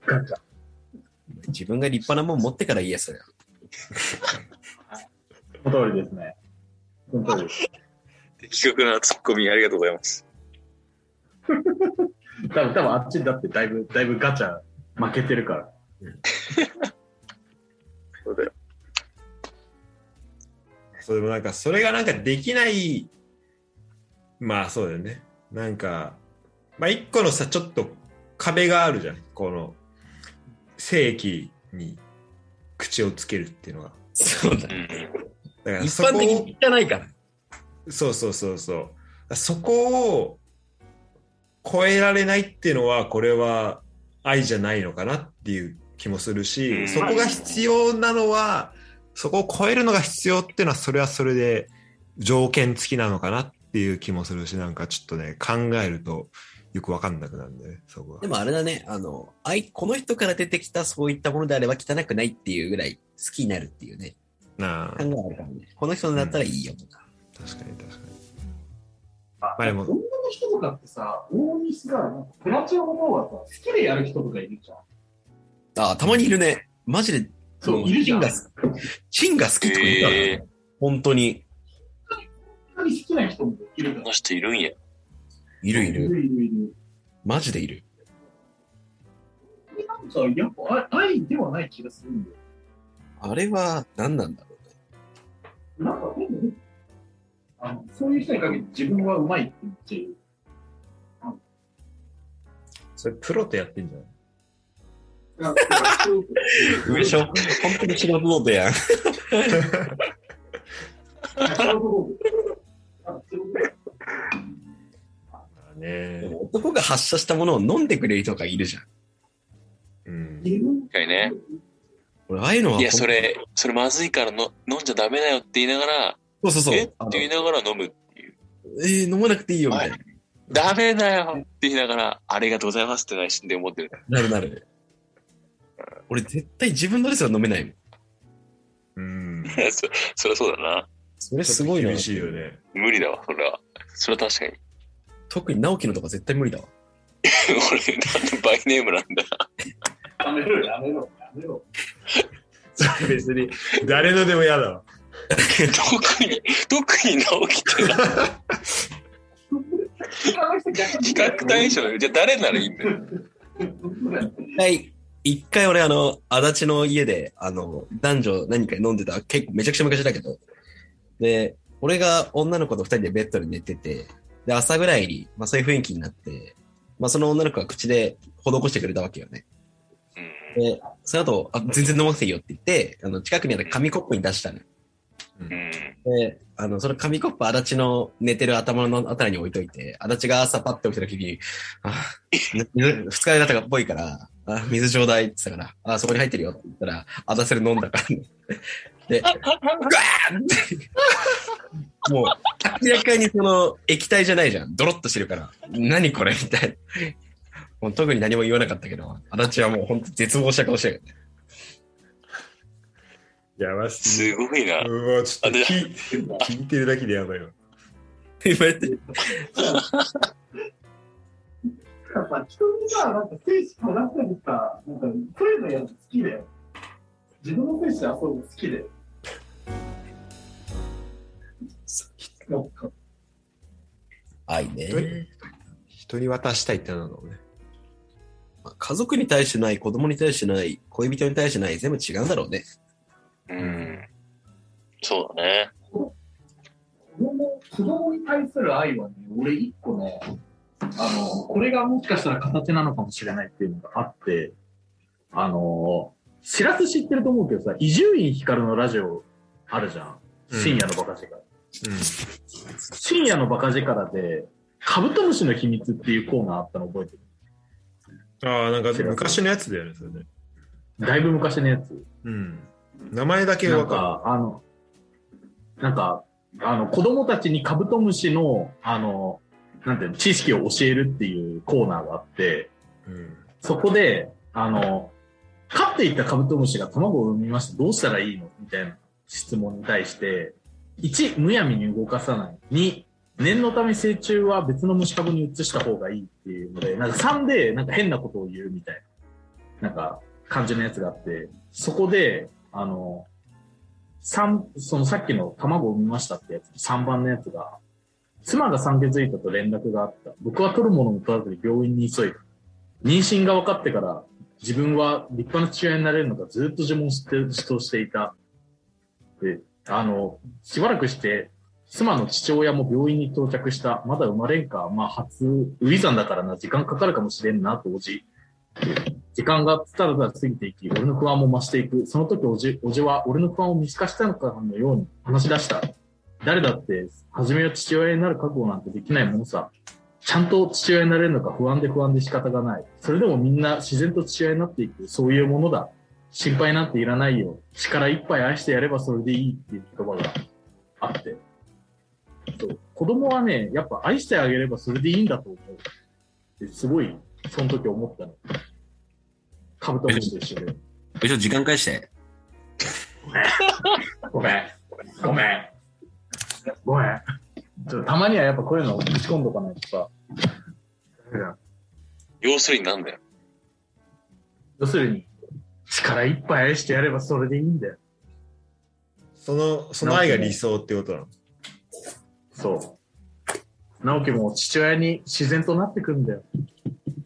[SPEAKER 4] ガチャ。
[SPEAKER 5] 自分が立派なもん持ってから言え、それは。
[SPEAKER 4] その通りですね。その通りです。
[SPEAKER 2] 的確なツッコミありがとうございます。
[SPEAKER 4] 多分、多分あっちだってだいぶ、だいぶガチャ負けてるから。
[SPEAKER 2] そうだよ。
[SPEAKER 1] そう、でもなんか、それがなんかできない、まあそうだよね。なんか、まあ一個のさ、ちょっと壁があるじゃん。この、性器に口をつけるっていうのが。
[SPEAKER 5] そう
[SPEAKER 1] だ
[SPEAKER 5] だ。
[SPEAKER 1] から
[SPEAKER 5] 一
[SPEAKER 1] そこを
[SPEAKER 5] 般的に汚いから。
[SPEAKER 1] そうそうそうそう。そこを超えられないっていうのは、これは愛じゃないのかなっていう気もする
[SPEAKER 2] う
[SPEAKER 1] し、
[SPEAKER 2] ん
[SPEAKER 1] そこが必要なのは、そこを超えるのが必要っていうのは、それはそれで条件付きなのかなっていう気もするし、なんかちょっとね、考えるとよくわかんなくなるんで、ね、そこ
[SPEAKER 5] で
[SPEAKER 1] は。
[SPEAKER 5] もあれだね、あの、あい、この人から出てきたそういったものであれば汚くないっていうぐらい好きになるっていうね、
[SPEAKER 1] なあ、
[SPEAKER 5] 考えあるからね。この人だったらいいよとか。
[SPEAKER 1] 確かに確かに。
[SPEAKER 4] あ
[SPEAKER 1] まあでも
[SPEAKER 4] 女の人とかってさ、大西が、なんかプラチナの方がさ、好きでやる人とかいるじゃん。
[SPEAKER 5] ああ、たまにいるね。マジで、
[SPEAKER 4] そう
[SPEAKER 5] も
[SPEAKER 4] いるじゃん
[SPEAKER 5] チンが好き、チンが好きとか言うから、
[SPEAKER 2] へえ
[SPEAKER 5] 本当に。
[SPEAKER 4] 本当に好きな人もいるか
[SPEAKER 2] こ
[SPEAKER 4] ら。
[SPEAKER 2] の人いるんや。
[SPEAKER 5] いるい
[SPEAKER 4] い
[SPEAKER 5] る。
[SPEAKER 4] るいるいる。
[SPEAKER 5] マジでいる。
[SPEAKER 4] なんか、やっぱあ愛ではない気がするんだよ。
[SPEAKER 5] あれは、何なんだろうね。
[SPEAKER 4] なんかでも、あのそういう人に限って自分はうまいって言っちゃう。
[SPEAKER 1] それプロとやってんじゃない
[SPEAKER 4] なんかそういう
[SPEAKER 5] でしょ本当に素人ノートやん。でも男が発射したものを飲んでくれる人がいるじゃ
[SPEAKER 1] う
[SPEAKER 5] ん。
[SPEAKER 1] ん。
[SPEAKER 2] 確かにね。
[SPEAKER 5] 俺、ああいうのは。
[SPEAKER 2] いや、そ。れ、それまずいからの飲んじゃダメだよって言いながら、
[SPEAKER 5] そうそうそう。
[SPEAKER 2] えって
[SPEAKER 5] あの
[SPEAKER 2] 言いながら飲む。
[SPEAKER 5] えー飲まなくていいよ、みたいな。
[SPEAKER 2] ダメだよって言いながら、ありがとうございますって内心で思ってる。 [LAUGHS]
[SPEAKER 5] なるなる。俺、絶対自分のレスは飲めないもん。
[SPEAKER 1] うん。
[SPEAKER 2] そそりゃそうだな。
[SPEAKER 5] それ [LAUGHS] すごい
[SPEAKER 1] ちょっと
[SPEAKER 5] な
[SPEAKER 1] 厳。しいよね。
[SPEAKER 2] 無理だわ、それは。それは確かに。 [LAUGHS]
[SPEAKER 5] 特に直樹のとか絶対無理だわ。
[SPEAKER 2] 俺、なんでバイネームなん [LAUGHS] だ。
[SPEAKER 4] やめろ、やめろ、やめろ。
[SPEAKER 1] それ別に、誰のでも嫌だわ。
[SPEAKER 2] 特に、特に直樹ってな。比較対象だよ。じゃあ誰ならいいんだよ。
[SPEAKER 5] 一回、一回俺、あの、足立の家で、あの、男女何か飲んでた、結構めちゃくちゃ昔だけど。で、俺が女の子と二人でベッドで寝てて、で、朝ぐらいに、まあそういう雰囲気になって、まあその女の子が口で施してくれたわけよね。
[SPEAKER 2] うん
[SPEAKER 5] で、その後、あ全然飲ませていいよって言って、あの、近くにある紙コップに出したの。
[SPEAKER 2] うん。 [LAUGHS]
[SPEAKER 5] で、あの、その紙コップ、足立の寝てる頭のあたりに置いといて、足立が朝パッて起きた時に、あ、水二日酔いだったっぽいから、あ、水ちょうだいって言ったから、あ、そこに入ってるよって言ったら、足立それ飲んだから、ね、で、うわーって、もう、明らかにその、液体じゃないじゃん。ドロッとしてるから、何これみたいな。もう特に何も言わなかったけど、足立はもう本当絶望した顔してる。
[SPEAKER 1] やばすぎる
[SPEAKER 2] すごいな。
[SPEAKER 1] うわ、ちょっと聞聞いてるだけでやばいわ。
[SPEAKER 5] 言われて、
[SPEAKER 4] なんかさ、人にさ、なんか精子取らせるさ、なんか、そういうのやるの好きだよ。自分の精子で遊ぶの好きだよ。なんか、
[SPEAKER 5] 愛ね。
[SPEAKER 1] 人に渡したいってなるのね。
[SPEAKER 5] まあ家族に対してない、子供に対してない、恋人に対してない、全部違うんだろうね。
[SPEAKER 2] うん。そうだね。
[SPEAKER 4] 子供、子供に対する愛はね、俺一個ね、あの、これがもしかしたら形なのかもしれないっていうのがあって、あの、知らず知ってると思うけどさ、伊集院光のラジオあるじゃん。深夜のバカ力。深夜のバカ力で、カブトムシの秘密っていうコーナーあったの覚えてる
[SPEAKER 1] うん。ああ、なんか昔のやつだよね、それね。
[SPEAKER 4] だいぶ昔のやつ。
[SPEAKER 1] うん。名前だけ
[SPEAKER 4] な
[SPEAKER 1] わ
[SPEAKER 4] ん
[SPEAKER 1] か
[SPEAKER 4] か、あの、なんか、あの、子供たちにカブトムシの、あの、なんていうの、知識を教えるっていうコーナーがあって、
[SPEAKER 1] る。うん。
[SPEAKER 4] そこで、あの、飼っていたカブトムシが卵を産みました。どうしたらいいのみたいな質問に対して、1、むやみに動かさない。2、念のため成虫は別の虫株に移した方がいいっていうので、なんか3で、なんか変なことを言うみたいな、なんか感じのやつがあって、そこで、あの、三そのさっきの卵を産みましたってやつ、3番のやつが、妻が産気づいたと連絡があった。僕は取るものも取らずに病院に急いだ。妊娠が分かってから自分は立派な父親になれるのかずっと自問してるとしていた。で、あの、しばらくして、妻の父親も病院に到着した。まだ生まれんか。まあ、初、ウィザンだからな、時間かかるかもしれんな、とおじ。時間がつたらつたら過ぎていき、俺の不安も増していく。その時おじ、おじは俺の不安を見透かしたのかのように話し出した。誰だって、初めは父親になる覚悟なんてできないものさ。ちゃんと父親になれるのか不安で不安で仕方がない。それでもみんな自然と父親になっていく。そういうものだ。心配なんていらないよ。力いっぱい愛してやればそれでいいっていう言葉があって。そう子供はね、やっぱ愛してあげればそれでいいんだと思う。ですごい、その時思ったの。カブトムシと一緒で。
[SPEAKER 5] 部長、時間返して。
[SPEAKER 4] ごめん。ごめん。ごめん。ちょっとたまにはやっぱこういうのを打ち込んどかないとさ。
[SPEAKER 2] 要するになんだよ。
[SPEAKER 4] 要するに、力いっぱい愛してやればそれでいいんだよ。
[SPEAKER 1] その、その愛が理想ってことなの。
[SPEAKER 4] そう。直樹も父親に自然となってくんだよ。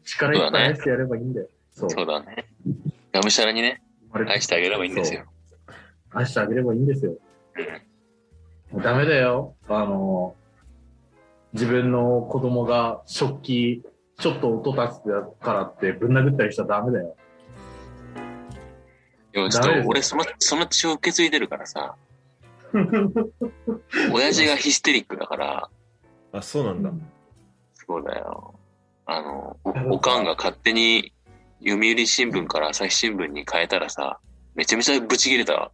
[SPEAKER 4] 力いっぱい愛してやればいいんだよ。そう。
[SPEAKER 2] そうだね。がむしゃらにね、
[SPEAKER 4] 生まれて
[SPEAKER 2] 愛してあげればいいんですよ。
[SPEAKER 4] 愛してあげればいいんですよ。もうダメだよ。あの、自分の子供が食器、ちょっと音立つからってぶん殴ったりしたらダメだよ。
[SPEAKER 2] [LAUGHS] でもちょっと俺その、その血を受け継いでるからさ、親父がヒステリックだから、
[SPEAKER 1] あ、そうなんだ。
[SPEAKER 2] そうだよ。あの、おおかんが勝手に読売新聞から朝日新聞に変えたらさ、めちゃめちゃブチ切れたわ。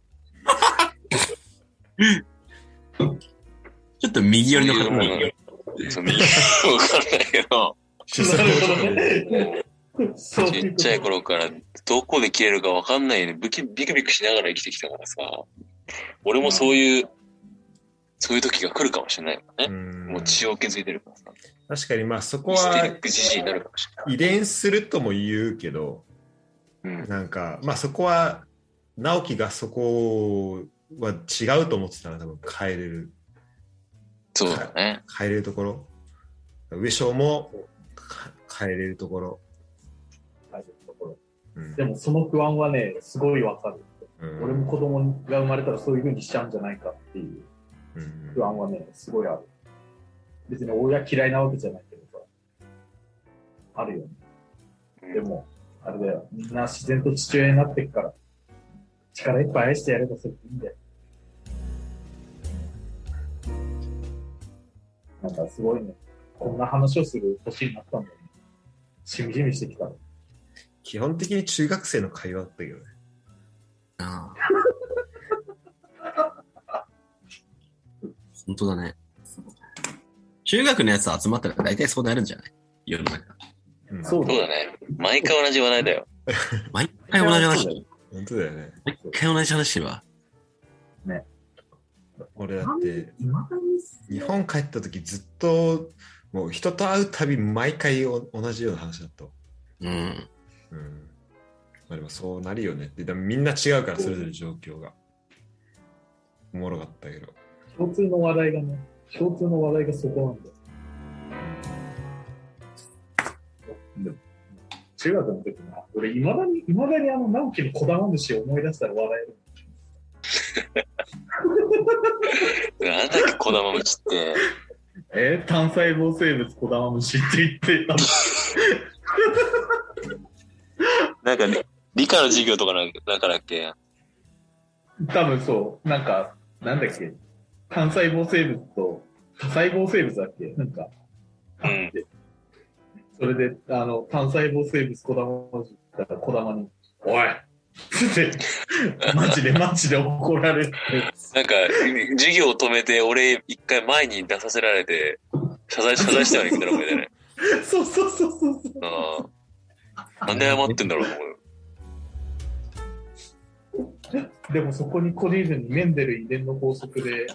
[SPEAKER 5] ちょっと右寄りの
[SPEAKER 2] そう
[SPEAKER 5] 方
[SPEAKER 2] いううんそう右わかんないけど、
[SPEAKER 4] そう
[SPEAKER 2] ちっちゃい頃からどこで切れるかわかんないようにビキビクビクしながら生きてきたからさ、俺もそういう、そういう時が来るかもしれないよね。
[SPEAKER 1] ん
[SPEAKER 2] もう血を受け継いでるからさ。
[SPEAKER 1] 確かに、まあそこ
[SPEAKER 2] ヒステリ
[SPEAKER 1] は
[SPEAKER 2] ックじじいになるかもし
[SPEAKER 1] 遺伝するとも言うけど、
[SPEAKER 2] れない。うん。
[SPEAKER 1] なんか、まあそこは、直樹がそこは違うと思ってたら多分変えれる、
[SPEAKER 2] そうだね。
[SPEAKER 1] 変えれるところ。上昇もか変えれるところ。うん
[SPEAKER 4] でもその不安はね、すごいわかる。
[SPEAKER 1] うん
[SPEAKER 4] 俺も子供が生まれたらそういう風にしちゃうんじゃないかっていう
[SPEAKER 1] うん
[SPEAKER 4] 不安はね、すごいある。別に親嫌いなわけじゃないけどさ。あるよね。でも、あれだよ。みんな自然と父親になってくから。力いっぱい愛してやればそれでいいんだよ。なんかすごいね。こんな話をする年になったんだよね。しみじみしてきた。
[SPEAKER 1] 基本的に中学生の会話だったけどね。
[SPEAKER 5] ああ。
[SPEAKER 4] [LAUGHS]
[SPEAKER 5] 本当だね。中学のやつ集まったら大体そうなるんじゃない世の中。
[SPEAKER 1] うん
[SPEAKER 4] そうだ
[SPEAKER 2] そうだね。毎回同じ話題だよ。
[SPEAKER 5] 毎回同じ話。
[SPEAKER 1] 本当だよね。
[SPEAKER 5] 毎回同じ話してるわ。
[SPEAKER 1] 俺だって、
[SPEAKER 4] いまだにす
[SPEAKER 1] 日本帰った時ずっと、もう人と会うたび毎回お同じような話だと。
[SPEAKER 5] うん。
[SPEAKER 1] うん。まあでもそうなるよねって。でもみんな違うから、それぞれ状況が。おもろかったけど。
[SPEAKER 4] 共通の話題がね、共通の話題がそこなんだよ。でも中学の時な、俺、いまだに、いまだにあの、直樹のこだま虫を思い出したら笑える。
[SPEAKER 2] なんだっけ、こだま虫って。
[SPEAKER 4] [LAUGHS] えー、単細胞生物こだま虫って言ってた。
[SPEAKER 2] なんかね、理科の授業とかなんかなんかだっけ。
[SPEAKER 4] 多分そう、なんか、なんだっけ、単細胞生物と多細胞生物だっけなんか、
[SPEAKER 2] うん。
[SPEAKER 4] それで、あの、単細胞生物こだま虫って言ったら、こだまに、おい [LAUGHS] つって、マジでマジで怒られて。
[SPEAKER 2] なんか、授業を止めて、俺、一回前に出させられて、謝罪、謝罪したように来たら覚えてね。
[SPEAKER 4] そうそうそうそうそう。
[SPEAKER 2] うん。なんで謝ってんだろうと思うよ。
[SPEAKER 4] でもそこにコリーズにメンデル遺伝の法則で、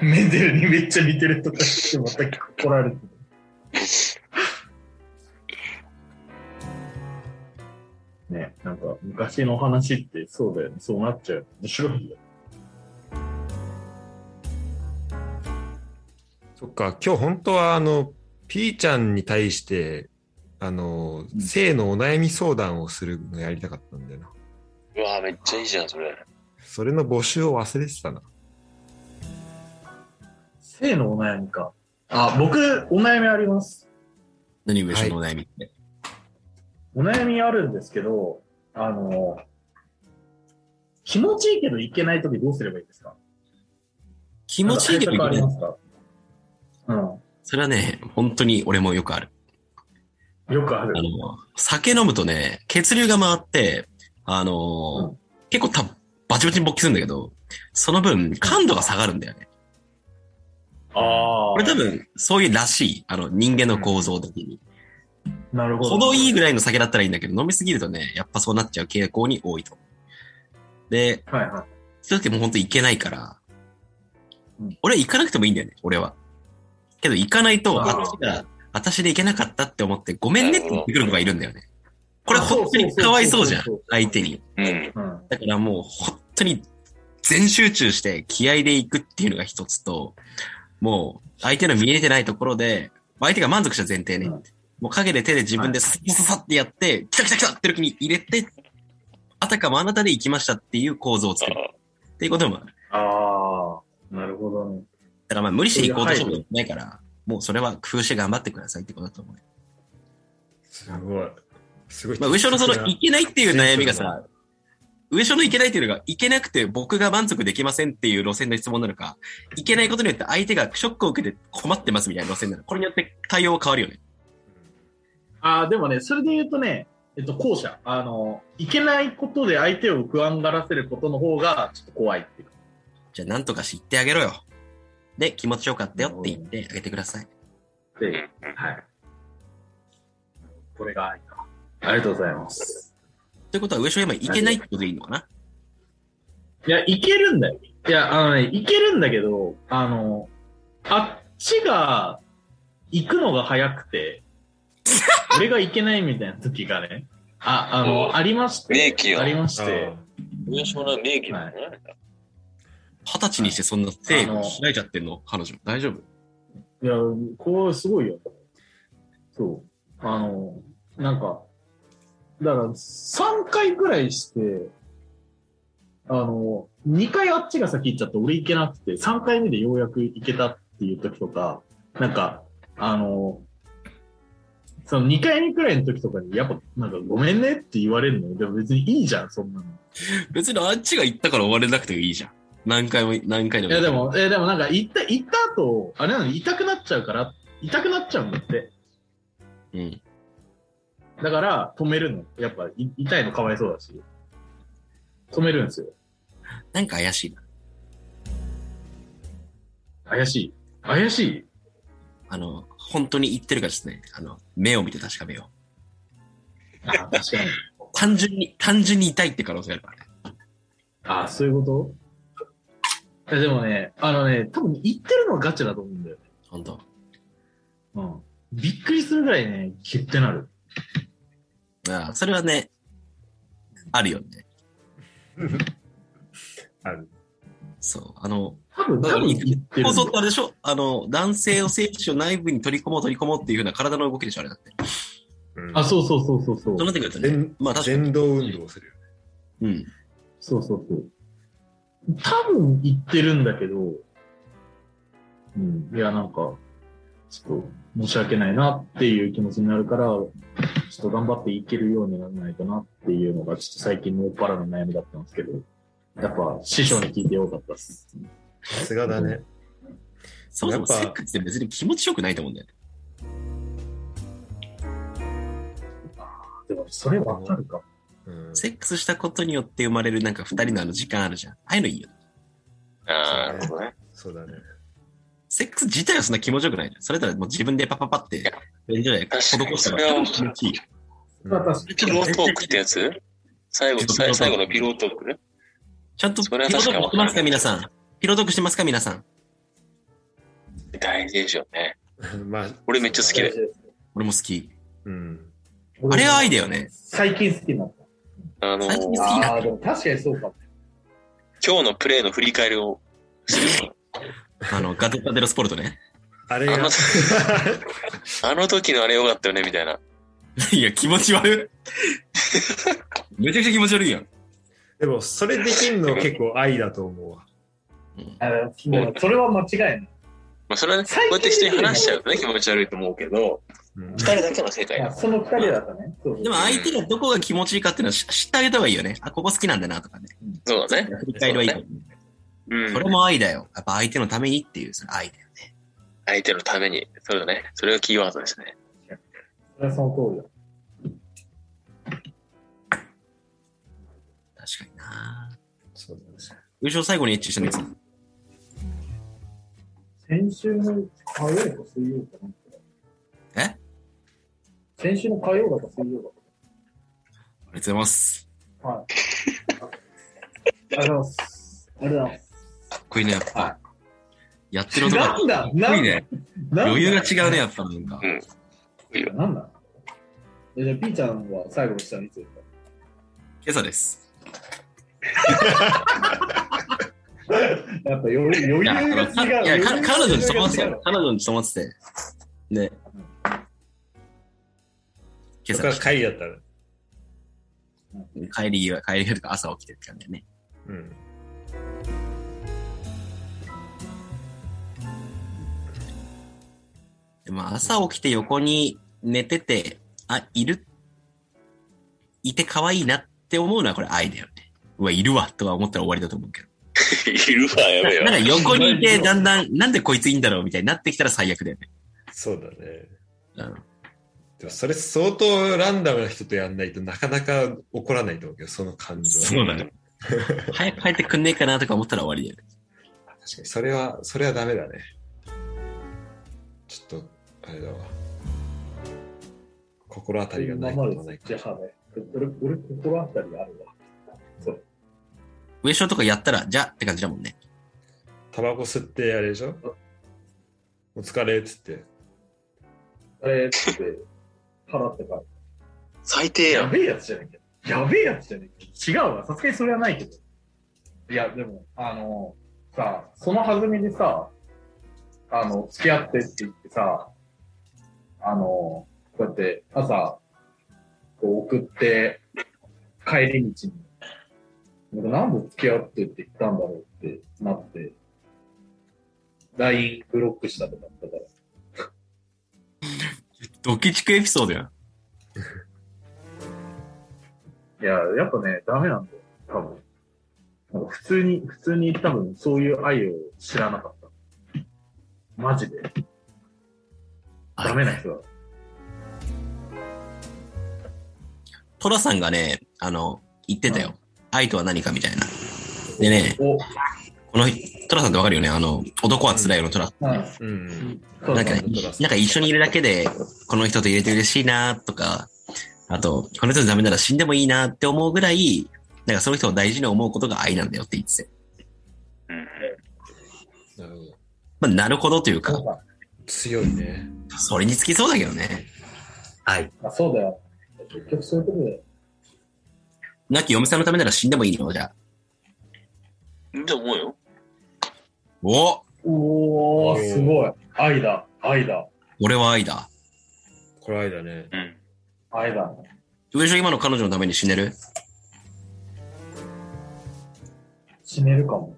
[SPEAKER 4] メンデルにめっちゃ似てるとか言ってまた怒られてる。ね、なんか昔の話ってそうだよね、そうなっちゃう。面白いよ。
[SPEAKER 1] そっか、今日本当は、あの、ピーちゃんに対して、あの、性のお悩み相談をするのやりたかったんだよな。
[SPEAKER 2] うわめっちゃいいじゃん、それ。
[SPEAKER 1] それの募集を忘れてたな。
[SPEAKER 4] 性のお悩みか。あ、僕、お悩みあります。
[SPEAKER 5] 何上所のお悩みって。
[SPEAKER 4] お悩みあるんですけど、あの、気持ちいいけど行けないときどうすればいいですか
[SPEAKER 6] 気持ちいいけどいい
[SPEAKER 4] なんか
[SPEAKER 6] ね
[SPEAKER 4] 対策ありますか
[SPEAKER 5] それはね、本当に俺もよくある。
[SPEAKER 4] うん。よくある
[SPEAKER 5] あ。の、酒飲むとね、血流が回って、あのー
[SPEAKER 4] う
[SPEAKER 5] 結構た、バチバチに勃起するんだけど、その分、感度が下がるんだよね。
[SPEAKER 4] ああ。
[SPEAKER 5] これ多分、そういうらしい。あの、人間の構造的に。
[SPEAKER 4] なるほど。
[SPEAKER 5] 程いいぐらいの酒だったらいいんだけど、飲みすぎるとね、やっぱそうなっちゃう傾向に多いと。で、
[SPEAKER 4] はいはい。
[SPEAKER 5] そういう時もう本当行けないから
[SPEAKER 4] うん、
[SPEAKER 5] 俺は行かなくてもいいんだよね、俺は。けど行かないと、
[SPEAKER 4] あー
[SPEAKER 5] 私が、私で行けなかったって思って、ごめんねって言ってくる子がいるんだよね。これ
[SPEAKER 4] あそう
[SPEAKER 5] 本当にかわいそうじゃん
[SPEAKER 4] そうそうそう、
[SPEAKER 5] 相手に。
[SPEAKER 2] うん。
[SPEAKER 4] うん。
[SPEAKER 5] だからもう本当に全集中して気合で行くっていうのが一つと、もう相手の見えてないところで、まあ相手が満足した前提ね。
[SPEAKER 4] うん
[SPEAKER 5] もう影で手で自分でサッサッサッってやって、来た来た来たって時に入れて、あたかもあなたで行きましたっていう構造を作る
[SPEAKER 2] あ
[SPEAKER 5] っていうこともある。
[SPEAKER 4] ああ、なるほどね。
[SPEAKER 5] だからまあ無理して行こうとしてもいけないから、もうそれは工夫して頑張ってくださいってことだと思う。
[SPEAKER 1] すごい。すごい。
[SPEAKER 5] まあ、上所のその
[SPEAKER 1] な
[SPEAKER 5] 行けないっていう悩みがさ、上所の行けないっていうのが、行けなくて僕が満足できませんっていう路線の質問なのか、行けないことによって相手がショックを受けて困ってますみたいな路線なのか、これによって対応変わるよね。
[SPEAKER 4] ああ、でもね、それで言うとね、えっと、後者。あの、いけないことで相手を不安がらせることの方が、ちょっと怖いっていう。
[SPEAKER 5] じゃあなんとかして言ってあげろよ。で、気持ちよかったよって言ってあげてください。
[SPEAKER 4] で、はい。これが愛か。ありがとうございます。
[SPEAKER 5] ということは上所今行けないってことでいいのかない
[SPEAKER 4] や、いけるんだよ。いや、あのね、いけるんだけど、あの、あっちが、行くのが早くて、俺が行けないみたいな時がね、あ、あ
[SPEAKER 2] お
[SPEAKER 4] の、ありまし
[SPEAKER 2] 名
[SPEAKER 4] て
[SPEAKER 2] 機、よ
[SPEAKER 4] ありまして、
[SPEAKER 2] 上昇の名義だね。
[SPEAKER 5] 二十歳にしてそんな手開いちゃってんの彼女。大丈夫
[SPEAKER 4] いや、これすごいよ。そう。あの、なんか、だから3回ぐらいして、あの、2回あっちが先行っちゃって俺行けなくて、3回目でようやく行けたっていう時とか、なんか、あの、その2回目くらいの時とかに、やっぱ、なんか、ごめんねって言われるの。でも別にいいじゃん、そんなの。
[SPEAKER 5] 別にあっちが行ったから終われなくていいじゃん。何回も、何回で
[SPEAKER 4] い
[SPEAKER 5] も。
[SPEAKER 4] やでも、えーでもなんか行った、行った後、あれなのに痛くなっちゃうから、痛くなっちゃうんだって。
[SPEAKER 5] うん。
[SPEAKER 4] だから、止めるの。やっぱ、い痛いのかわいそうだし。止めるんですよ。
[SPEAKER 5] なんか怪しいな。
[SPEAKER 4] 怪しい。怪しい
[SPEAKER 5] あの、本当に言ってるかですね、あの、目を見て確かめよ
[SPEAKER 4] あー確かに。
[SPEAKER 5] う。単純に、単純に痛いって可能性あるからね。
[SPEAKER 4] [LAUGHS] あーそういうことえでもね、あのね、多分言ってるのはガチだと思うんだよね。
[SPEAKER 5] 本当。
[SPEAKER 4] うん。びっくりするぐらいね、キュッてなる。
[SPEAKER 5] ああ、それはね、あるよね。
[SPEAKER 1] [LAUGHS] ある。
[SPEAKER 5] そう。あの、
[SPEAKER 4] 多分、多分言ってる
[SPEAKER 5] 構
[SPEAKER 4] んだ
[SPEAKER 5] 造
[SPEAKER 4] よ
[SPEAKER 5] ってあれでしょあの、男性を精子を内部に取り込もう取り込もうっていうふうな体の動きでしょあれだって。
[SPEAKER 1] うん
[SPEAKER 4] あ、そうそうそうそうそう
[SPEAKER 5] そう。なってくるとね
[SPEAKER 1] 全。
[SPEAKER 5] まあ確かに。
[SPEAKER 1] 全動運動をするよね。
[SPEAKER 5] うん。
[SPEAKER 4] そうそうそう。多分言ってるんだけど、うん、いや、なんか、ちょっと申し訳ないなっていう気持ちになるから、ちょっと頑張っていけるようにならないとなっていうのが、ちょっと最近のおっぱらの悩みだったんですけど、やっぱ師匠に聞いてよかったっす。
[SPEAKER 1] さすがだね。
[SPEAKER 5] そもそも
[SPEAKER 1] やっ
[SPEAKER 5] セ
[SPEAKER 1] ぱ
[SPEAKER 5] ックスって別に気持ちよくないと思うんだよね。
[SPEAKER 4] でも、それわかるか。
[SPEAKER 1] うん
[SPEAKER 5] セックスしたことによって生まれるなんか二人のあの時間あるじゃん。ああいうのいいよね。
[SPEAKER 2] ああ、なるほどね。
[SPEAKER 1] そうだね。
[SPEAKER 5] セックス自体はそんな気持ちよくないじゃん。それだったらもう自分でパパパって、便所で施
[SPEAKER 2] 確かに
[SPEAKER 5] した
[SPEAKER 2] そ
[SPEAKER 5] ら
[SPEAKER 2] れは
[SPEAKER 5] 気持ちいいよ。
[SPEAKER 1] うん
[SPEAKER 2] ピロートークってやつ最後、最最後のピロートークね。
[SPEAKER 5] ちゃんとピロ
[SPEAKER 2] それは
[SPEAKER 5] ー
[SPEAKER 2] 確
[SPEAKER 5] ドク
[SPEAKER 2] か
[SPEAKER 5] してますか、皆さん。ピロードクしてますか、皆さん。
[SPEAKER 2] 大事でしょうね。
[SPEAKER 1] まあ、
[SPEAKER 2] 俺めっちゃ好きだよ。
[SPEAKER 5] 俺も好き。
[SPEAKER 1] うん。
[SPEAKER 5] あれは愛だよね。
[SPEAKER 4] 最近好きになっ
[SPEAKER 2] あのー
[SPEAKER 5] 最近好き
[SPEAKER 4] た。
[SPEAKER 5] だ
[SPEAKER 4] ああ、でも確かにそうかも。
[SPEAKER 2] 今日のプレーの振り返りをする。
[SPEAKER 5] あの、ガトパデロスポルトね。 [LAUGHS]
[SPEAKER 1] あれ
[SPEAKER 2] あ
[SPEAKER 1] が
[SPEAKER 2] の、あの時のあれ良かったよね、みたいな。
[SPEAKER 5] いや、気持ち悪
[SPEAKER 2] [LAUGHS]
[SPEAKER 5] い。めちゃくちゃ気持ち悪いやん。
[SPEAKER 1] [LAUGHS] でも、それできんの結構愛だと思うわ。
[SPEAKER 4] あでもそれは間違いない。
[SPEAKER 2] まあそれはね、こうやって人に話しちゃうとね、気持ち悪いと思うけど、
[SPEAKER 1] うん
[SPEAKER 2] 二人だけの世界
[SPEAKER 4] ま
[SPEAKER 2] だ
[SPEAKER 4] あ、その二人だとね。そうそう
[SPEAKER 5] でも相手がどこが気持ちいいかっていうのは知知ってあげた方がいいよね。あ、ここ好きなんだなとかね。
[SPEAKER 2] そうだね。
[SPEAKER 5] 振り返りはいいよね。
[SPEAKER 2] うん
[SPEAKER 5] そ。れも愛だよ。やっぱ相手のためにっていう、それ愛だよね。
[SPEAKER 2] 相手のために。そうだね。それがキーワードですね。
[SPEAKER 4] それはその通りだ。
[SPEAKER 5] 確かにな
[SPEAKER 1] そうですね
[SPEAKER 5] 優勝最後にエッチしたのいつ
[SPEAKER 4] 先週の火曜か水曜かなんか。
[SPEAKER 5] え
[SPEAKER 4] 先週の火曜だか水曜だ
[SPEAKER 5] ありがとうございます。
[SPEAKER 4] か。はい。ありがとうございます。ありがとうございます。
[SPEAKER 5] かっこいいね、やっ
[SPEAKER 4] は
[SPEAKER 5] ぱ。やってる男が
[SPEAKER 4] な
[SPEAKER 5] か
[SPEAKER 4] んだ
[SPEAKER 5] っ
[SPEAKER 4] な
[SPEAKER 5] こいい
[SPEAKER 4] んだ
[SPEAKER 5] ね。
[SPEAKER 4] なんだ
[SPEAKER 5] 余裕が違うね、やっぱなんか。
[SPEAKER 4] なんだえじゃあ、ピーちゃんは最後の下について
[SPEAKER 5] 今朝です。
[SPEAKER 4] た。やっぱ余裕余
[SPEAKER 5] い
[SPEAKER 4] 裕
[SPEAKER 5] や、
[SPEAKER 4] が違う。
[SPEAKER 5] いやか彼女に止まってた
[SPEAKER 4] た
[SPEAKER 5] よ。彼女に止まってて。ね。今
[SPEAKER 8] そこは
[SPEAKER 5] 朝
[SPEAKER 8] 会議だったら。
[SPEAKER 5] 帰り際、帰り際とか朝起きてるって感じだね。
[SPEAKER 8] うん。
[SPEAKER 5] でまあ、朝起きて横に寝てて、あ、いる、いて可愛いなって思うのはこれ愛だよね。うわ、いるわとは思ったら終わりだと思うけど。
[SPEAKER 2] いるわ、やべえ
[SPEAKER 5] な
[SPEAKER 2] わ。
[SPEAKER 5] んか横にいて、だんだん、なんでこいついいんだろうみたいになってきたら最悪だよね。
[SPEAKER 8] そうだね。
[SPEAKER 5] うん
[SPEAKER 8] でもそれ相当ランダムな人とやんないとなかなか起こらないと思うけど、その感情。
[SPEAKER 5] そうなの。早く帰ってくんねえかなとか思ったら終わりだよね。
[SPEAKER 8] 確かに、それは、それはダメだね。ちょっと、あれだわ。心当たりがないことはない
[SPEAKER 4] じゃあ、ね、俺、俺、心当たりあるわ。
[SPEAKER 5] ウエショとかやったら、じゃって感じだもんね。
[SPEAKER 8] タバコ吸ってあれでしょお疲れっつって。
[SPEAKER 4] あれ、つって、払ってから。
[SPEAKER 2] 最低や
[SPEAKER 4] や
[SPEAKER 2] ん。
[SPEAKER 4] べえやつじゃなきゃ。やべえやつじゃなきゃ。違うわ。さすがにそれはないけど。いや、でも、あの、さ、その弾みでさ、あの、付き合ってって言ってさ、あの、こうやって朝、こう送って、帰り道に、なんかなんで付き合ってって言ったんだろうってなって、LINE ブロックしたとかだったから。
[SPEAKER 5] ドキチクエピソードやん。
[SPEAKER 4] いや、やっぱね、ダメなんだよ、多分。なんか普通に、普通に多分そういう愛を知らなかった。マジで。ダメな人だ。
[SPEAKER 5] トラさんがね、あの、言ってたよ。愛とは何かみたいな。でね、
[SPEAKER 4] お、
[SPEAKER 5] この、トラさんってわかるよねあの、男は辛いよのトラ。
[SPEAKER 4] うん。
[SPEAKER 8] うん。
[SPEAKER 4] そう
[SPEAKER 5] な
[SPEAKER 4] だ
[SPEAKER 5] ん
[SPEAKER 4] ね。
[SPEAKER 5] か、なんか一緒にいるだけで、この人と入れて嬉しいなとか、あと、この人のためなら死んでもいいなって思うぐらい、なんかその人を大事に思うことが愛なんだよって言ってて。
[SPEAKER 2] うん
[SPEAKER 8] なるほど。
[SPEAKER 5] まあ、なるほどというか、
[SPEAKER 8] 強いね。
[SPEAKER 5] それにつきそうだけどね。
[SPEAKER 6] はい。
[SPEAKER 4] まあそうだよ。結局そういうことで。
[SPEAKER 5] なき嫁さんのためなら死んでもいいのじゃあ。
[SPEAKER 2] いいと思うよ。
[SPEAKER 5] お
[SPEAKER 4] お
[SPEAKER 8] おー
[SPEAKER 4] ー、すごい。愛だ、愛だ、
[SPEAKER 5] 俺は愛だ。
[SPEAKER 8] これ愛だね。
[SPEAKER 2] うん。
[SPEAKER 4] 愛だ。
[SPEAKER 5] 上昇今の彼女のために死ねる
[SPEAKER 4] 死ねるかも。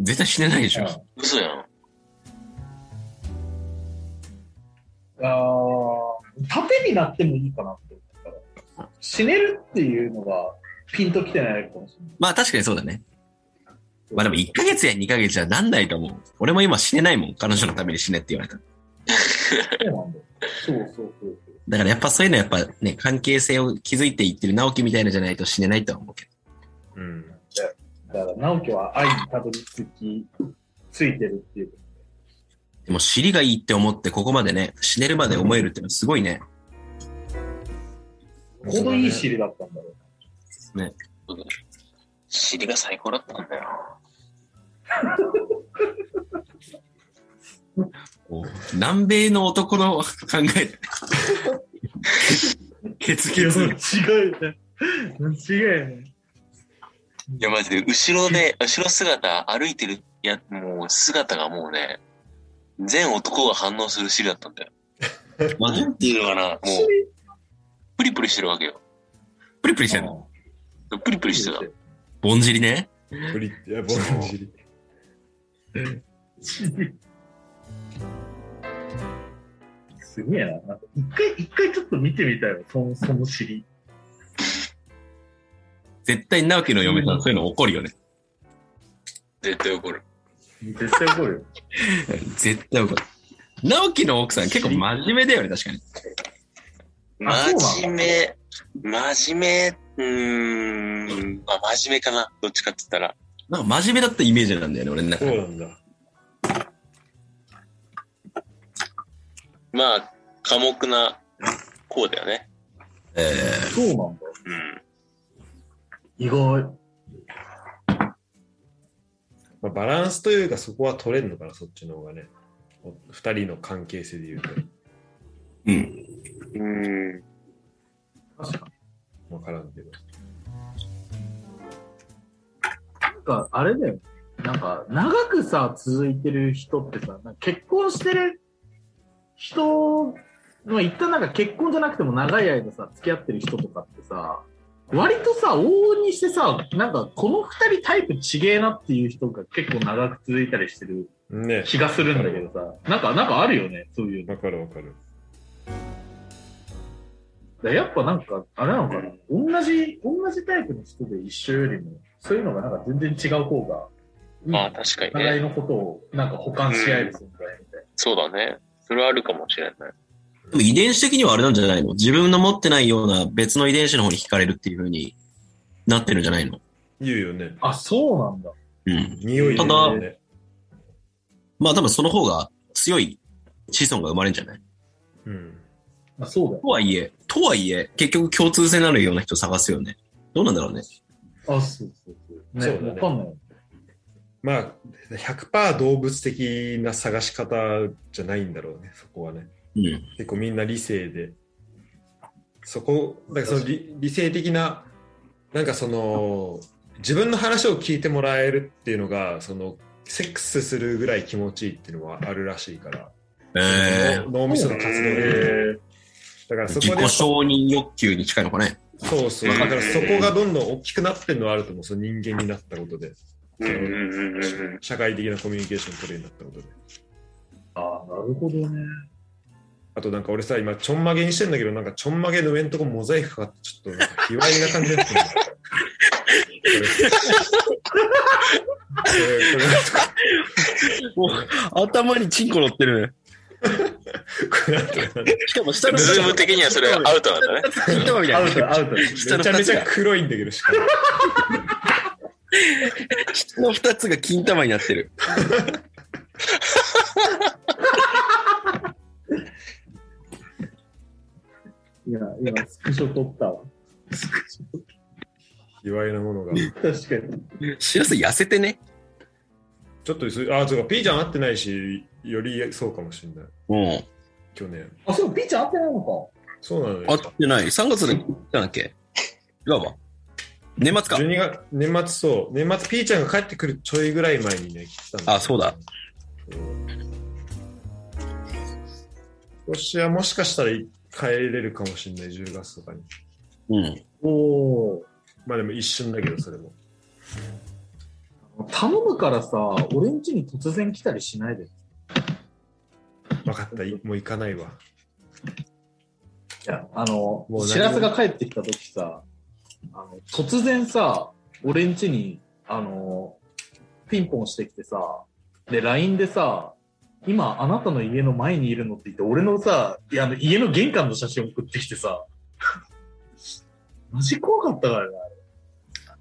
[SPEAKER 5] 絶対死ねないでしょ。
[SPEAKER 2] 嘘やん。
[SPEAKER 4] あー縦になってもいいかなって思ったから。死ねるっていうのがピンときてないかもしれない。
[SPEAKER 5] まあ確かにそうだね。まあでも1ヶ月や2ヶ月じゃなんないと思う。俺も今死ねないもん。彼女のために死ねって言われた。
[SPEAKER 4] そうなんだよ。そうそうそうそう。
[SPEAKER 5] だからやっぱそういうのはやっぱね、関係性を築いていってる直樹みたいなじゃないと死ねないとは思うけど。
[SPEAKER 8] うん。
[SPEAKER 4] だから、直樹は愛にたどり着き、ついてるっていう。
[SPEAKER 5] でも尻がいいって思ってここまでね、死ねるまで思えるってのはすごいね。
[SPEAKER 4] ほどいい尻だったんだろ
[SPEAKER 2] 尻が最高だったんだよ。
[SPEAKER 5] こう南米の男の考え。血
[SPEAKER 4] う。
[SPEAKER 5] 血。
[SPEAKER 4] 違うね。違うね。
[SPEAKER 2] いや、マジで、後ろね、後ろ姿、歩いてる、や、もう姿がもうね、全男が反応する尻だったんだよ。
[SPEAKER 5] マジ
[SPEAKER 2] なんていうのかな、もう、プリプリしてるわけよ。
[SPEAKER 5] プリプリしてんの
[SPEAKER 2] プリプリしてた。
[SPEAKER 5] ぼん尻ね。
[SPEAKER 8] ブリいや、ボンジリ。
[SPEAKER 4] すげえな。なんか一回、一回ちょっと見てみたいわ、その、その尻。
[SPEAKER 5] 絶対直樹の嫁さん、そういうの怒るよね。
[SPEAKER 2] 絶対怒る。
[SPEAKER 4] 絶対怒るよ。
[SPEAKER 5] 絶対怒る。直樹の奥さん結構真面目だよね、確かに。
[SPEAKER 4] あそう
[SPEAKER 2] 真面目、真面目、うーん、まあ真面目かな。どっちかって言ったら。
[SPEAKER 5] なんか真面目だったイメージなんだよね、俺の中
[SPEAKER 1] そう
[SPEAKER 5] で。
[SPEAKER 1] なんだ。
[SPEAKER 2] まあ、寡黙なこうだよね。
[SPEAKER 5] えー
[SPEAKER 4] [LAUGHS] そうなんだ。
[SPEAKER 2] うん。
[SPEAKER 4] 意外。
[SPEAKER 1] まあ、バランスというかそこは取れんのかな、そっちの方がね。お二人の関係性で言うと。
[SPEAKER 5] うん。
[SPEAKER 2] うん。
[SPEAKER 4] 確かに。
[SPEAKER 1] わからんけど。
[SPEAKER 4] なんか、あれだよ。なんか、長くさ、続いてる人ってさ、なんか結婚してる人、まあ、一旦なんか結婚じゃなくても長い間さ、付き合ってる人とかってさ、割とさ、往々にしてさ、なんか、この二人タイプちげえなっていう人が結構長く続いたりしてる
[SPEAKER 1] ね
[SPEAKER 4] 気がするんだけどさ、なんか、なんかあるよね、そういうの。
[SPEAKER 1] わかるわかる。
[SPEAKER 4] でやっぱなんか、あれなのかな、同じ、同じタイプの人で一緒よりも、そういうのがなんか全然違う方が、うん
[SPEAKER 2] まあ確か
[SPEAKER 4] お
[SPEAKER 2] に
[SPEAKER 4] 互い
[SPEAKER 2] ね。
[SPEAKER 4] のことをなんか補完し合える存在みたい
[SPEAKER 2] そうだね。それはあるかもしれない。
[SPEAKER 9] でも遺伝子的にはあれなんじゃないの自分の持ってないような別の遺伝子の方に惹かれるっていう風になってるんじゃないの
[SPEAKER 1] 言うよね。
[SPEAKER 4] な。あ、そうなんだ。
[SPEAKER 9] うん。
[SPEAKER 1] 匂いで、ね。
[SPEAKER 9] まあ多分その方が強い子孫が生まれるんじゃない
[SPEAKER 1] うん。
[SPEAKER 4] あそうだよ
[SPEAKER 9] とはいえ、とはいえ、結局共通性のあるような人探すよね。どうなんだろうね。。
[SPEAKER 4] あ、そうそうそう。ね、
[SPEAKER 1] そうだね
[SPEAKER 4] わ、かんない。
[SPEAKER 1] まあ、100%動物的な探し方じゃないんだろうね、そこはね。
[SPEAKER 9] うん。
[SPEAKER 1] 結構みんな理性で。そこ、だからその理理性的な、なんかその、自分の話を聞いてもらえるっていうのが、その、セックスするぐらい気持ちいいっていうのはあるらしいから。
[SPEAKER 9] えー
[SPEAKER 1] 脳脳みその活動で。だからそこ
[SPEAKER 9] 自
[SPEAKER 1] で
[SPEAKER 9] 己、承認欲求に近いのかね。
[SPEAKER 1] そうそう。だからそこがどんどん大きくなってるのはあると思う、その人間になったことで。
[SPEAKER 2] うんうんうんうんうん。
[SPEAKER 1] 社会的なコミュニケーション取れるようになったことで。
[SPEAKER 4] あなるほどね。
[SPEAKER 1] あとなんか俺さ、今、ちょんまげにしてんだけど、なんかちょんまげの上のとこモザイクかかって、ちょっとなんか卑猥な感じになってる。これこれ
[SPEAKER 5] 頭にチンコ乗ってる。
[SPEAKER 1] これこれこれ
[SPEAKER 5] しかも下
[SPEAKER 2] ズーム的にはそれはアウトなんだね。
[SPEAKER 5] 頭み
[SPEAKER 4] アウト、アウト。
[SPEAKER 5] 下
[SPEAKER 1] めちゃめちゃ黒いんだけど、しかも。
[SPEAKER 5] 下の二つが金玉になってる。
[SPEAKER 4] いや、今、スクショ撮ったわ。
[SPEAKER 1] 卑猥なものが。
[SPEAKER 4] 確かに。
[SPEAKER 5] しらす痩せてね。
[SPEAKER 1] ちょっとす、あ、そうか、ピーちゃん会ってないし、よりそうかもしれない。
[SPEAKER 5] うん。
[SPEAKER 1] 去年。
[SPEAKER 4] あ、そう、ピーちゃん会ってないの
[SPEAKER 1] そうなのよ。
[SPEAKER 5] 合ってない。3月で、なんだっけ違うわ。年末か。
[SPEAKER 1] 12月、年末そう、年末、ピーちゃんが帰ってくるちょいぐらい前にね、来てたんですよ
[SPEAKER 5] あそうだ。
[SPEAKER 1] そう今年はもしかしたら帰れるかもしれない、10月とかに。
[SPEAKER 5] うん。
[SPEAKER 4] か。おー。
[SPEAKER 1] まあでも一瞬だけど、それも。
[SPEAKER 4] 頼むからさ、俺ん家に突然来たりしないで。い
[SPEAKER 1] 分かった、いもう行かないわ。
[SPEAKER 4] や、あの
[SPEAKER 1] もう何も、
[SPEAKER 4] しらすが帰ってきた時さ、あの突然さ、俺ん家に、あの、ピンポンしてきてさ、で、LINE でさ、今、あなたの家の前にいるのって言って、俺のさ、いやあの家の玄関の写真送ってきてさ、 [LAUGHS] マジ怖かったからな。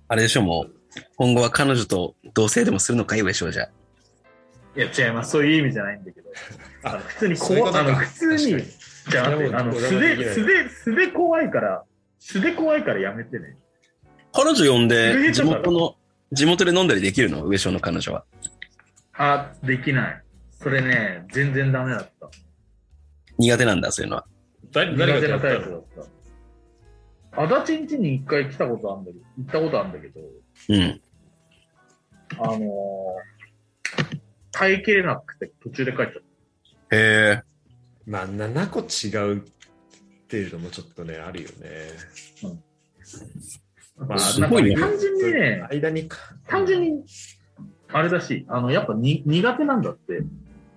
[SPEAKER 5] あれでしょ、もう。今後は彼女と同棲でもするのかいでしょう、じゃあ。
[SPEAKER 4] いや、違います。そういう意味じゃないんだけど。
[SPEAKER 1] [LAUGHS] あ
[SPEAKER 4] あ普通に
[SPEAKER 1] そういうこ
[SPEAKER 4] 怖
[SPEAKER 1] とか
[SPEAKER 4] あの、普
[SPEAKER 1] 確
[SPEAKER 4] 通
[SPEAKER 1] か
[SPEAKER 4] に
[SPEAKER 1] に、
[SPEAKER 4] じゃあ、あ
[SPEAKER 1] それはもう
[SPEAKER 4] の、
[SPEAKER 1] 俺
[SPEAKER 4] 素
[SPEAKER 1] はでき
[SPEAKER 4] で、
[SPEAKER 1] ない
[SPEAKER 4] 素で、素で怖いから、素で怖いからやめてね。
[SPEAKER 5] 彼女呼ん
[SPEAKER 4] え
[SPEAKER 5] で、
[SPEAKER 4] ー
[SPEAKER 5] 地元の、地元で飲んだりできるの上昇の彼女は。
[SPEAKER 4] あ、できない。それね、全然ダメだった。
[SPEAKER 5] 苦手なんだ、そういうのは。
[SPEAKER 1] 誰
[SPEAKER 4] 苦手な
[SPEAKER 1] が
[SPEAKER 4] タ
[SPEAKER 1] や
[SPEAKER 4] イ
[SPEAKER 1] ったの
[SPEAKER 4] プだった。足立ん家に一回来たことあるんだけど、行ったことあるんだけど、
[SPEAKER 5] うん。
[SPEAKER 4] あのー、耐えきれなくて途中で帰っちゃった。
[SPEAKER 5] へえ。
[SPEAKER 1] まあ、7個違うっていうのもちょっとね、あるよね。まあ、
[SPEAKER 5] すごいね
[SPEAKER 1] なんか
[SPEAKER 4] 単純にね
[SPEAKER 1] 間にか。
[SPEAKER 4] 単純に、あれだし、あの、やっぱに苦手なんだって、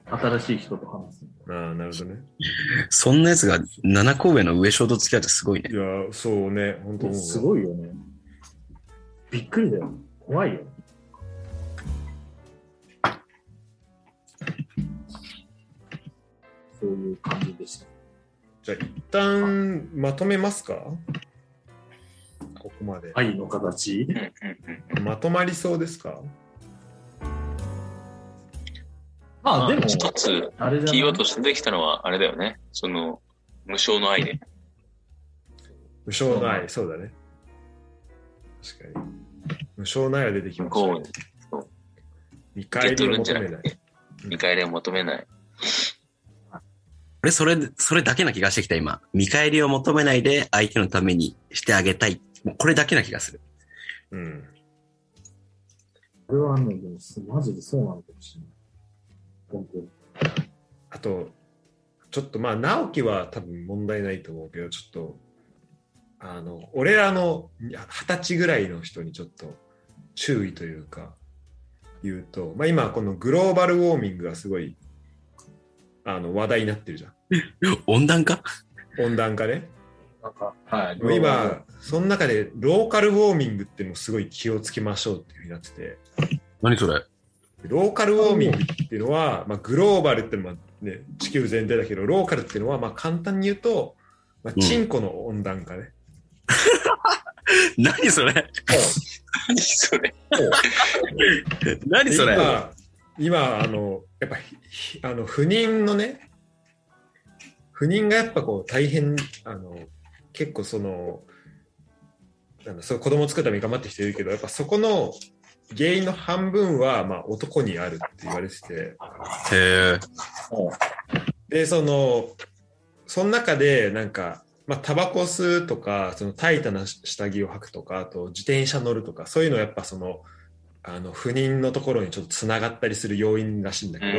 [SPEAKER 4] 新しい人と話すの。
[SPEAKER 1] ああ、なるほどね。
[SPEAKER 5] そんなやつが7個上の上昇と付き合うってすごいね
[SPEAKER 1] い。や、そうね、本当
[SPEAKER 4] す
[SPEAKER 1] い。
[SPEAKER 4] ごいよね。びっくりだよ。怖いよ。そういう感じでした。
[SPEAKER 1] じゃあ、一旦まとめますかここまで。
[SPEAKER 4] 愛の形
[SPEAKER 2] うんうんうん
[SPEAKER 1] まとまりそうですか
[SPEAKER 10] まあでも、
[SPEAKER 2] 一つ、
[SPEAKER 4] あれじゃない
[SPEAKER 2] キーワードとしてできたのは、あれだよね。その、無償の愛ね。
[SPEAKER 1] 無償の愛、そうだね。確かに。無償の愛は出てきま
[SPEAKER 2] 向
[SPEAKER 1] した、
[SPEAKER 2] こ
[SPEAKER 1] ね。
[SPEAKER 2] う
[SPEAKER 1] 見
[SPEAKER 2] に受け
[SPEAKER 1] 返り
[SPEAKER 2] 取
[SPEAKER 1] を
[SPEAKER 2] るんじ
[SPEAKER 1] 求
[SPEAKER 2] ゃな
[SPEAKER 1] めな
[SPEAKER 2] く
[SPEAKER 1] い。
[SPEAKER 2] て、見返りを求めない。
[SPEAKER 5] 俺、それ、それだけな気がしてきた、今。見返りを求めないで相手のためにしてあげたい。もうこれだけな気がする。
[SPEAKER 1] うん。
[SPEAKER 4] これはね、でもすマジでそうなのかもしれない。本当に。
[SPEAKER 1] あと、ちょっとまあ、直樹は多分問題ないと思うけど、ちょっと、あの、俺らのいや二十歳ぐらいの人にちょっと注意というか、言うと、まあ今、このグローバルウォーミングがすごい、あの、話題になってるじゃん。
[SPEAKER 5] 温暖化
[SPEAKER 1] 温暖化ね。
[SPEAKER 10] なんか、はい。
[SPEAKER 1] もう今、その中でローカルウォーミングっていうのもすごい気をつけましょうっていうふうになってて、
[SPEAKER 5] 何それ
[SPEAKER 1] ローカルウォーミングっていうのは、まあ、グローバルってのは、ね、地球全体だけど、ローカルっていうのは、まあ、簡単に言うと、まあ、
[SPEAKER 5] うん
[SPEAKER 1] チンコの温暖化ね。
[SPEAKER 5] [LAUGHS] 何それ
[SPEAKER 2] 何それ。
[SPEAKER 5] 何
[SPEAKER 1] で
[SPEAKER 5] それ
[SPEAKER 1] 今、今あの、やっぱひひあの不妊のね、不妊がやっぱこう大変、あの結構その、なんだそう子供作るために頑張ってきてるけど、やっぱそこの原因の半分は、まあ、男にあるって言われてて、
[SPEAKER 5] へ
[SPEAKER 1] で、その、その中で、なんか、まあ、タバコ吸うとか、そのタイタな下着を履くとか、あと自転車乗るとか、そういうのはやっぱその、あの不妊のところにちょっとつながったりする要因らしいんだけ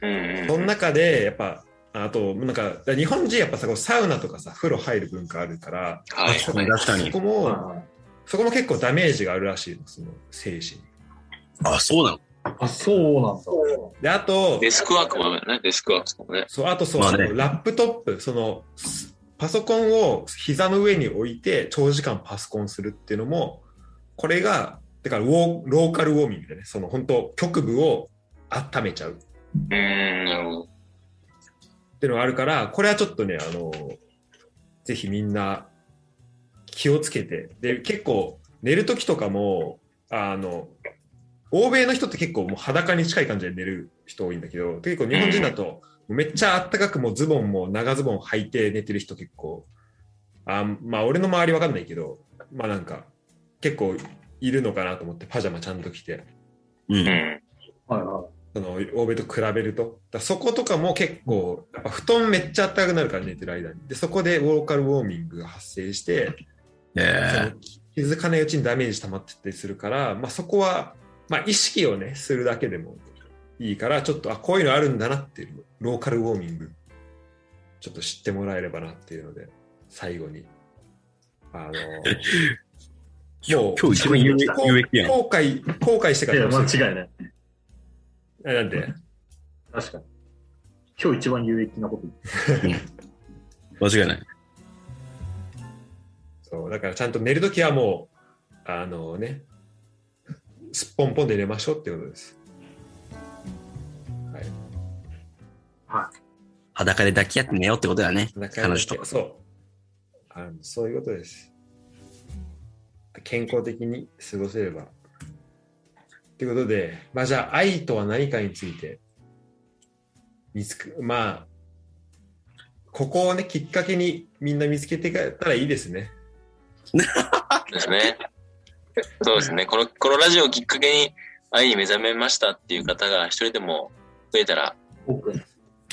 [SPEAKER 1] ど、
[SPEAKER 2] うんうん
[SPEAKER 1] その中で、やっぱ、あと、なんか、だから日本人やっぱさ、こうサウナとかさ、風呂入る文化あるから、
[SPEAKER 2] はい。
[SPEAKER 5] 確かに
[SPEAKER 1] そこ
[SPEAKER 4] はい
[SPEAKER 1] も、
[SPEAKER 4] はい
[SPEAKER 1] そこも結構ダメージがあるらしいの、その、精神。
[SPEAKER 5] あ、そうなの
[SPEAKER 10] あ、そうなんだ。
[SPEAKER 1] で、あと、
[SPEAKER 2] デスクワークもあるよね。デスクワークとかもね。
[SPEAKER 1] そう、あとそう、
[SPEAKER 5] まあね
[SPEAKER 1] あのラップトップ、その、すパソコンを膝の上に置いて、長時間パソコンするっていうのも、これが、だからウォー、ローカルウォーミングでね、その、本当局部を温めちゃう。
[SPEAKER 2] うーん、なるほど。
[SPEAKER 1] っていうのがあるから、これはちょっとね、あの、ぜひみんな気をつけて。で、結構寝るときとかも、あの、欧米の人って結構もう裸に近い感じで寝る人多いんだけど、結構日本人だと、めっちゃあったかくもうズボンも長ズボン履いて寝てる人結構、あまあ俺の周りわかんないけど、まあなんか結構いるのかなと思ってパジャマちゃんと着て。
[SPEAKER 5] う。
[SPEAKER 2] うんん。
[SPEAKER 4] はいはい。
[SPEAKER 1] その欧米と比べると。だからそことかも結構、やっぱ布団めっちゃ暖かくなるから寝てる間に。で、そこでローカルウォーミングが発生して、そ
[SPEAKER 5] え
[SPEAKER 1] の気づかないうちにダメージ溜まってったりするから、まあそこは、まあ意識をね、するだけでもいいから、ちょっと、あ、こういうのあるんだなっていう、ローカルウォーミング、ちょっと知ってもらえればなっていうので、最後に。あのもう
[SPEAKER 5] [LAUGHS] 今日一番有益
[SPEAKER 1] 後
[SPEAKER 5] 有益やん
[SPEAKER 1] 後悔、後悔してか
[SPEAKER 4] い
[SPEAKER 1] ら
[SPEAKER 4] や、
[SPEAKER 1] どう
[SPEAKER 4] 間
[SPEAKER 1] する
[SPEAKER 4] 違いない。
[SPEAKER 1] えなんで
[SPEAKER 4] 確かに。今日一番有益なこと言った
[SPEAKER 5] ー、間違いない。
[SPEAKER 1] そう、だからちゃんと寝るときはもう、あのね、すっぽんぽんで寝ましょうっていうことです。
[SPEAKER 5] 裸で抱き合って寝ようってことだね。
[SPEAKER 1] 中
[SPEAKER 5] 彼女と。
[SPEAKER 1] そう。あのそういうことです。健康的に過ごせれば。ということで、まあじゃあ、愛とは何かについて、見つく、まあ、ここをね、きっかけにみんな見つけていけたらいいですね。
[SPEAKER 2] ですね。そうですね。この、このラジオをきっかけに愛に目覚めましたっていう方が一人でも増えたら、
[SPEAKER 4] 僕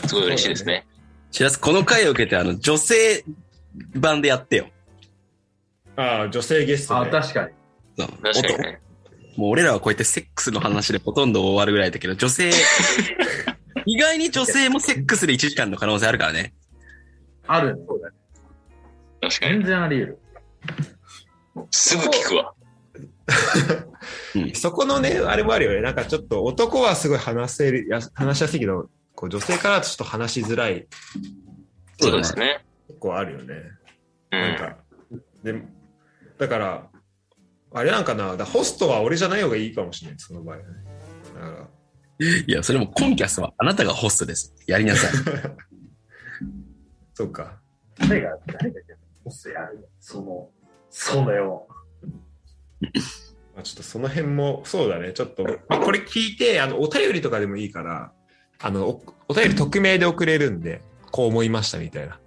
[SPEAKER 2] すごい嬉しいですね。
[SPEAKER 5] 知らず、この回を受けて、あの、女性版でやってよ。
[SPEAKER 1] ああ、女性ゲスト、
[SPEAKER 10] あ、
[SPEAKER 1] ね。
[SPEAKER 10] 確かに。
[SPEAKER 5] そう
[SPEAKER 2] 確かにね。
[SPEAKER 5] 音もう俺らはこうやってセックスの話でほとんど終わるぐらいだけど、女 [LAUGHS] 性、意外に女性もセックスで1時間の可能性あるからね。
[SPEAKER 10] あるね。
[SPEAKER 2] 確かに。
[SPEAKER 10] 全然あり得る。
[SPEAKER 2] すぐ聞くわ。
[SPEAKER 1] そこのね、あれもあるよね。なんかちょっと男はすごい話せる、や話しやすいけど、こう女性からだとちょっと話しづらい、
[SPEAKER 2] そうですね。
[SPEAKER 1] 結構あるよね。
[SPEAKER 2] う
[SPEAKER 1] なん
[SPEAKER 2] ん。
[SPEAKER 1] か、で、だから、あれなんかな、だからホストは俺じゃない方がいいかもしれない、その場合はね。だから、
[SPEAKER 5] いや、それもコンキャスはあなたがホストです。やりなさい。
[SPEAKER 1] そうか。
[SPEAKER 11] 誰が、誰がホストやるのその、それを。
[SPEAKER 1] まあ、ちょっとその辺も、そうだね、ちょっと、まあ、これ聞いて、あの、お便りとかでもいいから、あの、おお便り匿名で送れるんで、こう思いましたみたいな。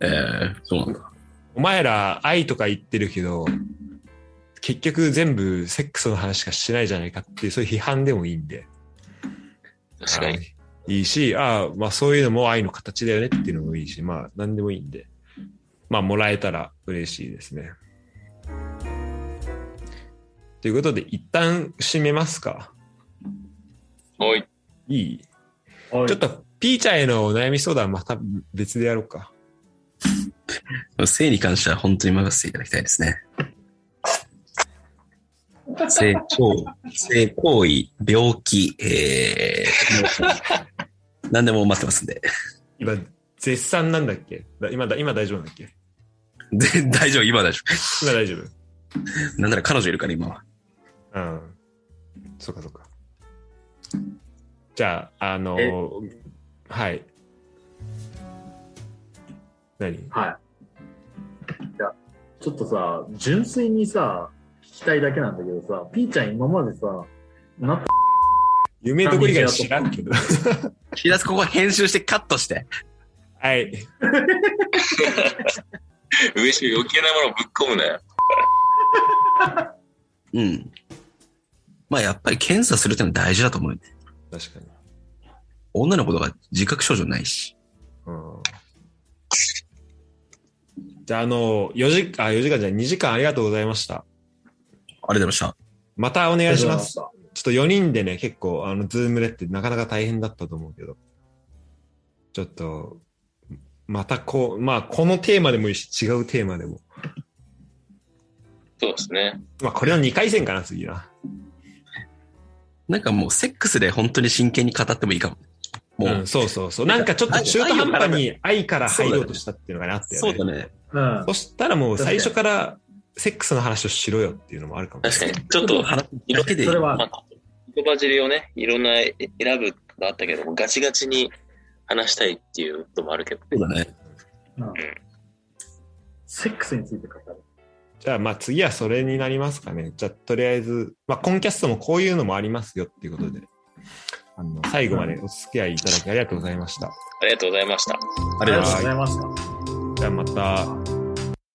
[SPEAKER 5] えー、そうなんだ。
[SPEAKER 1] お前ら愛とか言ってるけど、結局全部セックスの話しかしてないじゃないかっていう、そういう批判でもいいんで。
[SPEAKER 2] 確かに。
[SPEAKER 1] あのいいし、ああ、まあそういうのも愛の形だよねっていうのもいいし、まあ何でもいいんで、まあもらえたら嬉しいですね。ということで、一旦締めますか。
[SPEAKER 2] おい。
[SPEAKER 1] いい
[SPEAKER 11] ちょ
[SPEAKER 1] ちょっと、ピーちゃんへのお悩み相談はまた別でやろうか。
[SPEAKER 5] 性に関しては本当に任せていただきたいですね。性行為、性行為、病気、えー、何でも待ってますんで。
[SPEAKER 1] 今、絶賛なんだっけだ今だ、今大丈夫なんだっけ
[SPEAKER 5] で大丈夫、今は大丈
[SPEAKER 1] 今大丈夫
[SPEAKER 5] 夫。なんなら彼女いるから、今は。
[SPEAKER 1] うん。そうかそうか。じゃあ、あのーはい。何
[SPEAKER 4] ちょっとさ、純粋にさ、聞きたいだけなんだけどさ、ピーちゃん今までさ、なった
[SPEAKER 1] 夢どこ以外知らんけど。
[SPEAKER 5] 知らずここ編集してカットして。
[SPEAKER 1] はい。
[SPEAKER 2] 上し余計なものぶっ込むなよ。
[SPEAKER 5] うん。まあやっぱり検査するってのは大事だと思うよね。
[SPEAKER 1] 確かに。
[SPEAKER 5] 女の子とか自覚症状ないし。
[SPEAKER 1] うん。じゃあ、あのー、4時、あ、4時間じゃない、2時間ありがとうございました。
[SPEAKER 5] ありがとうございました。
[SPEAKER 1] またお願いしま。
[SPEAKER 4] ますした。
[SPEAKER 1] ちょっと4人でね、結構、あの、ズームでってなかなか大変だったと思うけど、ちょっと、またこう、まあ、このテーマでもいいし、違うテーマでも。
[SPEAKER 2] そうですね。
[SPEAKER 1] まあ、これの2回戦かな、次な。
[SPEAKER 5] なんかもうセックスで本当に真剣に語ってもいいかも。もう、
[SPEAKER 1] うん、そうそうそう。なんかちょっと中途半端に愛から入ろうとしたっていうのがあったよね。
[SPEAKER 5] そうだね。
[SPEAKER 4] うん。
[SPEAKER 1] そしたらもう最初からセックスの話をしろよっていうのもあるかも
[SPEAKER 2] 確かに。ちょっと、ま
[SPEAKER 5] 話だけでいい
[SPEAKER 4] それは、
[SPEAKER 2] あ、言葉尻をね、いろんな選ぶがあったけども、ガチガチに話したいっていうこともあるけど。
[SPEAKER 5] そうだね。
[SPEAKER 4] セックスについて語る。
[SPEAKER 1] じゃあまあ次はそれになりますかね。じゃあとりあえず、まあコンキャストもこういうのもありますよっていうことで、あの、最後までお付き合いいただきありがとうございました。
[SPEAKER 2] ありがとうございました。
[SPEAKER 4] ありがとうございました。
[SPEAKER 1] じゃあまた。